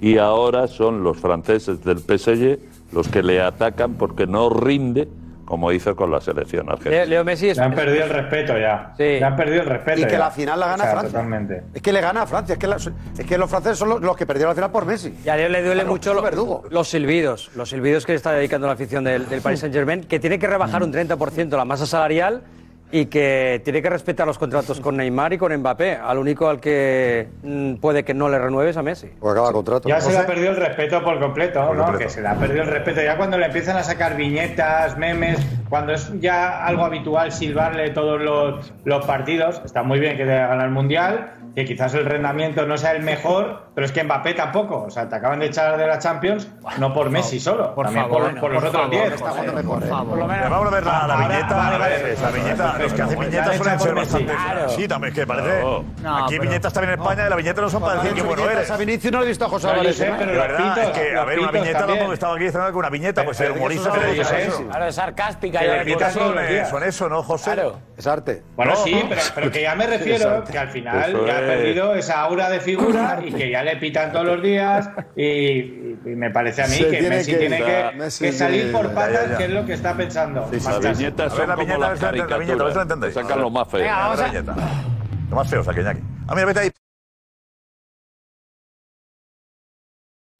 y ahora son los franceses del PSG los que le atacan porque no rinde como hizo con la selección argentina. Leo Messi Le han perdido el respeto ya. Le han perdido el respeto. Y que ya. la final la gana O sea, Francia. Totalmente. Es que le gana a Francia, es que, la- es que los franceses son los, los que perdieron la final por Messi. Y a Leo le duele Claro, mucho es lo- un verdugo. los silbidos, los silbidos que le está dedicando la afición del, del Paris Saint-Germain, que tiene que rebajar un 30% la masa salarial y que tiene que respetar los contratos con Neymar y con Mbappé, al único al que mm, puede que no le renueves a Messi. pues O acaba contrato. Ya se le ha perdido el respeto por completo, ¿no? completo. Que se le ha perdido el respeto. Ya cuando le empiezan a sacar viñetas, memes, cuando es ya algo habitual silbarle todos los, los partidos, está muy bien que te hagan el mundial, que quizás el rendimiento no sea el mejor, pero es que Mbappé tampoco. O sea, te acaban de echar de la Champions, no por Messi solo, por también favor, por, bueno, por los por otros favor, 10. por Está favor, jugando por mejor, favor. ¿eh? Pero vamos a ver la, la Ahora, viñeta. vale, vale, la perfecto, viñeta, perfecto, los que hacen perfecto. viñetas suelen Está hecha ser por Messi. bastante. Claro. Sí, también es que parece. No. No, aquí pero- viñetas también en España, las viñetas no son para decir que bueno eres. A Vinicius no le he visto a José No, yo Álvarez. sé, ¿no? pero la verdad es que, a ver, una viñeta no hemos estado aquí diciendo que una viñeta, pues el humorista se le dice eso. ¿eh? Claro, es sarcástica. Que ya las de viñetas por sí, son, eh, tía. son eso, ¿no, José? Es arte. Bueno, No. sí, pero, pero que ya me refiero Exacto. que al final Eso ya ha es. perdido esa aura de figura y que ya le pitan todos los días y, y- y me parece a mí Se que tiene Messi que tiene ir. que, Messi que salir tiene- por patas, Ya, ya, ya. que es lo que está pensando. Sí, sí, Marcharse. Las viñetas A ver, son la como viñeta, a ver las si la entendéis, la viñeta, a ver si la caricaturas. entendéis. Sacan lo más feo. Venga, vamos a- Lo más feo, o sea, que Iñaki. Ah, mira, vete ahí.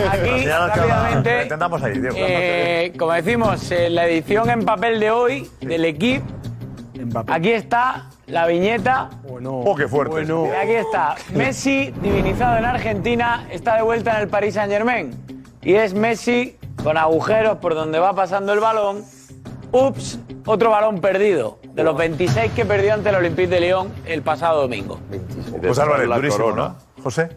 Aquí, Señala que va- rápidamente, Intentamos ahí, Diego. Eh, como decimos, eh, la edición en papel de hoy del equipo. Aquí está la viñeta. Oh, qué fuerte. Y aquí está. Messi, divinizado en Argentina, está de vuelta en el Paris Saint Germain. Y es Messi con agujeros por donde va pasando el balón. Ups, otro balón perdido. De los 26 que perdió ante el Olympique de Lyon el pasado domingo. Pues Álvarez, la durísimo, corona. ¿no? José.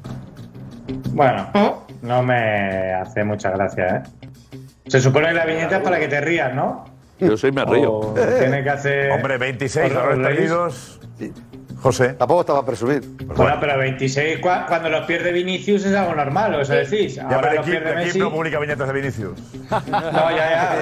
Bueno, ¿Eh? no me hace mucha gracia, ¿eh? Se supone que la viñeta es para que te rías, ¿no? Yo soy me río. O tiene que hacer... Hombre, 26 o- o errores leís- perdidos. José. Tampoco estaba a presumir. Bueno, pero 26 cua- cuando los pierde Vinicius es algo normal, o sea, decís. Ya, Ahora pero los aquí, pierde aquí Messi. no publica viñetas de Vinicius. No, ya, ya.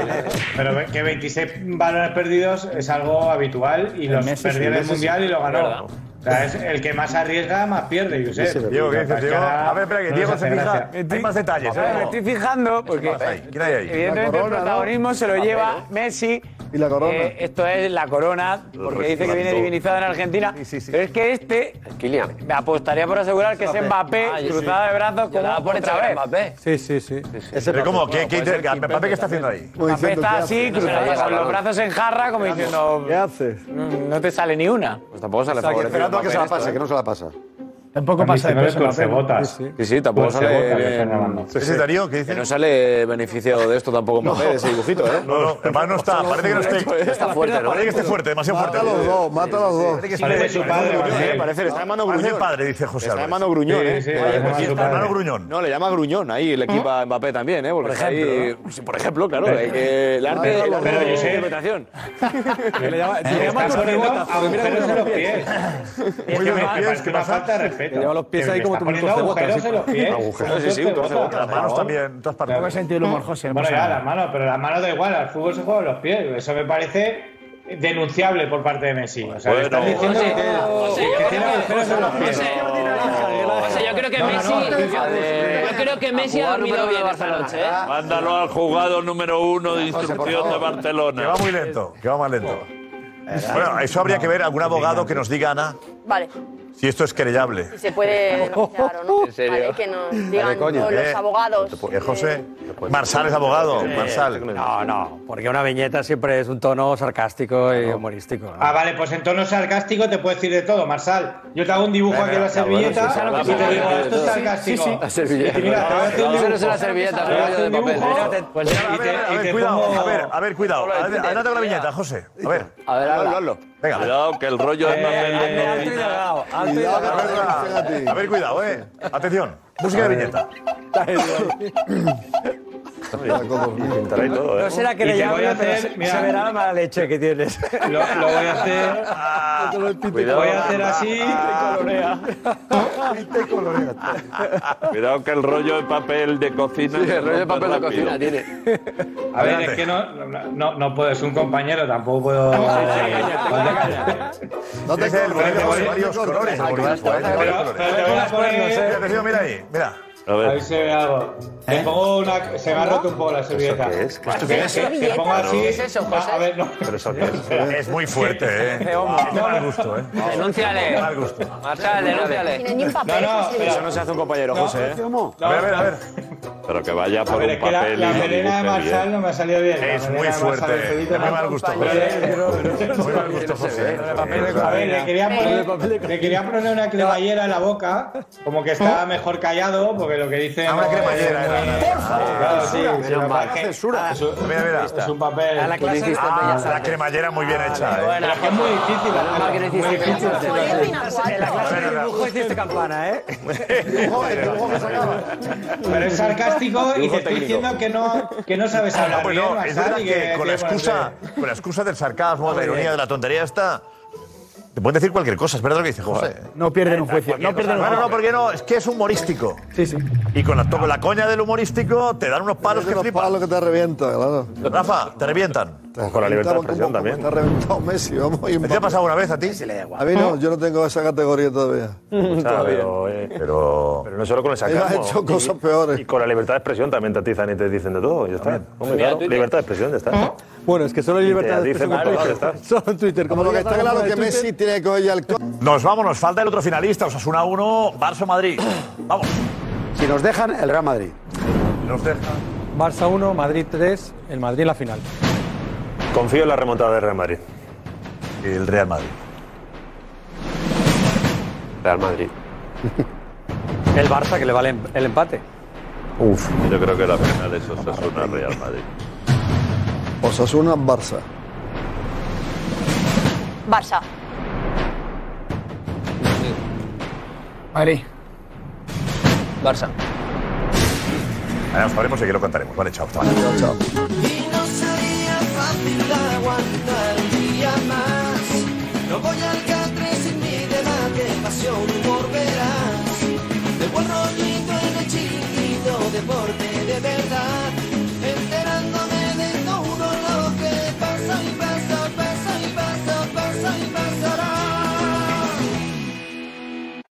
Pero ve- que 26 balones perdidos es algo habitual y El los Messi sí, perdió en el el Messi sí. Mundial y lo Verdad. ganó. sea, es el que más arriesga, más pierde, yo sé. Diego, ¿qué dices, Diego? A ver, espera, que Diego se fija. Hay más detalles. ¿eh? A ver, me estoy fijando porque ¿Quién hay ahí? evidentemente La corona, el protagonismo ¿no? se lo Papel, lleva Messi. Eh, ¿Y la corona? esto es la corona, porque dice que viene resplandor. divinizada en Argentina. Pero es que este me apostaría por asegurar que es Mbappé. Mbappé, Ah, yo cruzada sí. de brazos, Yo como daba por hecho que otra era vez. Sí, Mbappé. sí, sí. Pero ¿cómo? ¿Qué- qué inter- Mbappé, ¿Mbappé qué está haciendo ahí? Mbappé diciendo, está ¿qué así, haces? No se la cruzado, lleva con la los mano. brazos en jarra, como diciendo... ¿Qué haces? No te sale ni una. Pues tampoco se le Exacto, favorece. esperando a que se la Mbappé ¿eh? pase, esto, que no se la pasa. Tampoco pasa de peso la pena. Sí, sí, tampoco Con sale. cebotas, bien. Sí, sí. Darío, ¿qué dice? Que no sale beneficiado de esto tampoco Mbappé, de ese dibujito, ¿eh? No, no, además no está. Parece que no esté. Está fuerte, ¿no? Parece que esté fuerte, demasiado fuerte. Mata a los dos, mata a los dos. Parece su padre, Manuel. Parece, le está llamando Parece el gruñón. padre, dice José Le está Álvarez. llamando gruñón, Sí, ¿eh? sí, Eh, parece pues su sí, está- padre. Hermano gruñón. No, le llama gruñón ahí el equipo a Mbappé también, ¿eh? Porque Por ejemplo, ahí- sí, por ejemplo, claro. hay que- el arte Pero, el arte pero, de la Josep, interpretación. Le llama- le llama Está con poniendo rebotas, porque mira agujeros cómo en los pies. pies. Es que me parece una falta de Le respeto. lleva los pies Que ahí me como está tú, un poniendo torcebotas, agujeros sí. en los pies. Agujeros, Como sí, sí, un torcebotas, torcebotas. por Las manos favor. también, en todas Tengo sentido el humor, José. no Bueno, pasa ya, nada. las manos, pero las manos da igual, al fútbol se juega con los pies. Eso me parece denunciable por parte de Messi. O sea, le estás Bueno. diciendo José, que- José, que yo creo tiene que- agujeros en los pies. O sea, yo creo que Messi. Yo creo que Messi ha dormido bien esta noche, ¿eh? Mándalo al jugado número uno de instrucción de Barcelona. Que va muy lento, que va más lento. Eh, Bueno, eso habría que ver algún abogado que nos diga, Ana, Vale, si esto es querellable. si se puede denunciar o no. ¿En serio? Vale, que nos digan coño. todos Eh, los abogados. eh, Eh, José, Marsal es abogado. Marsal. No, no, porque una viñeta siempre es un tono sarcástico y humorístico. ¿no? Ah, vale, pues en tono sarcástico te puedo decir de todo, Marsal. Yo te hago un dibujo aquí en la servilleta y te digo, esto es sarcástico. La servilleta. Y mira, te voy a hacer un Eso no dibujo. es una servilleta, Te voy a es un rollo de hacer un papel. dibujo. Pues ya, Y te- A y te ver, cuidado, pongo- a ver, a ver, cuidado. Habla de Ad- Twitter, Adelante con la mira. viñeta, José. A ver. A ver, habla. Venga. Cuidado, que el rollo Eh, de papel de cocina. A ver, a ver, cuidado, eh. Atención. Música de viñeta. No será que ¿eh? Y le te voy a llame, pero hacer- se- mira. se verá la mala leche que tienes. Lo, lo voy a hacer. voy a hacer así. Cuidado que el rollo de papel de cocina. Sí, el rollo de papel de cocina tiene. A ver, es que no, no, no puedo, es un compañero, tampoco puedo. Ah, No te el Pero te voy- varios colores. el Pero- boligrafo, eh, pero- varios colores. pero te voy a poner- Atención, mira ahí, mira. Ahí se ve algo. Te pongo una. Se me ha roto un poco la servilleta. ¿Eh? qué es? ¿Qué Te- es te- eso? Te pongo así. ¿Qué es eso, José? A ver, no. Pero eso qué es. Es muy fuerte, eh. Qué homo. Qué mal gusto, eh. Denúnciale. Qué mal gusto. Marcha, denúnciale. Tiene ni un papel. José. Eso no se hace un compañero, José, ¿eh? A ver, a ver, a ver. Pero que vaya A por ver, un es que la, papel. la y- melena y- de Marsal no me ha salido bien. La Es melena muy de Marsal, el fuerte. pelito Es muy no mal gusto, José. Muy mal gusto, José. A ver, le quería poner, le quería poner una cremallera en la boca, como que estaba mejor callado, porque lo que dice. una ¿Eh? Ah, cremallera, eh. Por favor. Claro, sí. Censura, sí, menos no, mal. es que- Censura. es un- Mira, mira. Es un papel. A la clase de Ah, Bellas la Artes. cremallera muy bien hecha, eh. Pero es que es muy difícil. hacerla, mal que muy hiciste difícil Bellas Artes. hacerla En así. la clase de dibujo este hiciste campana, ¿eh? Pero es sarcástico y Dibujo te estoy técnico. Ah, diciendo que no, que no sabes hablar Bueno, bien, es Marsal, verdad y eh, que con la tienes excusa, con la excusa del sarcasmo, de la ironía, de la tontería esta, te pueden decir cualquier cosa. Es verdad lo que dice José. No pierden un juicio. No pierden un eh, Bueno, no, juicio. porque no, es que es humorístico. Sí, sí. Y con la, to- con la coña del humorístico te dan unos palos que flipas. Palo que te revienta, claro. Rafa, te revientan. Con la libertad de Como- expresión también. Te ha reventado Messi, vamos. y ¿Te ha pasado una vez a ti? Pues A mí no, yo no tengo esa categoría todavía. Escucha, pero, eh, pero, no solo con el Él ha sarcasmo. hecho cosas Y- peores. Y con la libertad de expresión también te atizan y te dicen de todo. y Ya está. Hombre, Mira, claro, Twitter. libertad de expresión, ya está. Bueno, es que solo hay Y te libertad de dicen expresión. por en todas, Twitter. Solo en Twitter. Como lo que está claro que Twitter. Messi tiene que coger ya el co- Nos vamos, nos falta el otro finalista, Osasuna 1, Barça Madrid. Vamos. Si nos dejan, el Real Madrid. Nos dejan. Barça 1, Madrid 3, el Madrid en la final. Confío en la remontada del Real Madrid. El Real Madrid. Real Madrid. El Barça que le vale em- el empate. Uf. Yo creo que la final es Osasuna Real Madrid. Osasuna, Barça. Barça. Madrid. Barça. Ahora nos paremos y aquí lo contaremos. Vale, chao. Hasta mañana. Chao, chao. Y no sería fácil aguantar un día más. No voy al catre sin mi debate, pasión, humor verás. De buen rollito en el chiquito deporte.